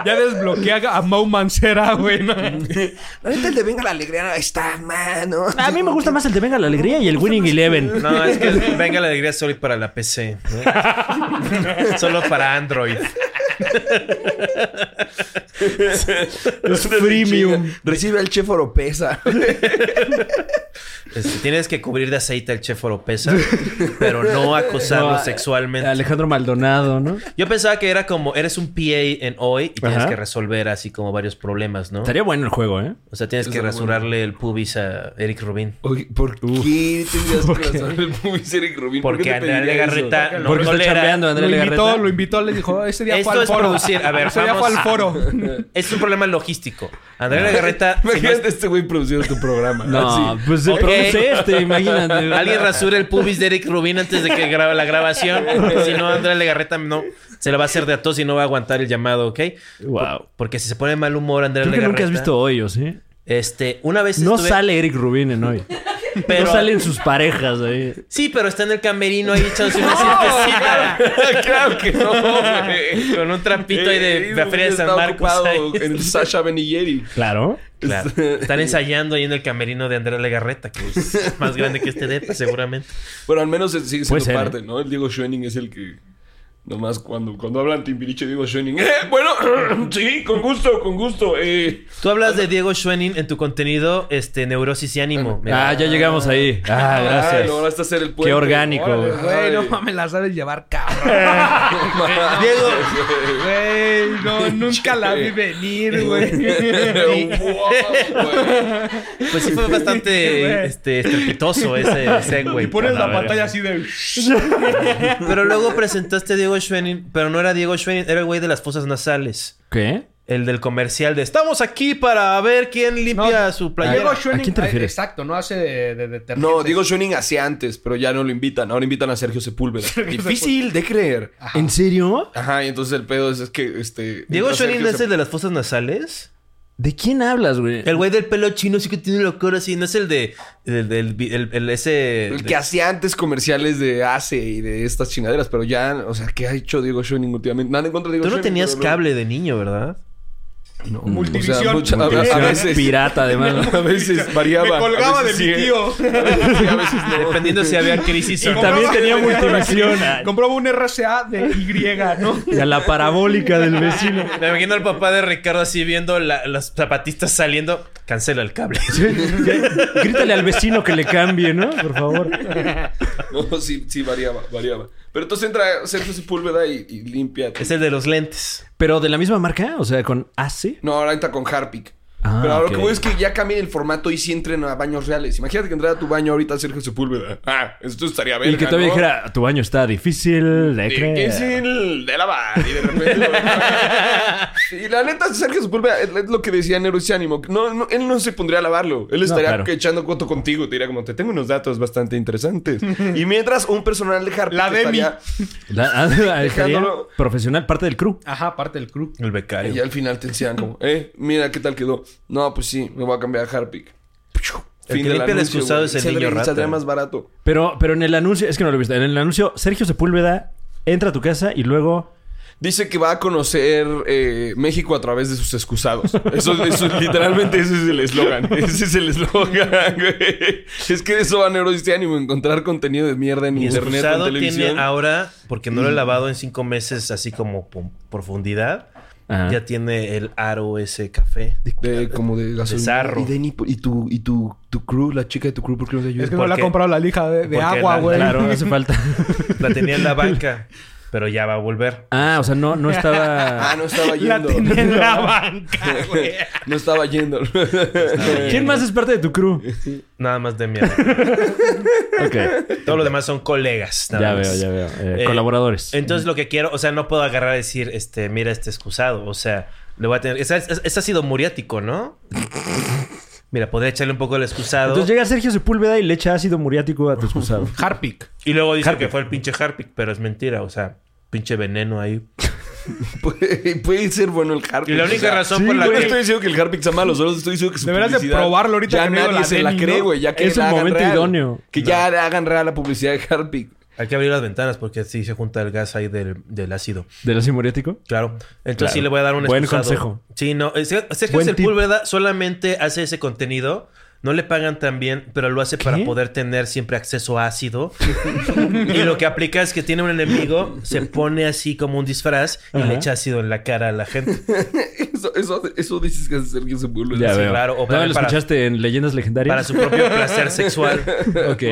S2: Ya desbloquea a Mau Mancera, güey. ¿no?
S5: Ahorita el de Venga la Alegría está, mano.
S3: A mí me gusta más el de Venga la Alegría y el Winning Eleven.
S1: No, es que venga la alegría solo para la PC. ¿no? solo para Android.
S3: Es freemium.
S5: Recibe al chef Oropesa.
S1: Este, tienes que cubrir de aceite al chef Oropesa, pero no acosarlo
S3: No, eh, a-
S1: sexualmente.
S3: Alejandro Maldonado, ¿no?
S1: Yo pensaba que era como, eres un PA en hoy y tienes
S3: Ajá.
S1: que resolver así como varios problemas, ¿no?
S3: Estaría bueno el juego, ¿eh?
S1: O sea, tienes que rasurarle el pubis a Eric Rubin.
S4: Oye, ¿por qué tendrías que lanzar el Pumis Eric Rubin? ¿Por
S1: Porque
S4: qué te
S1: Andrea
S4: pediría eso?
S1: Legarreta no,
S3: Porque
S1: no
S3: está
S1: le era-
S3: chambeando André
S2: Lo invitó,
S3: Legarreta.
S2: lo invitó, le dijo, ese día
S1: Esto
S2: fue al
S1: es
S2: foro.
S1: producir. A ver,
S2: ese día fue
S1: vamos
S2: al
S1: a-
S2: foro.
S1: Es un problema logístico.
S3: Ah.
S1: Andrea Legarreta, si no
S4: Imagínate este güey produciendo tu programa.
S3: No,
S4: Así.
S3: pues se
S1: Ok.
S3: produce este, imagínate.
S1: Alguien rasura el pubis de Eric Rubin antes de que grabe la grabación. Si no, Andrea Legarreta no se la va a hacer de a tos y no va a aguantar el llamado, ¿ok?
S3: Wow.
S1: Porque si se pone de mal humor, Andrea
S3: Creo que
S1: Legarreta.
S3: nunca has visto hoyos, ¿eh?
S1: Este, una vez
S3: No
S1: estuve-
S3: sale Eric Rubin en hoy.
S1: Pero-
S3: No salen sus parejas ahí.
S1: Sí, pero está en el camerino ahí echándose una siestecita.
S4: claro que no, güey.
S1: Con un trapito ahí de la Feria de San
S4: Eh, Está
S1: Marcos.
S4: ocupado
S1: ahí.
S4: En el Sasha Este, Benigeri.
S3: Claro.
S1: Claro. Están ensayando ahí en el camerino de Andrea Legarreta, que es más grande que este depa, seguramente.
S4: Bueno, al menos se- sigue
S3: Puede
S4: siendo
S3: ser,
S4: parte,
S3: ¿eh?
S4: ¿no? El Diego Schoening es el que... Nomás cuando, cuando hablan Timbiriche, Diego Schoening. "Eh, bueno, sí, con gusto, con gusto. Eh,
S1: Tú hablas de Diego Schwenning en tu contenido, este, Neurosis y Ánimo.
S3: Ah, ya llegamos ahí. Ah,
S4: Ah,
S3: gracias.
S4: lograste hacer el puente.
S3: Qué orgánico,
S4: Órale,
S3: güey.
S2: Güey, no
S4: ay.
S2: mames, la sabes llevar, cabrón.
S1: Diego,
S2: Güey, no, nunca la vi venir, güey.
S1: Pues sí fue bastante este, estrepitoso ese segue.
S2: Y pones la
S1: verga.
S2: pantalla así de...
S1: Pero luego presentaste a Diego Schwenning, pero no era Diego Schwenning, era el güey de las fosas nasales.
S3: ¿Qué?
S1: El del comercial de estamos aquí para ver quién limpia
S2: No,
S1: su playera.
S2: Diego
S3: ¿A
S2: Schoening...
S3: quién te
S2: eh,
S3: refieres?
S2: Exacto, no hace de, de detergente.
S4: No, Diego Schoening hacía antes, pero ya no lo invitan. Ahora invitan a Sergio Sepúlveda. Difícil de creer.
S3: ¿En serio?
S4: Ajá, y entonces el pedo es, es que este.
S1: Ah. Diego
S4: entra
S1: Schoening
S4: Sergio
S1: no es el de las fosas nasales.
S3: ¿De quién hablas, güey?
S1: El güey del pelo chino sí que tiene locura así. No es el de. El, del- el- el- ese.
S4: Sepúlveda, El que hacía antes comerciales de ACE y de estas chingaderas, pero ya, o sea, ¿qué ha hecho Diego Schoening últimamente? Nada en contra de Diego
S1: Tú no
S4: Schoening,
S1: tenías
S4: pero
S1: cable de niño, ¿verdad?
S4: No,
S2: Mm, Multivisión.
S4: o sea, mucha- a- a,
S3: Versión
S4: veces.
S3: pirata, además.
S4: A veces variaba.
S2: Me colgaba
S4: a veces
S2: de mi
S4: sí,
S2: tío.
S4: a veces no.
S1: Dependiendo si había crisis o
S3: Y
S1: no.
S3: también tenía multivisión.
S2: Compraba un RCA de Y, ¿no?
S3: Y a la parabólica del vecino.
S1: Me imagino al papá de Ricardo así viendo la- los zapatistas saliendo. Cancela el cable.
S3: Ya, Grítale al vecino que le cambie, ¿no? Por favor.
S4: No, sí, sí, variaba, variaba. Pero entonces entra Sergio Sepúlveda y, y limpia.
S1: Es el de los lentes.
S3: Pero de la misma marca, o sea, con AC.
S4: No, ahora entra con Harpic.
S3: Ah,
S4: Pero ahora lo
S3: ok.
S4: que voy es que ya cambien el formato y si entren a baños reales. Imagínate que entrara a tu baño ahorita Sergio Sepúlveda. Ah, esto estaría verga,
S3: y que todavía
S4: ¿no?
S3: dijera, tu baño está difícil de creer".
S4: Difícil de lavar. Y de repente. lo- y la neta, Sergio Sepúlveda, es es lo que decía Nero ese ánimo. No, no, él no se pondría a lavarlo. Él estaría
S3: claro.
S4: echando coto contigo. Te diría como, te tengo unos datos bastante interesantes. y mientras, un personal de Harpic
S2: La Demi.
S4: estaría-
S3: La- ah, estaría
S4: Dejándolo.
S3: profesional, parte del crew.
S2: Ajá, parte del crew.
S1: El becario.
S4: Y al final te decían como, eh, mira qué tal quedó. No, pues sí, me voy a cambiar a Harpic.
S1: El que limpia el excusado es el niño rata.
S4: Saldría más barato.
S3: Pero, pero en el anuncio, es que no lo he visto. En el anuncio, Sergio Sepúlveda entra a tu casa y luego.
S4: Dice que va a conocer eh, México a través de sus excusados. Eso, eso literalmente ese es el eslogan. Ese es el eslogan, güey. Es que de eso va Nero este ánimo, encontrar contenido de mierda en
S1: Mi
S4: internet o en
S1: excusado
S4: televisión.
S1: tiene ahora, porque no lo he lavado en cinco meses así como por profundidad,
S3: Ajá.
S1: ya tiene el aro ese café.
S5: De, como de gasolina.
S1: sarro.
S5: Y, de ni- y tu, y tu, tu crew, la chica de tu crew, ¿por qué no te ayuda?
S2: Es que
S1: ¿Por
S2: no le ha
S1: qué?
S2: comprado la lija de, de
S1: Porque
S2: agua,
S1: la-
S2: güey.
S3: Claro, hace falta.
S1: La tenía en la banca, pero ya va a volver.
S3: Ah, o sea, no, no estaba.
S4: Ah, no
S2: La
S4: estaba yendo.
S2: tenía en la banca, güey.
S4: No estaba yendo.
S3: ¿Quién más es parte de tu crew?
S1: Nada más de mierda.
S3: Ok.
S1: Todo lo demás son colegas. nada
S3: Ya
S1: más.
S3: veo, ya veo. Eh,
S1: Eh,
S3: colaboradores.
S1: Entonces lo que quiero, o sea, no puedo agarrar y decir, este, mira este excusado. O sea, le voy a tener. Ese es, ese ha sido muriático, ¿no? Mira, podría echarle un poco el excusado.
S3: Entonces llega Sergio Sepúlveda y le echa ácido muriático a tu excusado.
S2: Harpic.
S1: Y luego dice que fue el pinche Harpic, pero es mentira, o sea, pinche veneno ahí.
S4: Puede, puede ser bueno el Harpic.
S1: Y la única
S4: o sea,
S1: razón
S4: sí,
S1: por la
S4: yo
S1: que-
S4: no estoy diciendo que el Harpic sea malo, solo estoy diciendo que su
S2: Deberías de
S4: publicidad
S2: probarlo ahorita
S4: Ya
S2: que no
S4: nadie
S2: la
S4: se la
S2: Demi,
S4: cree,
S2: ¿no?
S4: güey. Ya que
S3: Es el
S4: la hagan
S3: momento
S4: real.
S3: idóneo.
S4: Que ya hagan real la publicidad de Harpic.
S1: Hay que abrir las ventanas porque así se junta el gas ahí del, del ácido.
S3: ¿Del ácido muriático?
S1: Claro. Entonces
S3: Claro.
S1: sí le voy a dar un
S3: Buen
S1: excusado.
S3: consejo.
S1: Sí, no. eh, Ser- Sergio
S3: Buen tip.
S1: Sepúlveda solamente hace ese contenido. No le pagan tan bien, pero lo hace para poder tener siempre acceso a ácido. y lo que aplica es que tiene un enemigo, se pone así como un disfraz y
S3: Ajá.
S1: le echa ácido en la cara a la gente.
S4: Eso, eso, eso dices que hace Sergio Sepúlveda.
S3: Ya veo.
S1: claro, o
S3: ¿No
S1: para-
S3: lo escuchaste en Leyendas Legendarias?
S1: Para su propio placer sexual.
S3: Ok.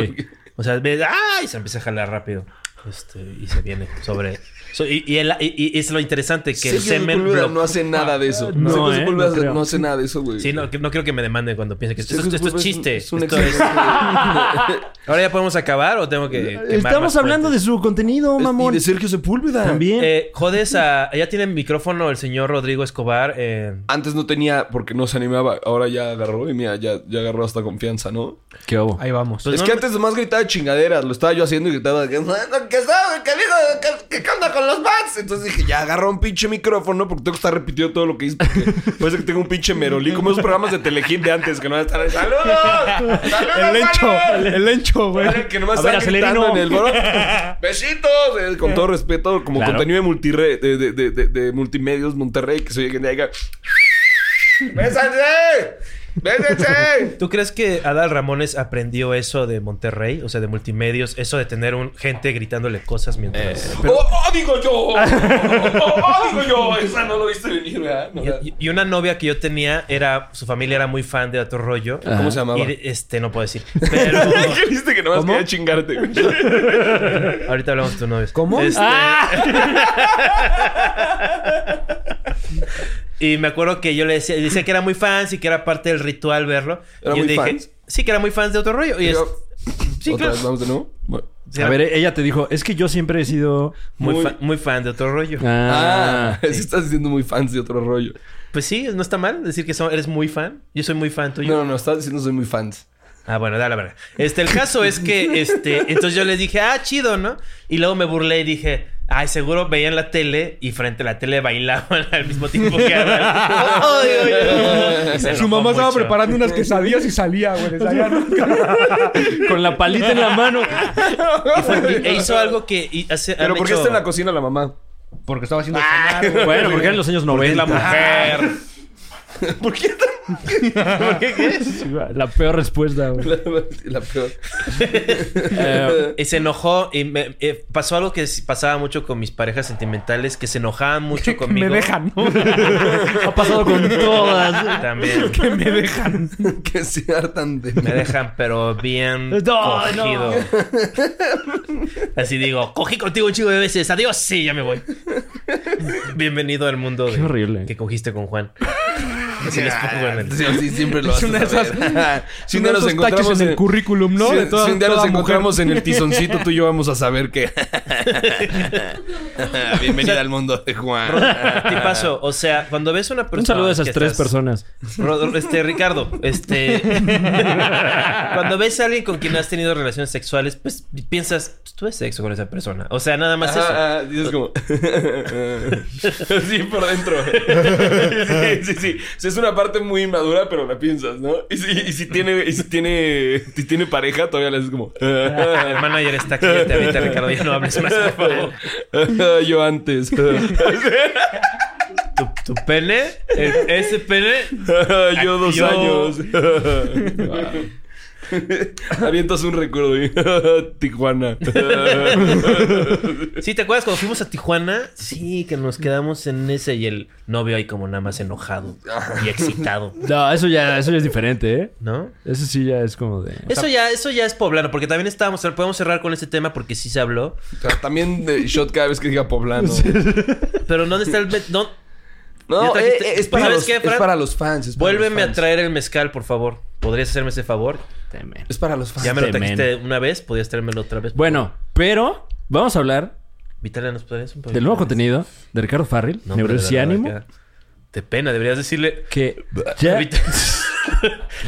S1: O sea, ve, ¡ay! Se empieza a jalar rápido. Este, y se viene sobre. so- y, y el- y- y es lo interesante que el
S4: Sergio
S1: semen.
S4: Sepúlveda
S1: bloquea-
S4: no hace nada de eso.
S3: No,
S4: Sergio
S3: eh,
S4: Sepúlveda
S3: no creo.
S4: no hace nada de eso, güey.
S1: Sí, no, que- no quiero que me demanden cuando piense que esto,
S4: Sergio
S1: esto- esto
S4: Sepúlveda
S1: es chiste.
S4: Es un
S1: Esto
S4: excelente-
S1: es- Ahora ya podemos acabar o tengo que.
S3: Eh, Estamos hablando de su contenido,
S4: Y
S3: mamón.
S4: de Sergio Sepúlveda.
S3: También.
S1: Eh, jodes a. Ya tiene micrófono el señor Rodrigo Escobar. eh,
S4: Antes no tenía porque no se animaba. Ahora ya agarró y mira, ya, ya agarró hasta confianza, ¿no?
S3: ¿Qué hubo?
S2: Ahí vamos.
S1: Pues
S4: es
S1: no,
S4: que
S1: no-
S4: antes más gritaba chingaderas. Lo estaba yo haciendo y gritaba... Que, "No, que sabe, que digo, que- que ¿qué onda con los bats? Entonces dije, ya agarra un pinche micrófono porque tengo que estar repitiendo todo lo que hice. porque Parece que tengo un pinche merolí. Como esos programas de Telehit de antes que no van a estar... ahí, ¡Saludos! ¡Saludos,
S2: El encho,
S4: saludos!"
S2: el encho, güey.
S4: Era el que nomás
S3: A ver,
S4: estaba gritando
S3: acelerino.
S4: en el bro. Besitos, eh, con todo respeto, como
S3: Claro.
S4: contenido de, multirre- de, de- de- de- de multimedios Monterrey, que se oye que diga... ¡Bésense! ¡Bésense!
S1: ¿Tú crees que Adal Ramones aprendió eso de Monterrey? O sea, de multimedios, eso de tener un, gente gritándole cosas mientras.
S4: ¡Oh, oh, digo yo! ¡Oh, oh, oh, digo yo! Esa no lo viste venir, ¿verdad? No, ¿verdad?
S1: Y, y una novia que yo tenía era. Su familia era muy fan de otro rollo.
S4: ¿Cómo se llamaba?
S1: Y de- este, no puedo decir. Pero.
S4: ¿Qué viste que nomás quería chingarte? güey?
S1: ahorita hablamos de tu novia.
S2: ¿Cómo?
S1: Este, Y me acuerdo que yo le decía, decía que era muy fans y que era parte del ritual verlo.
S4: ¿Era
S1: y yo
S4: muy
S1: dije,
S4: fans?
S1: sí, que era muy fans de otro rollo. Y es,
S4: Yo-
S1: sí,
S4: Otra
S1: claro.
S4: vez, vamos de nuevo. Bueno.
S1: Sí,
S3: a
S1: era
S3: ver, ella te dijo, es que yo siempre he sido...
S1: muy,
S4: eh, muy-
S1: fa- muy fan de otro rollo.
S4: Ah,
S3: Ah.
S4: sí estás diciendo muy fans de otro rollo.
S1: Pues sí, no está mal decir que son- eres muy fan. Yo soy muy fan tuyo.
S4: No, no, no, estás diciendo soy muy fans.
S1: Ah, bueno, da la verdad. Este, el caso es que, este, entonces yo les dije, ah, chido, ¿no? Y luego me burlé y dije, ay, seguro veían la tele y frente a la tele bailaban al mismo tiempo que Adal. Ay, ay, ay. Y se
S2: Su
S1: enojó
S2: mamá estaba
S1: mucho.
S2: preparando unas quesadillas y salía, güey. Le salía
S3: Con la palita en la mano.
S1: Y fue- y- e hizo algo que y hace.
S4: Pero
S1: han
S4: ¿por qué
S1: hecho-
S4: está en la cocina la mamá?
S2: Porque estaba haciendo
S3: Bueno, porque eran los años 90.
S1: la mujer.
S4: ¿Por qué está
S3: mujer. La peor respuesta, güey.
S4: la, la peor?
S3: Eh,
S1: Y se enojó y me- eh, pasó algo que s- pasaba mucho con mis parejas sentimentales que se enojaban mucho conmigo.
S2: Me dejan, ¿no?
S3: ha pasado con todas.
S1: También.
S2: que me dejan.
S4: que se hartan de mí.
S1: Me dejan, pero bien
S3: No,
S1: cogido.
S3: no.
S1: Así digo, cogí contigo un chico de veces, adiós, sí, ya me voy. Bienvenido al mundo
S3: Qué
S1: de-
S3: horrible.
S1: que cogiste con Juan. Así les pongo en el-
S4: Sí, sí, siempre lo
S2: Es una de
S4: haces, a
S2: esas-
S4: ver. Si un día
S2: de
S4: nos
S2: esos taches
S4: encontramos
S2: en el currículum, ¿no?
S4: Si,
S2: De toda-
S4: si un día nos
S2: toda mujer.
S4: encontramos en el tizoncito, tú y yo vamos a saber que. ah, Bienvenida al mundo de Juan.
S1: Tipazo, o sea, cuando ves a una persona.
S3: Un saludo a esas
S1: que
S3: tres
S1: estás-
S3: personas.
S1: Ro- Este, Ricardo, este. cuando ves a alguien con quien has tenido relaciones sexuales, pues piensas, pues, tuve sexo con esa persona. O sea, nada más eso.
S4: Ah, ah, dices como. sí, por dentro. sí, sí, sí. O sea, es una parte muy inmadura, pero la piensas, ¿no? Y si, y si tiene, y si tiene, si tiene pareja, todavía le haces como.
S1: El manager está aquí, ya te ahorita, Ricardo, ya no hables más, por favor.
S4: yo antes.
S1: Tu pene, el- ese pene.
S4: yo dos
S1: Yo-
S4: años. Avientas un recuerdo y Tijuana.
S1: Sí, ¿te acuerdas cuando fuimos a Tijuana? Sí, que nos quedamos en ese y el novio ahí como nada más enojado y excitado,
S3: No, eso ya, eso ya es diferente, ¿eh?
S1: ¿no?
S3: Eso sí ya es como de.
S1: Eso ya, eso ya es poblano, porque también estábamos, podemos cerrar con este tema porque sí se habló.
S4: O sea, también de shot cada vez que diga poblano.
S1: Pero ¿dónde está el... met- no- Ya
S4: No, eh,
S1: trajiste-
S4: eh, es, para
S1: ¿Sabes
S4: los,
S1: qué,
S4: es
S1: Fran?
S4: para los fans. es para
S1: Vuélveme
S4: los
S1: a
S4: fans.
S1: traer el mezcal, por favor. ¿Podrías hacerme ese favor?
S3: Teme.
S4: Es para los fans.
S1: Ya me lo
S3: Este
S1: trajiste una vez, podrías traérmelo otra vez.
S3: Bueno, pero vamos a hablar
S1: Vitalia, ¿nos podrías un poquito?
S3: del nuevo contenido de Ricardo Farril,
S1: No, hombre,
S3: Neurosis
S1: de
S3: y
S1: verdad,
S3: Ánimo,
S1: queda- De pena, deberías decirle...
S3: que ya,
S1: Vita-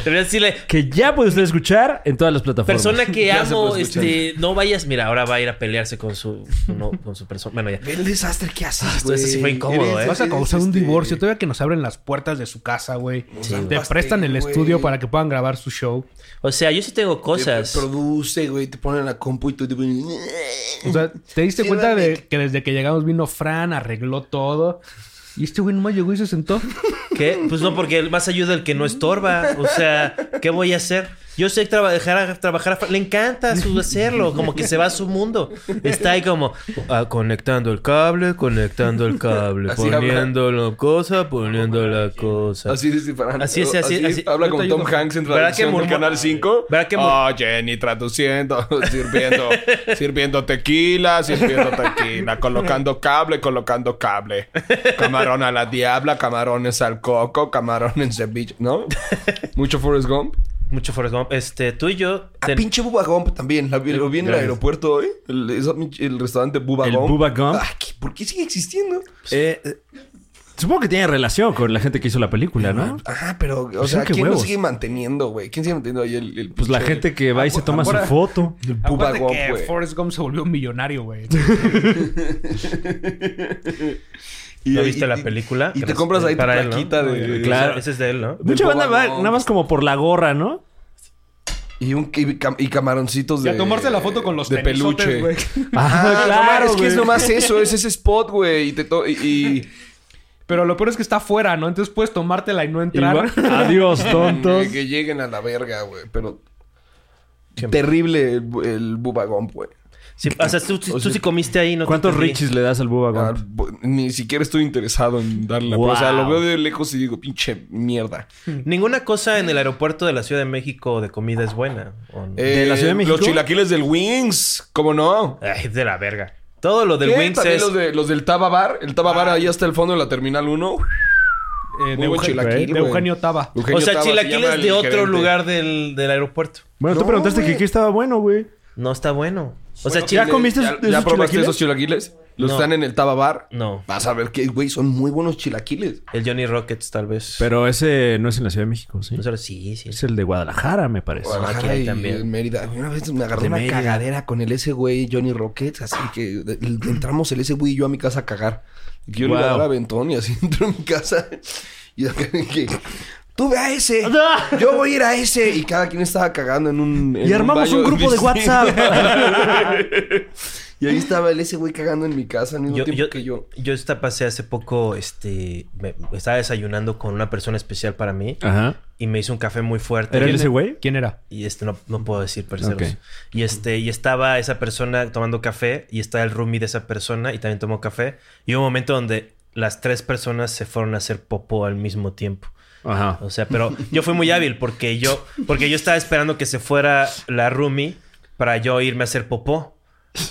S1: deberías decirle...
S3: que ya puede usted escuchar en todas las plataformas.
S1: Persona que
S4: Ya se
S1: amo,
S4: puede escuchar.
S1: este, no vayas, mira, ahora va a ir a pelearse con su, no, con su persona. Bueno, ya.
S5: Ve el desastre que haces,
S1: esto- esto sí fue
S5: güey.
S1: incómodo,
S5: Eres-
S1: ¿eh?
S2: Vas a causar un
S5: este-
S2: divorcio. Todavía que nos abren las puertas de su casa, güey. Te
S5: pastel,
S2: prestan el
S5: güey.
S2: estudio para que puedan grabar su show.
S1: O sea, yo sí tengo
S5: Te-
S1: cosas.
S5: Te produce, güey. Te ponen la compu y tú te ponen...
S2: O sea, ¿te diste
S5: Sí,
S2: cuenta
S5: dale.
S2: de que desde que llegamos vino Fran, arregló todo? Y este güey nomás llegó y se sentó.
S1: ¿Qué? Pues no, porque más ayuda el que no estorba. O sea, ¿qué voy a hacer? Yo sé trabajar a, trabajar a Fran- Le encanta su hacerlo, como que se va a su mundo. Está ahí como ah, conectando el cable, conectando el cable,
S4: Así habla.
S1: poniendo la cosa, poniendo la cosa.
S4: Así es, Fran.
S1: Así es, así es, así-
S4: Habla
S1: yo te
S4: como
S1: ayudo.
S4: Tom Hanks en
S1: ¿Verdad que
S4: traducción del
S1: murmu-
S4: Canal 5.
S1: ¿Verdad que mur-
S4: Oh, Jenny, traduciendo, sirviendo, sirviendo tequila, sirviendo tequila, colocando cable, colocando cable. Camarón a la diabla, camarones al coco, camarón en ceviche, ¿no? Mucho Forrest Gump.
S1: Mucho Forrest Gump. Este, tú y yo.
S5: A
S1: ten-
S5: Ah, pinche Bubba Gump también. La vi- lo vi en el
S1: Gracias.
S5: aeropuerto hoy. El, esa pinche- el restaurante Bubba
S3: El
S5: Gump.
S3: Bubba Gump.
S5: Ah, ¿qué- ¿Por qué sigue existiendo?
S3: Eh, eh, supongo que tiene relación con la gente que hizo la película, ¿no?
S4: Ah,
S5: Ajá, pero, o
S3: Pues
S5: sea,
S3: sí, qué
S5: ¿quién lo
S3: huevos.
S5: sigue manteniendo, güey? ¿Quién sigue manteniendo ahí el, el
S3: Pues la
S5: pinche-
S3: gente que va y se toma su
S2: ahora- Ah,
S3: foto.
S5: el Bubba
S2: Aparte
S5: Gump,
S2: que
S4: pues.
S5: güey?
S2: Forrest Gump se volvió un millonario, güey.
S5: Y-
S1: ¿No
S5: y-
S1: viste la
S5: y-
S1: película?
S5: Y
S1: Que
S5: te
S1: es-
S5: compras ahí tu
S1: para él, ¿no?
S5: plaquita de...
S3: Claro.
S1: Ese es de él, ¿no?
S3: Mucha
S5: Boba
S3: banda va
S5: Gump.
S3: nada más como por la gorra, ¿no?
S5: Y, un, y, cam- y camaroncitos
S2: Y
S5: de...
S2: a tomarse la foto con los
S4: de
S2: tenisotes,
S4: peluche.
S2: güey.
S3: Ah,
S5: Ah,
S3: claro,
S5: no, es que es
S3: güey.
S5: nomás eso. Es ese spot, güey. Y te to- y- y...
S2: Pero lo peor es que está afuera, ¿no? Entonces puedes tomártela y no
S3: Y
S2: entrar.
S3: va- Adiós, tontos.
S5: Que, que lleguen a la verga, güey. Pero. Terrible el, bu- el bubagón, güey.
S1: Sí, o sea, tú, tú sí comiste ahí, ¿no? te
S3: ¿Cuántos
S1: entendí.
S3: riches le das al Bubba
S5: Ah,
S3: Gump?
S5: bu- ni siquiera estoy interesado en darle la
S3: Wow.
S5: O sea, lo veo de lejos y digo, pinche mierda.
S1: Ninguna cosa en el aeropuerto de la Ciudad de México de comida es buena. ¿o no?
S4: Eh,
S3: la Ciudad de México?
S4: Los chilaquiles del Wings, ¿cómo no?
S1: Ay, de la verga. Todo lo del
S4: ¿Qué?
S1: Wings
S4: También
S1: es...
S4: los, de- los del Tababar. El Tababar ahí hasta el fondo de la Terminal 1.
S2: Eh, de,
S4: Muy buen
S2: Eugenio-
S4: chilaquil,
S2: de
S4: güey.
S2: Eugenio Taba.
S4: Eugenio
S1: O sea,
S4: Taba se llama
S1: chilaquiles
S4: el
S1: de otro
S4: gerente.
S1: lugar del, del aeropuerto.
S3: Bueno, tú
S5: No,
S3: preguntaste
S5: güey.
S3: que qué estaba bueno, güey.
S1: No está bueno. O sea,
S3: ¿Ya
S1: chile-
S3: comiste
S4: ¿Ya,
S3: esos,
S4: ya
S3: esos
S4: probaste
S3: chilaquiles?
S4: esos chilaquiles? Los
S1: No.
S4: están en el Tababar.
S1: No.
S5: Vas a ver que, güey, son muy buenos chilaquiles.
S1: El Johnny Rockets, tal vez.
S3: Pero ese no es en la Ciudad de México, ¿sí?
S1: O sea, sí, sí.
S3: Es el de Guadalajara, me parece.
S1: aquí
S5: Guadalajara
S1: hay
S5: y
S1: también.
S5: en Mérida. Una vez me agarré
S3: De
S5: una
S3: Mérida. Ah.
S5: cagadera con el ese güey Johnny Rockets. Así que de- de- entramos el ese güey y yo a mi casa a cagar. Y Yo le iba a dar
S3: Wow.
S5: aventón y así entro a mi casa. Y acá que... Tú ve a ese. Yo voy a ir a ese. Y cada quien estaba cagando en un... en
S3: Y armamos
S5: baño
S3: un grupo de
S5: distinto.
S3: WhatsApp.
S5: Y ahí estaba el ese güey cagando en mi casa al mismo
S1: Yo,
S5: tiempo
S1: yo,
S5: que yo.
S1: yo esta pasé hace poco, este, me, estaba desayunando con una persona especial para mí
S3: Ajá.
S1: y me hizo un café muy fuerte.
S3: Ah. ¿Era
S1: Y-
S3: el ese güey?
S2: ¿Quién era?
S1: Y este, no, no puedo decir parceros.
S3: Ok.
S1: Y este, y estaba esa persona tomando café y está el roomie de esa persona y también tomó café. Y hubo un momento donde las tres personas se fueron a hacer popó al mismo tiempo.
S3: Ajá.
S1: O sea, pero yo fui muy hábil porque yo, porque yo estaba esperando que se fuera la roomie para yo irme a hacer popó.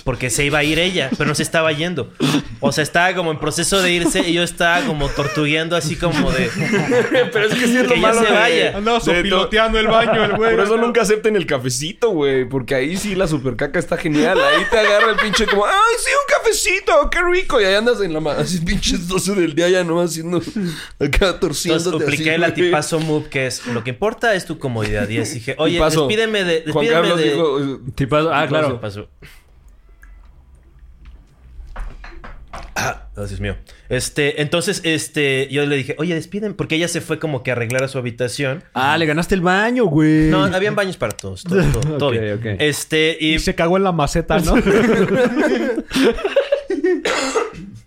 S1: Porque se iba a ir ella, pero no se estaba yendo. O sea, estaba como en proceso de irse y yo estaba como tortugueando así como de...
S4: Pero es que sí es lo
S1: Que ya
S4: malo
S1: se
S4: de-
S1: vaya.
S2: Andaba
S4: de
S2: piloteando el baño, el güey.
S4: Por eso nunca acepten el cafecito, güey. Porque ahí sí la supercaca está genial. Ahí te agarra el pinche como, ¡ay, sí, un cafecito! ¡Qué rico! Y ahí andas en la mano, así pinches 12 del día ya nomás haciendo acá
S1: Entonces
S4: torciéndote
S1: dupliqué
S4: así,
S1: el
S4: güey.
S1: latipazo move que es lo que importa es tu comodidad. Y así dije, oye,
S4: Tipazo.
S1: despídeme de...
S4: Juan
S1: Despídeme
S4: Carlos
S1: de...
S4: dijo,
S3: Tipazo. Ah, claro.
S1: Pasó. Ah, oh, Dios mío. Este, entonces, este, yo le dije, oye, despiden, porque ella se fue como que a arreglar a su habitación.
S3: Ah, le ganaste el baño, güey.
S1: No, habían baños para todos. Todo, todo, todo
S3: Ok,
S1: bien.
S3: ok.
S1: Este, y,
S2: Y se cagó en la maceta, ¿no?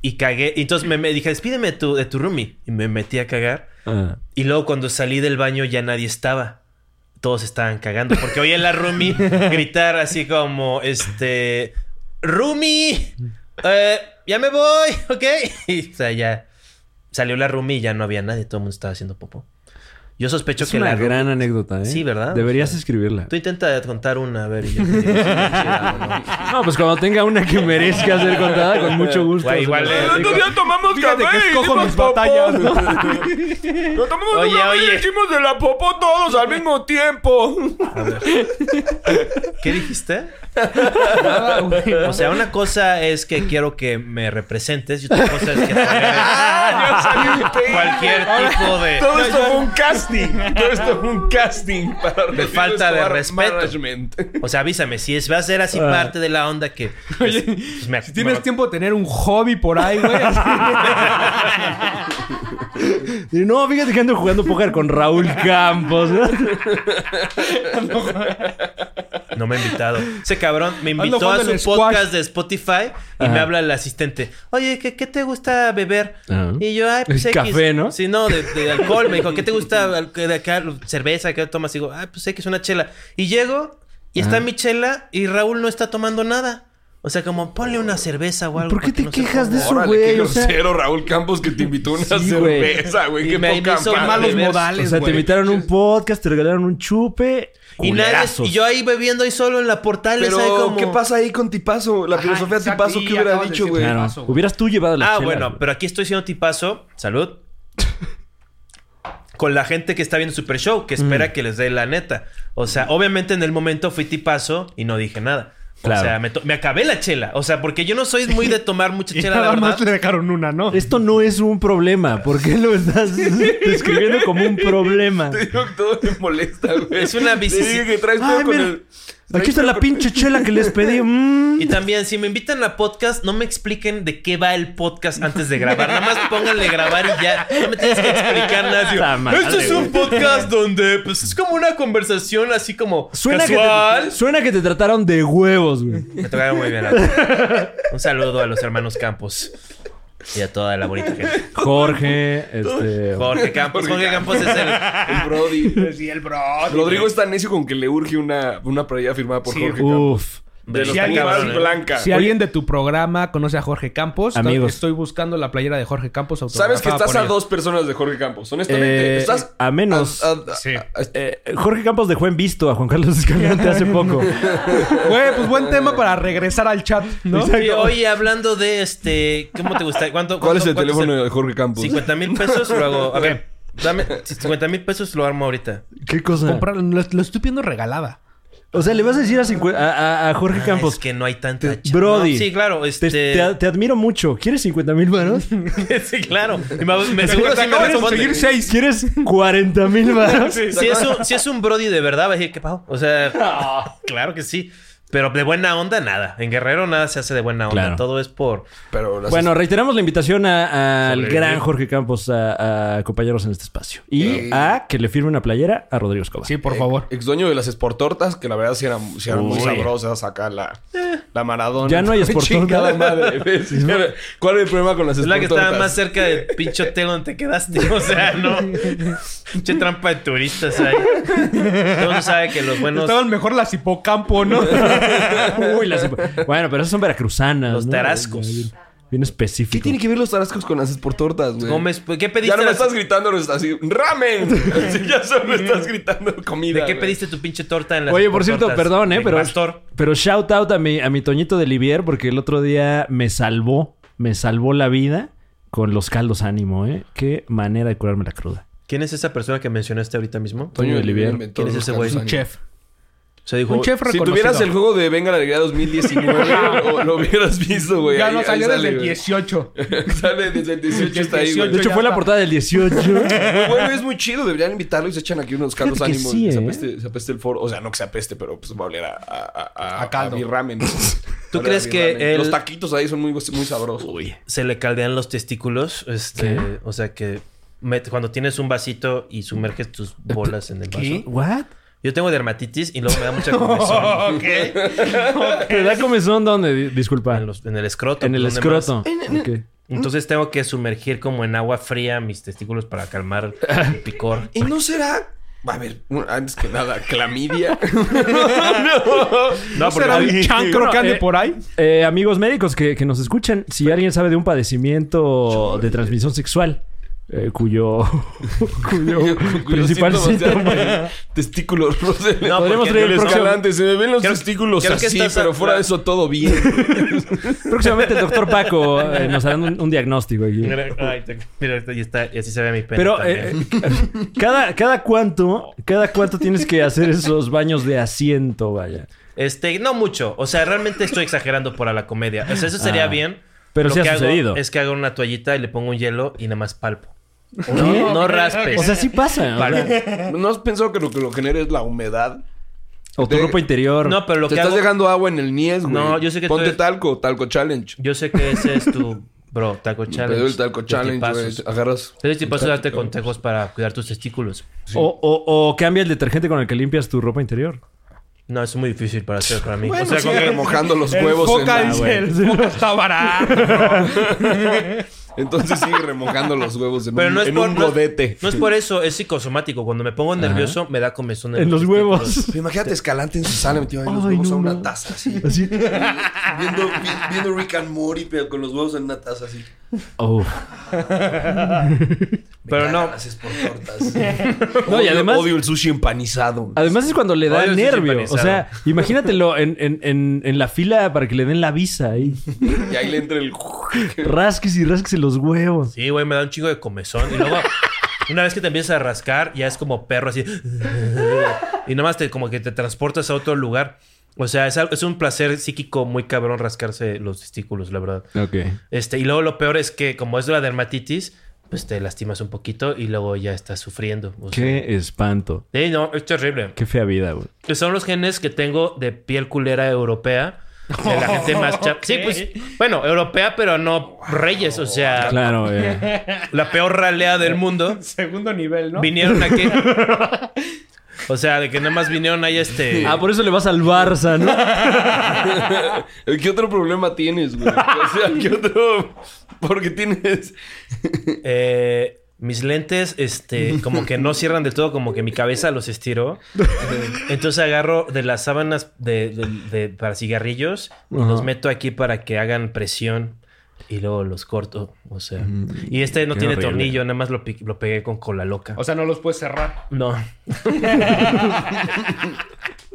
S1: y cagué. Y entonces me, me dije, despídeme de tu, de tu roomie. Y me metí a cagar.
S3: Ah.
S1: Y luego cuando salí del baño ya nadie estaba. Todos estaban cagando. Porque oí a la Rumi gritar así como, este... Rumi, eh, ya me voy, ¿ok? Y, o sea, ya salió la Rumi y ya no había nadie. Todo el mundo estaba haciendo popó. Yo sospecho
S3: Es
S1: que
S3: una
S1: la
S3: gran
S1: roomie-
S3: anécdota, ¿eh?
S1: Sí, ¿verdad?
S3: Deberías escribirla.
S1: Tú intenta contar una, a ver. y yo te digo si es chida o no.
S3: No, pues cuando tenga una que merezca ser contada, con mucho gusto.
S1: Güey,
S3: se
S1: igual
S3: la
S1: es-
S3: platico.
S4: "El otro día tomamos
S2: Fíjate que
S4: café y
S2: escojo
S4: hicimos
S2: mis
S4: popó".
S2: batallas, ¿no?
S4: Nos tomamos
S1: Oye,
S4: oye, oye.
S1: oye.
S4: y hicimos de la popó todos al mismo tiempo.
S1: ¿Qué dijiste? O sea, una cosa es que quiero que me representes y otra cosa es que... te
S4: Ah,
S1: haga Cualquier tipo de...
S4: Todo esto fue un casting. Todo esto fue un casting para
S1: De falta de respeto.
S4: Management.
S1: O sea, avísame, si es, va a ser así
S3: Ah.
S1: parte de la onda que. pues, pues, me-
S2: Si tienes
S1: me-
S2: tiempo de tener un hobby por ahí, güey.
S3: Y No, fíjate que ando jugando póker con Raúl Campos.
S1: No me ha invitado. Ese cabrón me invitó a
S2: jugando
S1: su
S2: el squash.
S1: podcast de Spotify y me
S3: Ajá.
S1: habla el asistente. Oye, ¿qué, qué te gusta beber?
S3: Ajá.
S1: Y yo, ay, pues
S3: El
S1: X.
S3: café, ¿no?
S1: Sí, no, de, de alcohol. Me dijo, ¿qué te gusta al- de acá? Cerveza, ¿qué tomas? Y digo, ay, pues X, una chela. Y llego y está mi chela y Raúl no está tomando nada. O sea, como ponle una cerveza o algo.
S3: ¿Por
S1: para
S3: qué
S1: que
S3: te
S1: no se
S3: quejas de
S1: ponga-
S3: eso,
S4: Órale,
S3: güey?
S4: qué
S3: O sea, pues
S4: grosero Raúl Campos que te invitó una
S3: Sí, güey.
S4: cerveza, güey.
S1: Y
S4: Qué
S1: me- me
S4: poca
S1: hizo mal
S4: madre.
S2: Malos
S1: beber.
S3: o
S2: modales,
S3: sea, te
S2: güey.
S3: invitaron un podcast, te regalaron un chupe.
S1: Y, nadie,
S3: Culerazos.
S1: y yo ahí bebiendo ahí solo en la portal.
S5: Pero, ¿qué pasa ahí con Tipazo? La
S2: Ajá,
S5: filosofía
S2: exacto,
S5: Tipazo,
S2: y
S5: ¿qué hubiera
S2: acabas de
S5: dicho,
S2: decir,
S5: güey?
S3: Claro.
S2: Paso, güey.
S3: Hubieras tú llevado la
S1: Ah,
S3: chela,
S1: bueno,
S3: güey.
S1: pero aquí estoy siendo tipazo. Salud. Con la gente que está viendo Super Show, que
S3: Mm.
S1: espera que les dé la neta. O sea, obviamente en el momento fui tipazo y no dije nada.
S3: Claro.
S1: O sea, me, to- me acabé la chela. O sea, porque yo no soy muy de tomar mucha
S2: Y
S1: chela, la
S2: nada más
S1: verdad.
S2: le dejaron una, ¿no?
S3: Esto no es un problema. ¿Por qué lo estás describiendo como un problema?
S4: Te digo que todo me molesta, güey.
S1: Es una Ah.
S4: Te
S1: bicis-
S4: digo que traes todo
S3: Ay,
S4: con
S3: mira.
S4: el...
S3: Aquí está la pinche chela que les pedí. Mm.
S1: Y también, si me invitan a podcast, no me expliquen de qué va el podcast antes de grabar. Nada más pónganle grabar y ya. No me tienes que explicar nada. Digo,
S3: Está mal,
S1: este es
S3: güey.
S1: un podcast donde, pues, es como una conversación así como
S3: Suena que,
S1: casual.
S3: te, suena que te trataron de huevos, güey.
S1: Me tocaron muy bien. Alex. Un saludo a los hermanos Campos. Y a toda la bonita gente.
S3: Jorge, este.
S1: Jorge Campos. Jorge Campos es el...
S4: El Brody.
S2: Sí, el bro.
S4: Rodrigo está necio con que le urge una, una playera firmada por
S2: Sí,
S4: Jorge
S3: uh,
S4: Campos.
S3: Uf.
S4: De los
S2: Si alguien-
S4: Pumas
S1: cabrón, ¿eh?
S4: blanca.
S2: Si alguien de tu programa conoce a Jorge Campos,
S3: Amigos.
S2: estoy buscando la playera de Jorge Campos
S4: Sabes que
S2: autografiada
S4: estás
S2: por
S4: a
S2: él.
S4: dos personas de Jorge Campos. Honestamente,
S3: Eh,
S4: estás...
S3: a menos.
S4: a- a-
S2: Sí.
S4: a- a-
S3: Eh, Jorge Campos dejó en visto a Juan Carlos Escalante hace poco.
S2: Güey, pues buen tema para regresar al chat, ¿no?
S1: Oye, oye, hablando de este... ¿Cómo te gusta? ¿Cuánto,
S4: ¿Cuál es el
S1: cuánto
S4: teléfono de Jorge Campos?
S1: 50 mil pesos lo hago... A ver, dame... si 50 mil pesos lo armo ahorita.
S3: ¿Qué cosa?
S2: Comprar- lo, lo estoy pidiendo regalada.
S3: O sea, le vas a decir a, cincuen- a- a- a Jorge
S1: Ah,
S3: Campos.
S1: Es que no hay tanta...
S3: Te- Brody.
S1: No, sí, claro.
S3: Te,
S1: Este...
S3: te a- te admiro mucho. ¿Quieres 50 mil varos?
S1: sí, claro. Y me, me- seguro
S2: Te
S1: sí me
S2: acabo de
S1: responde.
S2: conseguir seis.
S3: ¿Quieres 40 mil varos?
S1: Si es, un, si es un Brody de verdad, va a decir, ¿qué pasó? O sea, claro que sí. Pero de buena onda, nada. En Guerrero nada se hace de buena onda.
S3: Claro.
S1: Todo es por...
S4: Pero las-
S3: Bueno, reiteramos la invitación a- al
S1: Sobrevivir.
S3: gran Jorge Campos a, a compañeros en este espacio. Y a que le firme una playera a Rodrigo Escobar.
S2: Sí, por favor.
S4: eh, Ex dueño de las esportortas, que la verdad sí eran, sí eran muy
S3: Uy.
S4: sabrosas acá la, la Maradona.
S3: Ya no hay
S4: Chingada
S3: Esportortas.
S4: madre. ¿ves? ¿Cuál es el problema con las
S1: Es
S4: esportortas?
S1: la que estaba más cerca del pinche hotel donde te quedaste. O sea, no. Pinche trampa de turistas ahí. Todo mundo sabe que los buenos.
S2: Estaban mejor las hipocampo, ¿no?
S3: Uy, las- Bueno, pero esas son veracruzanas.
S1: Los
S3: ¿no?
S1: tarascos.
S3: bien específico.
S4: ¿Qué tiene que ver los tarascos con haces por tortas, güey?
S1: Gómez, pues, ¿qué pediste?
S10: Ya no me
S1: la-
S10: estás gritando, no estás así, ¡ramen! Así, ya solo estás gritando comida.
S1: ¿De qué
S10: güey.
S1: pediste tu pinche torta en la
S3: Oye, por cierto, perdón, ¿eh? Pero,
S1: Pastor.
S3: pero shout out a mi, a mi Toñito de Livier porque el otro día me salvó, me salvó la vida con los caldos ánimo, ¿eh? Qué manera de curarme la cruda.
S1: ¿Quién es esa persona que mencionaste ahorita mismo?
S3: Toño de Olivier.
S4: inventó
S1: ¿Quién es
S4: los
S1: ese güey?
S4: calzones.
S2: Un chef.
S1: Se dijo.
S2: Un chef
S10: Si
S2: reconocido.
S10: tuvieras el juego de Venga la Alegría 2019, lo, lo hubieras visto, güey.
S2: Ya
S10: Ahí-
S2: no
S10: ahí
S2: salió desde el
S10: güey.
S2: 18.
S10: Sale desde el 18 está ahí, güey.
S3: De hecho,
S2: ya
S3: fue la
S2: está.
S3: portada del 18.
S4: Muy bueno, es muy chido. Deberían invitarlo y se echan aquí unos caldos
S3: Fíjate que
S4: ánimos.
S3: sí,
S4: se,
S3: ¿eh?
S4: apeste, se apeste el foro. O sea, no que se apeste, pero pues va a oler a, a, a,
S2: A caldo.
S4: a mi ramen.
S1: ¿Tú
S4: Va a oler
S1: crees
S4: a mi
S1: que
S4: ramen.
S1: él-
S4: Los taquitos ahí son muy, muy sabrosos. Uy.
S1: se le caldean los testículos. Este,
S3: ¿Qué?
S1: o sea que met- cuando tienes un vasito y sumerges tus bolas en el vaso.
S3: ¿What?
S1: Yo tengo dermatitis y luego me da mucha comezón
S3: ¿Te da comezón dónde? Di- Disculpa.
S1: en, los- en el escroto.
S3: En el
S1: ¿dónde
S3: escroto.
S1: más?
S3: Ok.
S1: Entonces tengo que sumergir como en agua fría mis testículos para calmar el picor.
S4: ¿Y no será? A ver, un- antes que nada,
S1: No,
S4: clamidia.
S1: porque
S2: ¿Será un
S3: Bueno,
S2: chancro que ande
S3: eh,
S2: por ahí?
S3: Eh, amigos médicos que, que nos escuchan, si alguien sabe de un padecimiento de transmisión sexual, eh, cuyo, cuyo principal
S10: Los síntomas
S3: síntoma.
S10: eran Testículos rosas.
S1: No,
S3: Podríamos traer el próximo-
S10: Escalante, se me ven los
S1: Creo-
S10: testículos
S1: creo que
S10: así,
S1: estás a-
S10: pero fuera de eso todo bien.
S3: Próximamente el doctor Paco eh, nos hará un, un diagnóstico aquí.
S1: Mira, ay, te- mira, ahí está, y así se ve mi pene.
S3: Pero
S1: también.
S3: eh, eh, cada, cada cuánto, cada cuánto tienes que hacer esos baños de asiento, vaya.
S1: Este, no mucho. O sea, realmente estoy exagerando para la comedia. O sea, eso sería
S3: Ah.
S1: bien.
S3: Pero
S1: Lo
S3: sí ha
S1: que hago
S3: sucedido.
S1: Es que hago una toallita y le pongo un hielo y nada más palpo. No, no raspes.
S3: O sea, sí pasa. O, sea,
S4: ¿No has pensado que lo que lo genera es la humedad?
S3: o tu ropa interior.
S1: no, pero lo
S4: Te
S1: que
S4: estás
S1: hago...
S4: dejando agua en el niés, güey.
S1: No, yo sé que tú
S4: Ponte
S1: eres-
S4: talco, talco challenge.
S1: Yo sé que ese es tu... Bro, taco challenge.
S4: Te doy el talco
S1: de
S4: challenge, güey.
S1: tipazos.
S4: Agarras.
S1: Tres tipazos darte consejos para cuidar tus testículos.
S3: o, o- o cambia el detergente con el que limpias tu ropa interior.
S1: No, es muy difícil para hacer para mí. o
S4: Bueno,
S1: sea,
S4: sigue
S1: con que-
S4: remojando los
S2: El
S4: huevos. en
S2: foca
S4: la-
S2: dice, el foca está barato.
S4: Entonces sigue remojando los huevos en
S1: Pero
S4: un,
S1: no es
S4: en
S1: por...
S4: un
S1: no es-
S4: godete.
S1: No es por eso, es psicosomático. Cuando me pongo nervioso, me da comezón
S3: En los
S1: testículos.
S3: huevos.
S4: Pero Pues imagínate Escalante en su sala metido ahí los
S3: Ay,
S4: huevos
S3: no,
S4: a una
S3: no.
S4: taza así.
S3: Así.
S4: Viendo, vi- viendo Rick and Morty, pero con los huevos en una taza así.
S3: Oh.
S1: Pero no.
S4: Haces por tortas.
S3: No, y además-
S4: Odio el sushi empanizado.
S3: Además es cuando le da
S1: Odio el
S3: nervio. O
S1: sushi
S3: sea, imagínatelo en, en, en, en la fila para que le den la visa ahí.
S4: Y ahí le entra el.
S3: Rasques y rasques los huevos.
S1: Sí, güey, me da un chingo de comezón. Y luego, una vez que te empiezas a rascar, ya es como perro así. Y nomás te, como que te transportas a otro lugar. O sea, es, al- es un placer psíquico muy cabrón rascarse los testículos, la verdad.
S3: Ok.
S1: Este, y luego lo peor es que, como es la dermatitis, pues te lastimas un poquito y luego ya estás sufriendo. O sea,
S3: Qué espanto.
S1: Sí, no, es terrible.
S3: Qué fea vida, güey.
S1: Que Son los genes que tengo de piel culera europea. De la gente más chapa. Sí, pues, bueno, europea, pero no reyes. O sea,
S3: Claro, eh.
S1: la peor ralea del mundo.
S2: Segundo nivel, ¿no?
S1: Vinieron aquí. o sea, de que nada más vinieron ahí este.
S3: Ah, por eso le vas al Barça, ¿no?
S4: Eh, ¿Qué otro problema tienes, güey? O sea, ¿qué otro.? Porque tienes.
S1: eh, mis lentes, este, como que no cierran del todo, como que mi cabeza los estiró. Entonces agarro de las sábanas de, de- de- para cigarrillos y los
S3: Ajá.
S1: meto aquí para que hagan presión. Y luego los corto, o sea. Y este no
S3: Mm, qué
S1: tiene
S3: horrible.
S1: tornillo, nada más lo, pi- lo pegué con cola loca.
S2: O sea, no los puedes cerrar.
S1: No.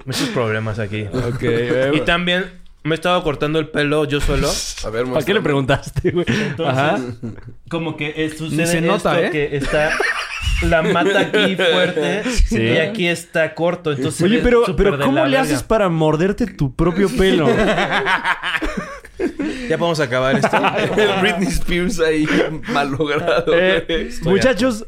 S1: Muchos problemas aquí.
S3: Ok. eh,
S1: Y también me he estado cortando el pelo yo solo.
S4: A ver,
S3: ¿Para qué le preguntaste, güey? Ajá.
S1: Como que es- sucede
S2: se nota,
S1: esto
S2: ¿eh?
S1: que está la mata aquí fuerte
S3: Sí.
S1: y aquí está corto. Entonces
S3: Oye,
S1: es
S3: pero,
S1: súper
S3: pero
S1: de
S3: ¿cómo
S1: la
S3: le
S1: verga.
S3: haces para morderte tu propio pelo?
S1: Ya podemos acabar esto.
S4: El Britney Spears ahí malogrado.
S3: Eh,
S4: güey.
S3: muchachos,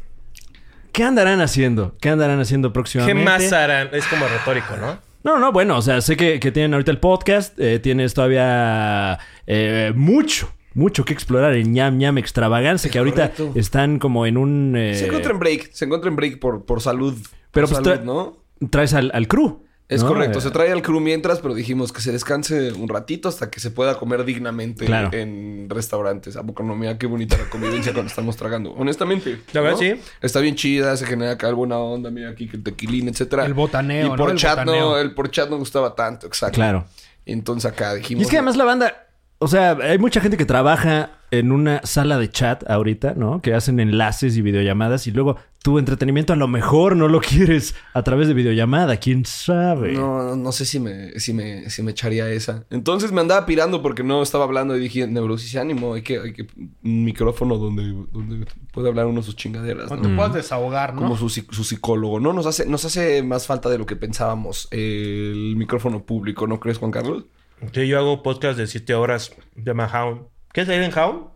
S3: ¿qué andarán haciendo? ¿Qué andarán haciendo
S1: ¿Qué
S3: próximamente?
S1: más harán? Es como retórico, ¿no?
S3: No, no, bueno, o sea, sé que, que tienen ahorita el podcast, eh, tienes todavía eh, mucho, mucho que explorar en ñam ñam extravaganza, que ahorita
S4: correcto.
S3: están como en un... eh,
S4: Se encuentra en break. Se encuentra en break por, por salud.
S3: Pero
S4: por
S3: pues
S4: salud,
S3: tra-
S4: ¿no?
S3: traes al, al crew.
S4: Es
S3: ¿no?
S4: correcto,
S3: Eh,
S4: se trae al crew mientras, pero dijimos que se descanse un ratito hasta que se pueda comer dignamente
S3: Claro.
S4: en restaurantes. A poco no, mira qué bonita la convivencia cuando estamos tragando. Honestamente.
S1: La verdad, sí.
S4: Está bien chida, se genera acá buena onda, mira aquí que el tequilín, etcétera.
S2: El botaneo,
S4: Y
S2: ¿no?
S4: por
S2: El
S4: chat no,
S2: botaneo.
S4: el por chat no gustaba tanto, exacto.
S3: Claro.
S4: Entonces acá dijimos.
S3: Y es que además la banda O sea, hay mucha gente que trabaja en una sala de chat ahorita, ¿no? Que hacen enlaces y videollamadas y luego tu entretenimiento a lo mejor no lo quieres a través de videollamada, quién sabe.
S4: No, no, no sé si me, si, me, si me echaría esa. Entonces me andaba pirando porque no estaba hablando y dije, neurosis, ánimo, hay que, hay que un micrófono donde, donde puede hablar uno sus chingaderas. ¿no?
S2: Cuando te puedas desahogar, ¿no?
S4: Como su, psi- su psicólogo, ¿no? Nos hace, nos hace más falta de lo que pensábamos eh, el micrófono público, ¿no crees, Juan Carlos?
S1: Sí, yo hago podcast de 7 horas. Se llama Hound. ¿Quieres salir en Hound?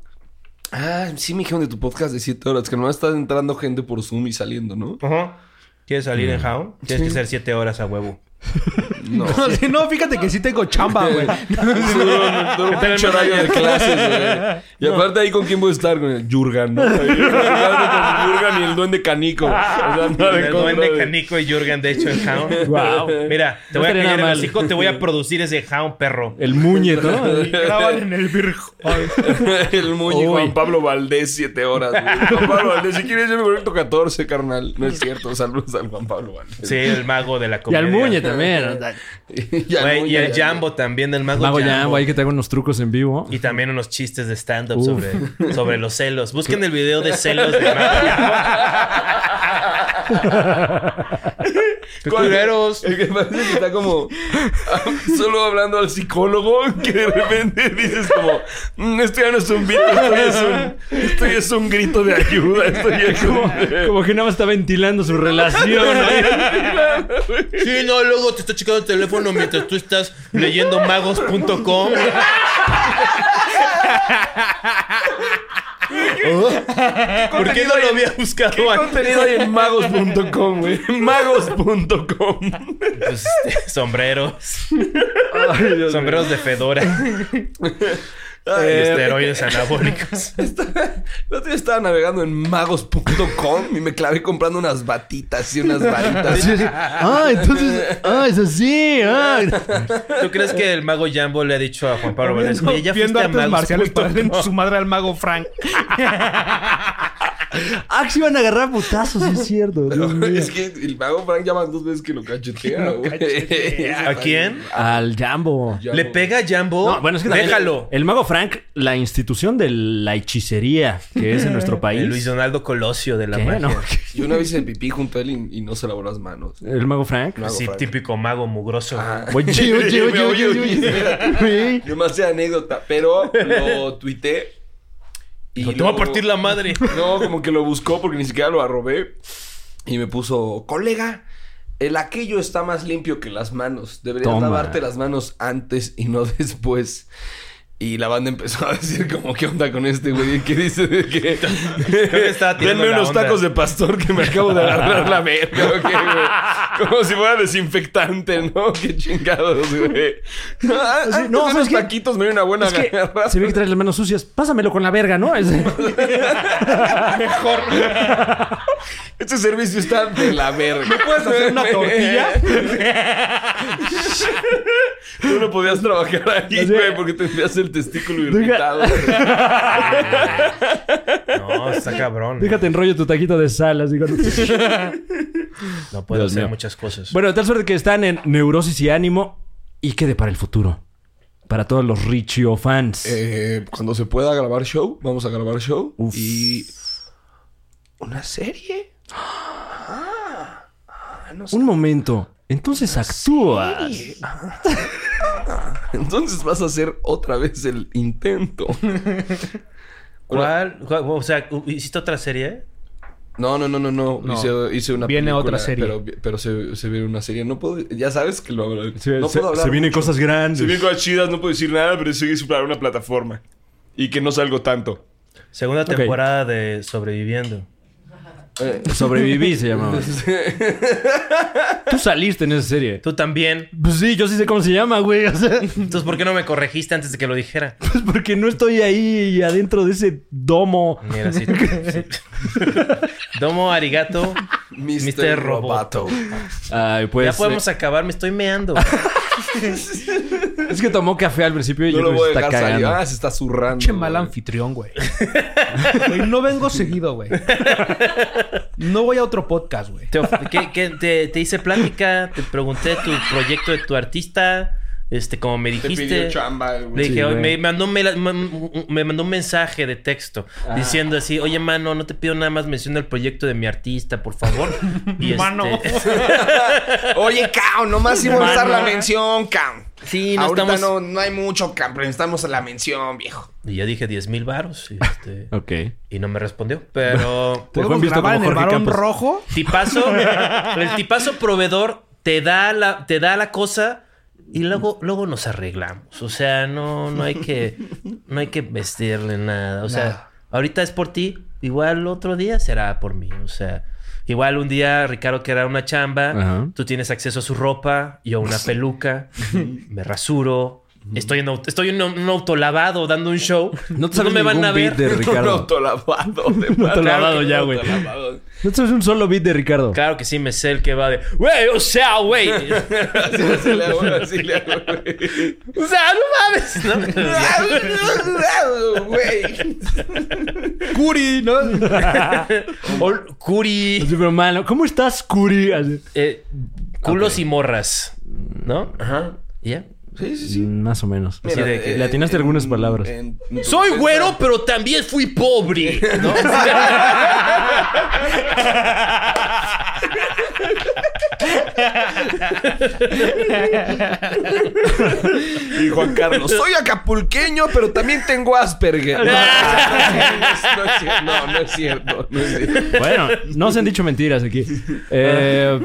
S4: Ah, sí me dijeron de tu podcast de 7 horas, que no está entrando gente por Zoom y saliendo, ¿no?
S1: Ajá. ¿Quieres salir
S3: Mm.
S1: en Hound? Tienes que ser 7 horas a huevo.
S4: No.
S2: No, sí, no, fíjate que sí tengo chamba, güey.
S4: Sí, no, no, no, un pinche horario de clases, güey. Y aparte ahí con quién voy a estar, con el Jurgen, ¿no? Ahí, con Jurgen y el duende canico. O sea, no
S1: El
S4: le compro,
S1: duende
S4: güey.
S1: Canico y Jürgen, de hecho, en Hound.
S3: Wow.
S1: Mira, te
S3: No
S1: voy a
S3: estaría
S1: caer
S3: nada
S1: el
S3: mal.
S1: hocico, te voy a producir ese Hound, perro.
S3: El muñe, ¿no?
S2: Graban en el Virgo.
S4: El
S3: Uy.
S4: Muñiz Juan Pablo Valdés, 7 horas, güey. Juan Pablo Valdés, si quieres yo me conecto 14, carnal. No es cierto, saludos al Juan Pablo Valdés.
S1: Sí, el mago de la
S3: Y
S1: comedia.
S3: al muñe también.
S4: Y al
S1: Güey, y
S4: Muñiz,
S1: el
S4: al-
S1: Jambo también, el mago,
S3: Mago ya,
S1: Jambo.
S3: güey, que te hago unos trucos en vivo.
S1: Y también unos chistes de stand-up sobre, sobre los celos. Busquen el video de celos de Mago
S4: ¿Cuál- El que parece que está como ah, solo hablando al psicólogo que de repente dices como "Mm, esto ya no es un beat, esto ya es un, esto ya es un grito de ayuda, esto ya es como...
S3: Como que nada más está ventilando su relación. ¿no?
S1: Sí, no, luego te está checando el teléfono mientras tú estás leyendo magos.com. ¿Por qué no lo había buscado antes?
S4: Contenido hay en magos.com, güey. Magos.com.
S1: Pues, este, sombreros. sombreros de fedora. y esteroides anabólicos.
S4: Eh, El otro día estaba navegando en magos.com y me clavé comprando unas batitas y unas varitas.
S3: Ah, entonces. Ah, es así. Ah.
S1: ¿Tú crees que el mago Jambo le ha dicho a Juan Pablo Valdés? Oye, ya fuiste
S2: Viendo
S1: a
S2: artes
S1: magos.
S2: marciales para darle en su madre al mago Frank.
S3: Ah, que se iban a agarrar putazos, sí es cierto. Dios mío.
S4: es que el mago Frank ya más dos veces que lo cachetea, güey.
S1: ¿A quién?
S3: Al Jambo.
S4: Ya,
S1: ¿Le
S4: güey.
S1: pega a Jambo?
S3: No, bueno, es que también-
S1: Déjalo.
S3: El mago Frank, la institución de la hechicería que es en nuestro país.
S1: El Luis Donaldo Colosio de la
S3: ¿Qué?
S1: magia. Pues
S3: No.
S4: Y una vez hice el pipí junto a él y, y no se lavó las manos.
S3: El mago Ah. Frank.
S4: Mago
S1: Sí,
S4: Frank.
S1: típico mago mugroso.
S3: Oye, oye, oye, oye, oye, oye.
S4: Nomás de anécdota, pero lo tuité. Y
S1: Te voy a
S4: luego-
S1: partir la madre.
S4: No, como que lo buscó porque ni siquiera lo arrobé. Y me puso, colega, el aquello está más limpio que las manos. Deberías
S3: Toma.
S4: lavarte las manos antes y no después. Y la banda empezó a decir como, ¿qué onda con este güey? ¿Qué dice? De que...
S1: que estaba tirando
S4: Denme
S1: la
S4: unos
S1: onda".
S4: tacos de pastor que me acabo de agarrar la verga. ¿o qué, güey? como si fuera desinfectante, ¿no? Qué chingados, güey. Ah,
S3: Pues
S4: No, antes
S3: no,
S4: de
S3: ¿sabes
S4: unos
S3: qué?
S4: taquitos me dio una buena
S3: Es que
S4: agarrada.
S3: se ve que traes las manos sucias. Pásamelo con la verga, ¿no? Es-
S4: Este servicio está de la verga. ¿No
S2: puedes hacer una tortilla?
S4: Tú no podías trabajar ahí,
S3: Así-
S4: güey, porque tendrías el testículo
S3: Deja-
S4: irritado.
S1: No, está cabrón.
S3: Déjate enrollo tu taquito de sal. así cuando-
S1: No puedo
S3: Dios
S1: hacer
S3: mío.
S1: muchas cosas.
S3: Bueno, de tal suerte que están en neurosis y ánimo. ¿Y qué depara el futuro? Para todos los Richio fans.
S4: Eh, cuando se pueda grabar show, vamos a grabar show.
S3: Uf.
S4: Y. ¿Una serie? Ah, ah, no sé.
S3: Un momento. Entonces actúas.
S4: Entonces vas a hacer otra vez el intento.
S1: ¿Cuál? ¿Cuál? O sea, ¿hiciste otra serie?
S4: No, no, no, no, no.
S2: No.
S4: Hice, hice una
S2: Viene
S4: película,
S2: otra serie.
S4: Pero, pero se, se viene una serie. No puedo... Ya sabes que lo hablo.
S3: Se,
S4: no
S3: se-
S4: puedo hablar
S3: se vienen
S4: mucho.
S3: cosas grandes.
S4: Se vienen cosas chidas, no puedo decir nada, pero sí superar una plataforma. Y que no salgo tanto.
S1: Segunda temporada de Sobreviviendo.
S3: Sobreviví se llamaba. Tú saliste en esa serie.
S1: Tú también.
S3: Pues sí, yo sí sé cómo se llama, güey. O sea,
S1: Entonces, ¿por qué no me corregiste antes de que lo dijera?
S3: pues porque no estoy ahí adentro de ese domo.
S1: Mira, sí. sí. Domo Arigato. Mr. Roboto.
S3: Ay, pues.
S1: ya podemos
S3: eh,
S1: acabar, me estoy meando.
S3: es que tomó café al principio y
S4: No
S3: yo
S4: lo
S3: creo que
S4: voy a
S3: está
S4: dejar salir.
S3: cagando.
S4: Ah, se está zurrando.
S2: Pinche mal
S4: güey.
S2: anfitrión, güey. Güey, no vengo seguido, güey. No voy a otro podcast, güey.
S1: Te, of- ¿qué- qué- te- te hice plática, te pregunté tu proyecto de tu artista. Este, como me
S4: Te
S1: dijiste.
S4: pidió chamba,
S1: Le
S4: güey.
S1: dije,
S3: Sí,
S1: "Oye,
S3: güey.
S1: me mandó, un mela- ma- me mandó un mensaje de texto
S3: Ah.
S1: diciendo así, oye, mano, no te pido nada más, menciona el proyecto de mi artista, por favor. Y
S2: Mano.
S1: este-
S4: Oye, Cam, nomás iba a estar la mención, Cam.
S1: Sí, no
S4: Ahorita
S1: estamos-
S4: no, no hay mucho, Cam, pero necesitamos la mención, viejo.
S1: Y yo dije 10 mil varos. Y, este,
S3: Ok.
S1: y no me respondió. Pero
S3: Te
S2: ¿Podemos
S3: Juan visto
S2: grabar en
S3: como
S2: el
S3: Jorge
S2: varón
S3: Campos.
S2: rojo?
S1: tipazo, el tipazo proveedor te da la, te da la cosa y luego, luego nos arreglamos. O sea, no, no hay que, no hay que vestirle nada. O sea, ahorita es por ti, igual otro día será por mí. O sea, igual un día Ricardo que era una chamba,
S3: Ajá.
S1: tú tienes acceso a su ropa, yo una peluca, me rasuro. Estoy en, aut- estoy en un, un autolavado dando un show.
S3: No te sabes
S1: me van
S3: ningún
S1: a ver.
S3: beat de
S4: Un
S3: Ricardo.
S4: autolavado. de
S3: Un autolavado
S4: madre.
S3: ya, güey.
S4: Autolavado.
S3: No te sabes un solo beat de Ricardo.
S1: Claro que sí me sé el que va de, güey, o sea, güey.
S4: Así, así le hago, así le hago, güey.
S1: O sea, no mames. ¿no?
S4: Güey.
S3: Curi, ¿no?
S1: Ol- curi.
S3: Así, pero malo. ¿Cómo estás, Curi? Así.
S1: eh, culos y morras. ¿No? Ajá. ¿Ya?
S4: Sí, sí, sí.
S3: Mm, Más o menos.
S1: Así de que
S4: eh,
S3: le atinaste algunas palabras.
S4: en- en tu
S1: Soy
S4: defensa-
S1: güero, pero también fui pobre. ¿no?
S4: Y Juan Carlos, soy acapulqueño, pero también tengo Asperger. No, no, es cier- no, no es cierto. No es cierto.
S3: Bueno, no se han dicho mentiras aquí. Eh,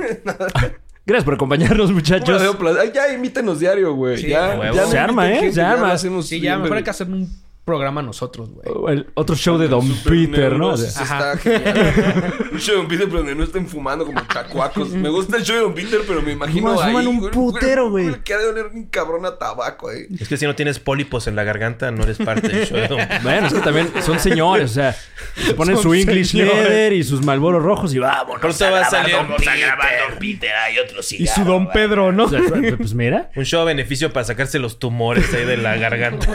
S3: gracias por acompañarnos,
S4: Yo veo
S3: muchachos.
S4: plaza- Ay, ya imítenos diario, güey.
S1: a
S4: ya,
S1: huevo.
S4: ya
S1: Se
S4: no
S3: arma,
S4: inviten
S3: ¿eh?
S4: gente,
S3: Se
S4: ya
S3: arma.
S4: lo hacemos
S2: Sí, ya mejor
S4: siempre.
S2: hay que hacer un programa nosotros, güey.
S3: El otro show de Don Peter, ¿no? O
S4: Neurosis
S3: sea,
S4: Está genial. Un show de Don Peter, pero donde no estén fumando como chacuacos. Me gusta el show de Don Peter, pero me imagino.
S3: Fuman-
S4: ahí,
S3: fuman un
S4: güey,
S3: putero, güey.
S4: Que ha de oler un cabrón a tabaco, eh.
S1: Es que si no tienes pólipos en la garganta, no eres parte del show.
S3: Bueno, es que también son señores, o sea, se ponen su English leather y sus malboros rojos y vámonos.
S1: Pronto va a salir
S2: Y su Don Pedro, ¿no?
S3: O sea, pues mira.
S1: un show a beneficio para sacarse los tumores ahí de la garganta.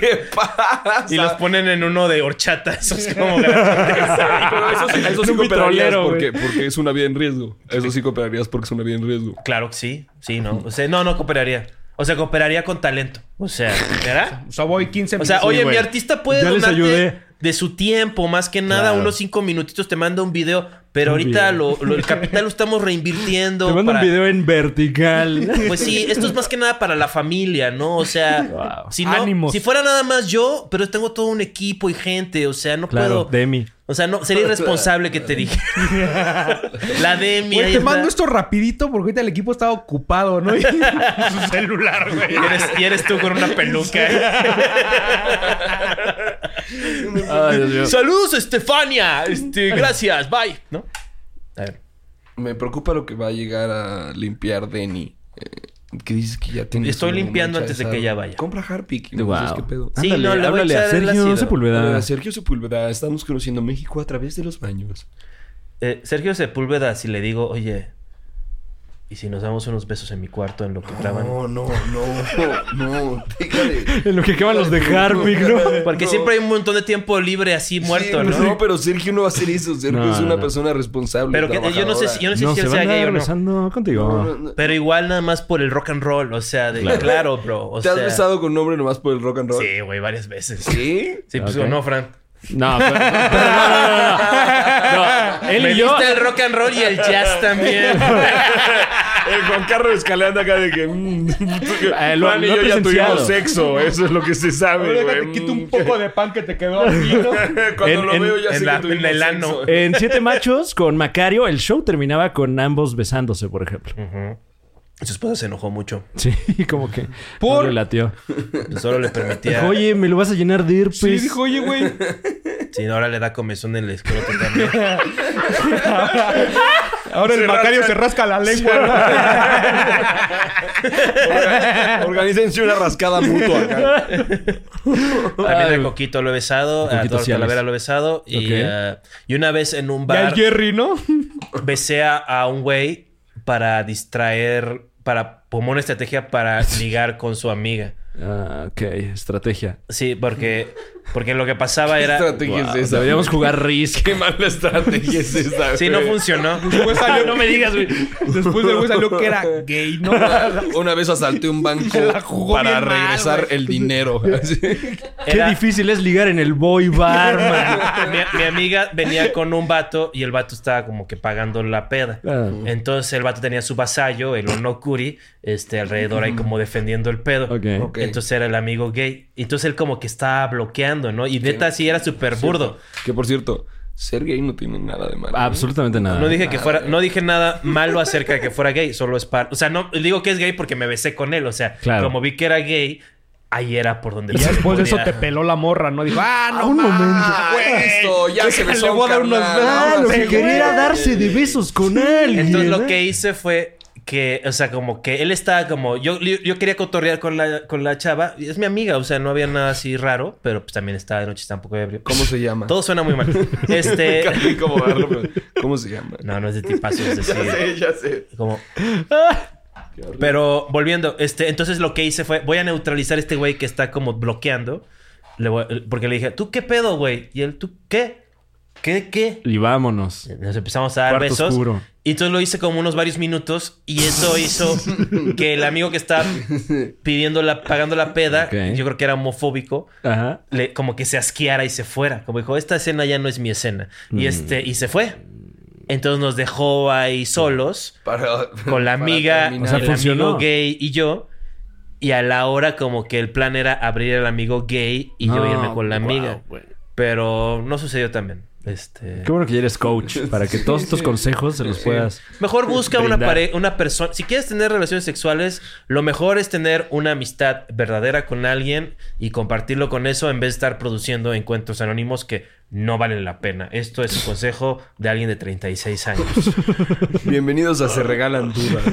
S4: ¿Qué pasa?
S1: Y los ponen en uno de horchata. Eso es como gargantas.
S4: Pero eso sí, eso sí
S3: Un
S4: cooperarías
S3: vitrolero,
S4: porque, porque es una vida en riesgo. Eso sí cooperarías porque es una vida en riesgo.
S1: Claro que sí. Sí, no. O sea, no, no cooperaría. O sea, cooperaría con talento. O sea, ¿verdad?
S2: O sea, voy 15
S1: O
S2: minutos.
S1: sea, oye,
S2: güey.
S1: mi artista puede
S3: Ya les
S1: donarte
S3: ayudé.
S1: de su tiempo, más que nada,
S3: Claro.
S1: unos cinco minutitos te manda un video, pero ahorita
S3: video.
S1: Lo, lo- el capital lo estamos reinvirtiendo.
S3: Te mando un
S1: para-
S3: video en vertical.
S1: Pues sí, esto es más que nada para la familia, ¿no? O sea,
S3: Wow.
S1: si no,
S2: Ánimos.
S1: si fuera nada más yo, pero tengo todo un equipo y gente, o sea, no
S3: Claro,
S1: puedo.
S3: Demi.
S1: O sea, no, sería irresponsable que te dije. la de mi.
S2: Güey, te mando esto rapidito porque ahorita el equipo está ocupado, ¿no? Y-
S1: Y eres, y eres tú con una peluca. ¿eh?
S3: Ay, Dios mío.
S1: Saludos, Estefania. Este, gracias, bye. ¿No? A ver.
S4: Me preocupa lo que va a llegar a limpiar Denny. Eh, que dices que ya tienes.
S1: Estoy
S4: una
S1: limpiando
S4: mancha
S1: antes de
S4: esa-
S1: que ella vaya.
S4: Compra Harpic. y me dices,
S3: Wow.
S4: ¿Qué pedo?
S1: Sí,
S3: Ándale,
S1: no, le voy a
S3: háblale
S1: echar
S3: a
S1: el
S3: Sergio
S1: ácido.
S3: Sepúlveda.
S4: Hola, Sergio Sepúlveda, estamos conociendo México a través de los baños.
S1: Eh, Sergio Sepúlveda, si le digo, oye, ¿y si nos damos unos besos en mi cuarto en lo que traban?
S4: No, no, no, no, déjale.
S3: En lo que acaban los de Harvick, ¿no?
S1: Porque
S4: no.
S1: siempre hay un montón de tiempo libre así muerto,
S4: Sí,
S1: ¿no?
S4: No, pero Sergio no va a hacer eso. Sergio
S3: No,
S4: es una
S3: no.
S4: persona responsable.
S1: Pero que- eh, yo no sé si, yo no sé
S3: No,
S1: si
S3: se
S1: él
S3: van
S1: sea
S3: a
S1: gay
S3: andar
S1: o no.
S3: besando contigo.
S4: trabajadora. No, no, no.
S1: Pero igual nada más por el rock and roll, o sea, de claro, bro. O
S4: ¿Te has
S1: sea,
S4: besado con un hombre nomás por el rock and roll?
S1: Sí, güey, varias veces. Sí,
S4: ¿Sí?
S1: pues
S3: Ok.
S1: no, Fran.
S3: No, pero, pero no, no, no, no. No, él
S1: Me
S3: y yo.
S1: gusta el rock and roll y el jazz también.
S4: Eh,
S5: El Juan Carlos escaleando acá de que. mm,
S3: Eh, lo-
S5: Juan y
S3: lo he
S5: yo ya
S3: presenciado.
S5: tuvimos sexo. Eso es lo que se sabe,
S2: Ahorita
S5: güey.
S2: te
S4: mm.
S2: quito un poco de pan que te quedó aquí, ¿no?
S5: Cuando
S3: En-
S5: lo
S3: en-
S5: veo ya
S1: en
S5: sé
S1: la-
S5: que tuvimos
S1: en el ano.
S5: sexo.
S3: En Siete Machos con Macario, el show terminaba con ambos besándose, por ejemplo.
S5: Mm.
S1: Pues Su esposa se enojó mucho.
S3: Sí, como que.
S2: Por-
S3: no le latió.
S1: Pues solo le permitía.
S3: Oye, me lo vas a llenar de herpes.
S2: Sí, dijo, oye, güey.
S1: Sí, ahora le da comezón en el escroto también.
S2: Ahora el Macario se rasca la lengua.
S4: Organícense una rascada mutua acá.
S1: También
S3: Ay.
S1: a Coquito lo he besado, a
S3: Coquito
S1: Eduardo
S3: Ciales.
S1: Talavera lo he besado. Y,
S3: Ok.
S1: ah, y una vez en un
S2: ¿no? Ya
S1: bar
S2: el Jerry, ¿no?
S1: besé a, a un güey para distraer, para como una estrategia para ligar con su amiga.
S3: Ah, ok, estrategia.
S1: Sí, porque Porque lo que pasaba era.
S4: estrategia es esa?
S3: Deberíamos jugar Risk. Pues,
S4: ¿Qué mala estrategia es esa?
S1: Sí, no
S4: güey?
S1: funcionó.
S3: ah, no me digas, güey.
S2: Después del güey salió que era gay, ¿no?
S4: Una vez asalté un banco
S2: la jugó
S4: para
S2: bien mal,
S4: regresar
S2: güey.
S4: el dinero. Así.
S1: Era-
S3: Qué difícil es ligar en el boy bar, man.
S1: mi, mi amiga venía con un vato y el vato estaba como que pagando la peda.
S3: Ah.
S1: Entonces el vato tenía su vasallo, el Onokuri, este, alrededor ahí como defendiendo el pedo.
S3: Ok.
S4: Ok.
S1: Entonces era el amigo gay. Entonces él como que estaba bloqueando, ¿no? Y neta sí era súper burdo.
S4: Que por cierto, ser gay no tiene nada de malo. ¿eh?
S3: Absolutamente
S2: Ah.
S3: nada.
S1: No dije que fuera, no dije nada malo acerca de que fuera gay, solo es par. O sea, no digo que es gay porque me besé con él. O sea,
S3: Claro.
S1: como vi que era gay, ahí era por donde
S2: Y
S1: se
S2: después de eso
S1: podía-
S2: te peló la morra, ¿no? Dijo, ah, no,
S3: un
S2: ma,
S3: momento.
S4: Ah, esto, ya se besó,
S2: le voy a dar unos
S4: carnal.
S3: Ah, lo
S4: Ahora
S3: que
S4: sí,
S3: quería era
S4: güey.
S3: darse de besos con alguien.
S1: Entonces lo
S3: ¿eh?
S1: que hice fue que, o sea, como que él estaba como, yo, yo, yo quería cotorrear con la, con la chava, y es mi amiga, o sea, no había nada así raro, pero pues también estaba de noche, estaba un poco ebrio.
S4: ¿Cómo se llama?
S1: Todo suena muy mal. Este...
S4: Casi como verlo, pero- ¿Cómo se llama?
S1: No, no es de tipazo, es decir...
S4: ya sé.
S1: Como... Pero volviendo, este, entonces lo que hice fue, voy a neutralizar a este güey que está como bloqueando, Le voy- porque le dije, ¿tú qué pedo, güey? Y él, ¿tú qué? ¿Qué, qué?
S3: Y vámonos.
S1: Nos empezamos a dar
S3: Cuarto
S1: besos.
S3: oscuro.
S1: Y entonces lo hice como unos varios minutos. Y eso hizo que el amigo que estaba pidiendo la, pagando la peda,
S3: Ok.
S1: yo creo que era homofóbico,
S3: Ajá.
S1: le- como que se asqueara y se fuera. Como dijo, esta escena ya no es mi escena.
S3: Mm.
S1: Y este, y se fue. Entonces nos dejó ahí solos
S4: Para-
S1: con la
S4: para
S1: amiga,
S4: terminar.
S3: O sea,
S1: el
S3: funcionó.
S1: amigo gay y yo. Y a la hora como que el plan era abrir al amigo gay y yo
S3: No,
S1: irme con la
S3: wow,
S1: amiga. Pero no sucedió también. Este...
S3: Qué bueno que ya eres coach para que todos estos consejos se los puedas.
S1: Mejor busca una,
S3: Brindar.
S1: pare- una persona. Si quieres tener relaciones sexuales, lo mejor es tener una amistad verdadera con alguien y compartirlo con eso en vez de estar produciendo encuentros anónimos que no valen la pena. Esto es un consejo de alguien de 36 años.
S4: Bienvenidos a Se Regalan Dudas.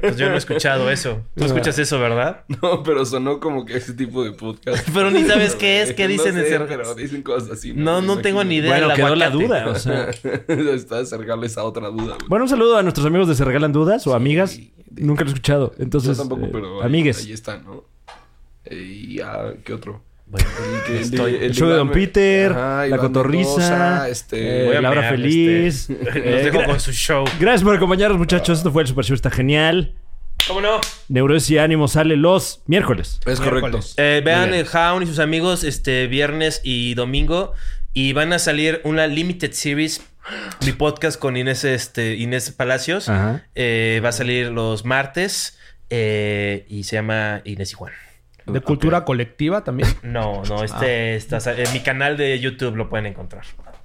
S1: Pues yo no he escuchado eso. Tú escuchas eso, ¿verdad?
S4: No, pero sonó como que ese tipo de podcast.
S1: Pero ni sabes qué es, qué dicen
S4: no
S1: en
S4: sé,
S1: Ser-
S4: pero dicen cosas así.
S1: No, no
S4: Me
S1: tengo ni
S4: imagino.
S1: idea.
S3: Bueno,
S1: del
S3: quedó la
S1: aguacate.
S3: duda, o sea.
S4: Está de cercarles a otra duda, güey.
S3: Bueno, un saludo a nuestros amigos de Se Regalan Dudas o Amigas. Nunca lo he escuchado. Entonces,
S4: Yo tampoco,
S3: eh,
S4: pero ahí-
S3: amigues.
S4: Ahí está, ¿no? Eh, Y ah, ¿qué otro?
S1: Bueno,
S4: El, que- el de-
S1: estoy-
S4: el
S3: El show de
S4: Iván
S3: Don
S4: Me-
S3: Peter,
S4: Ajá,
S3: La
S4: Iván
S3: Cotorrisa,
S4: Mendoza, este,
S3: eh,
S1: Voy a
S3: Laura
S1: mear,
S3: Feliz.
S1: este.
S3: Eh,
S1: Los dejo con su show.
S3: Gracias por acompañarnos, muchachos. Esto fue el Super Show, está genial.
S1: ¿Cómo no?
S3: Neurosis y Ánimo sale los miércoles.
S4: Es correcto.
S2: miércoles.
S1: Eh, vean el Hound y sus amigos este viernes y domingo. Y van a salir una limited series. Mi podcast con Inés, este, Inés Palacios.
S3: Ajá.
S1: Eh, va a salir los martes. eh, y se llama Inés y Juan.
S2: De cultura colectiva también.
S1: No, no,
S3: Ah.
S1: este está sa- en mi canal de YouTube lo pueden encontrar.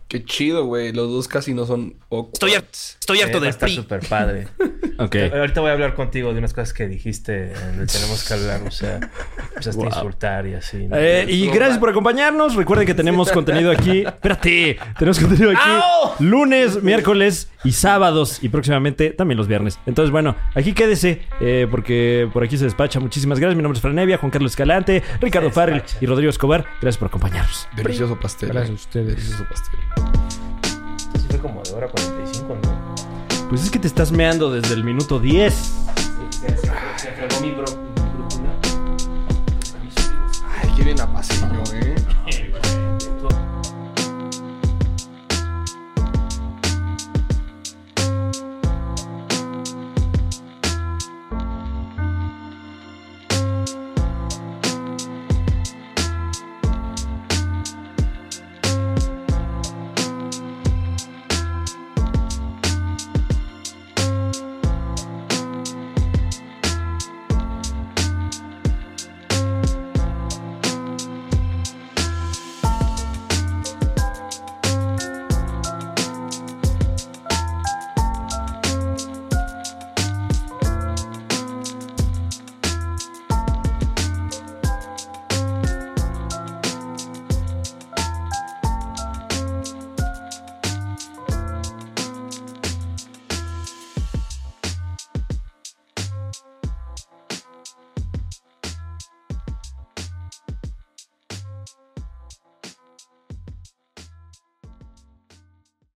S4: Qué chido, güey. Los dos casi no son Estoy
S1: Estoy
S2: Eh,
S1: harto de Eh, estar súper padre.
S3: Ok.
S1: Eh, Ahorita voy a hablar contigo de unas cosas que dijiste en el tenemos que hablar, o sea, empezaste a insultar y así. ¿no?
S3: Eh, y gracias por acompañarnos. Recuerden que tenemos contenido aquí. Espérate, tenemos contenido aquí lunes, miércoles y sábados y próximamente también los viernes. Entonces, bueno, aquí quédese eh, porque por aquí se despacha. Muchísimas gracias. Mi nombre es Franevia, Juan Carlos Escalante, Ricardo Farrell y Rodrigo Escobar. Gracias por acompañarnos.
S4: Delicioso pastel.
S2: Gracias a
S4: eh.
S2: ustedes.
S4: Delicioso pastel.
S1: Sí fue como de hora 45, ¿no?
S3: Pues es que te estás meando desde el minuto 10.
S4: Ay, qué bien apasillo, eh.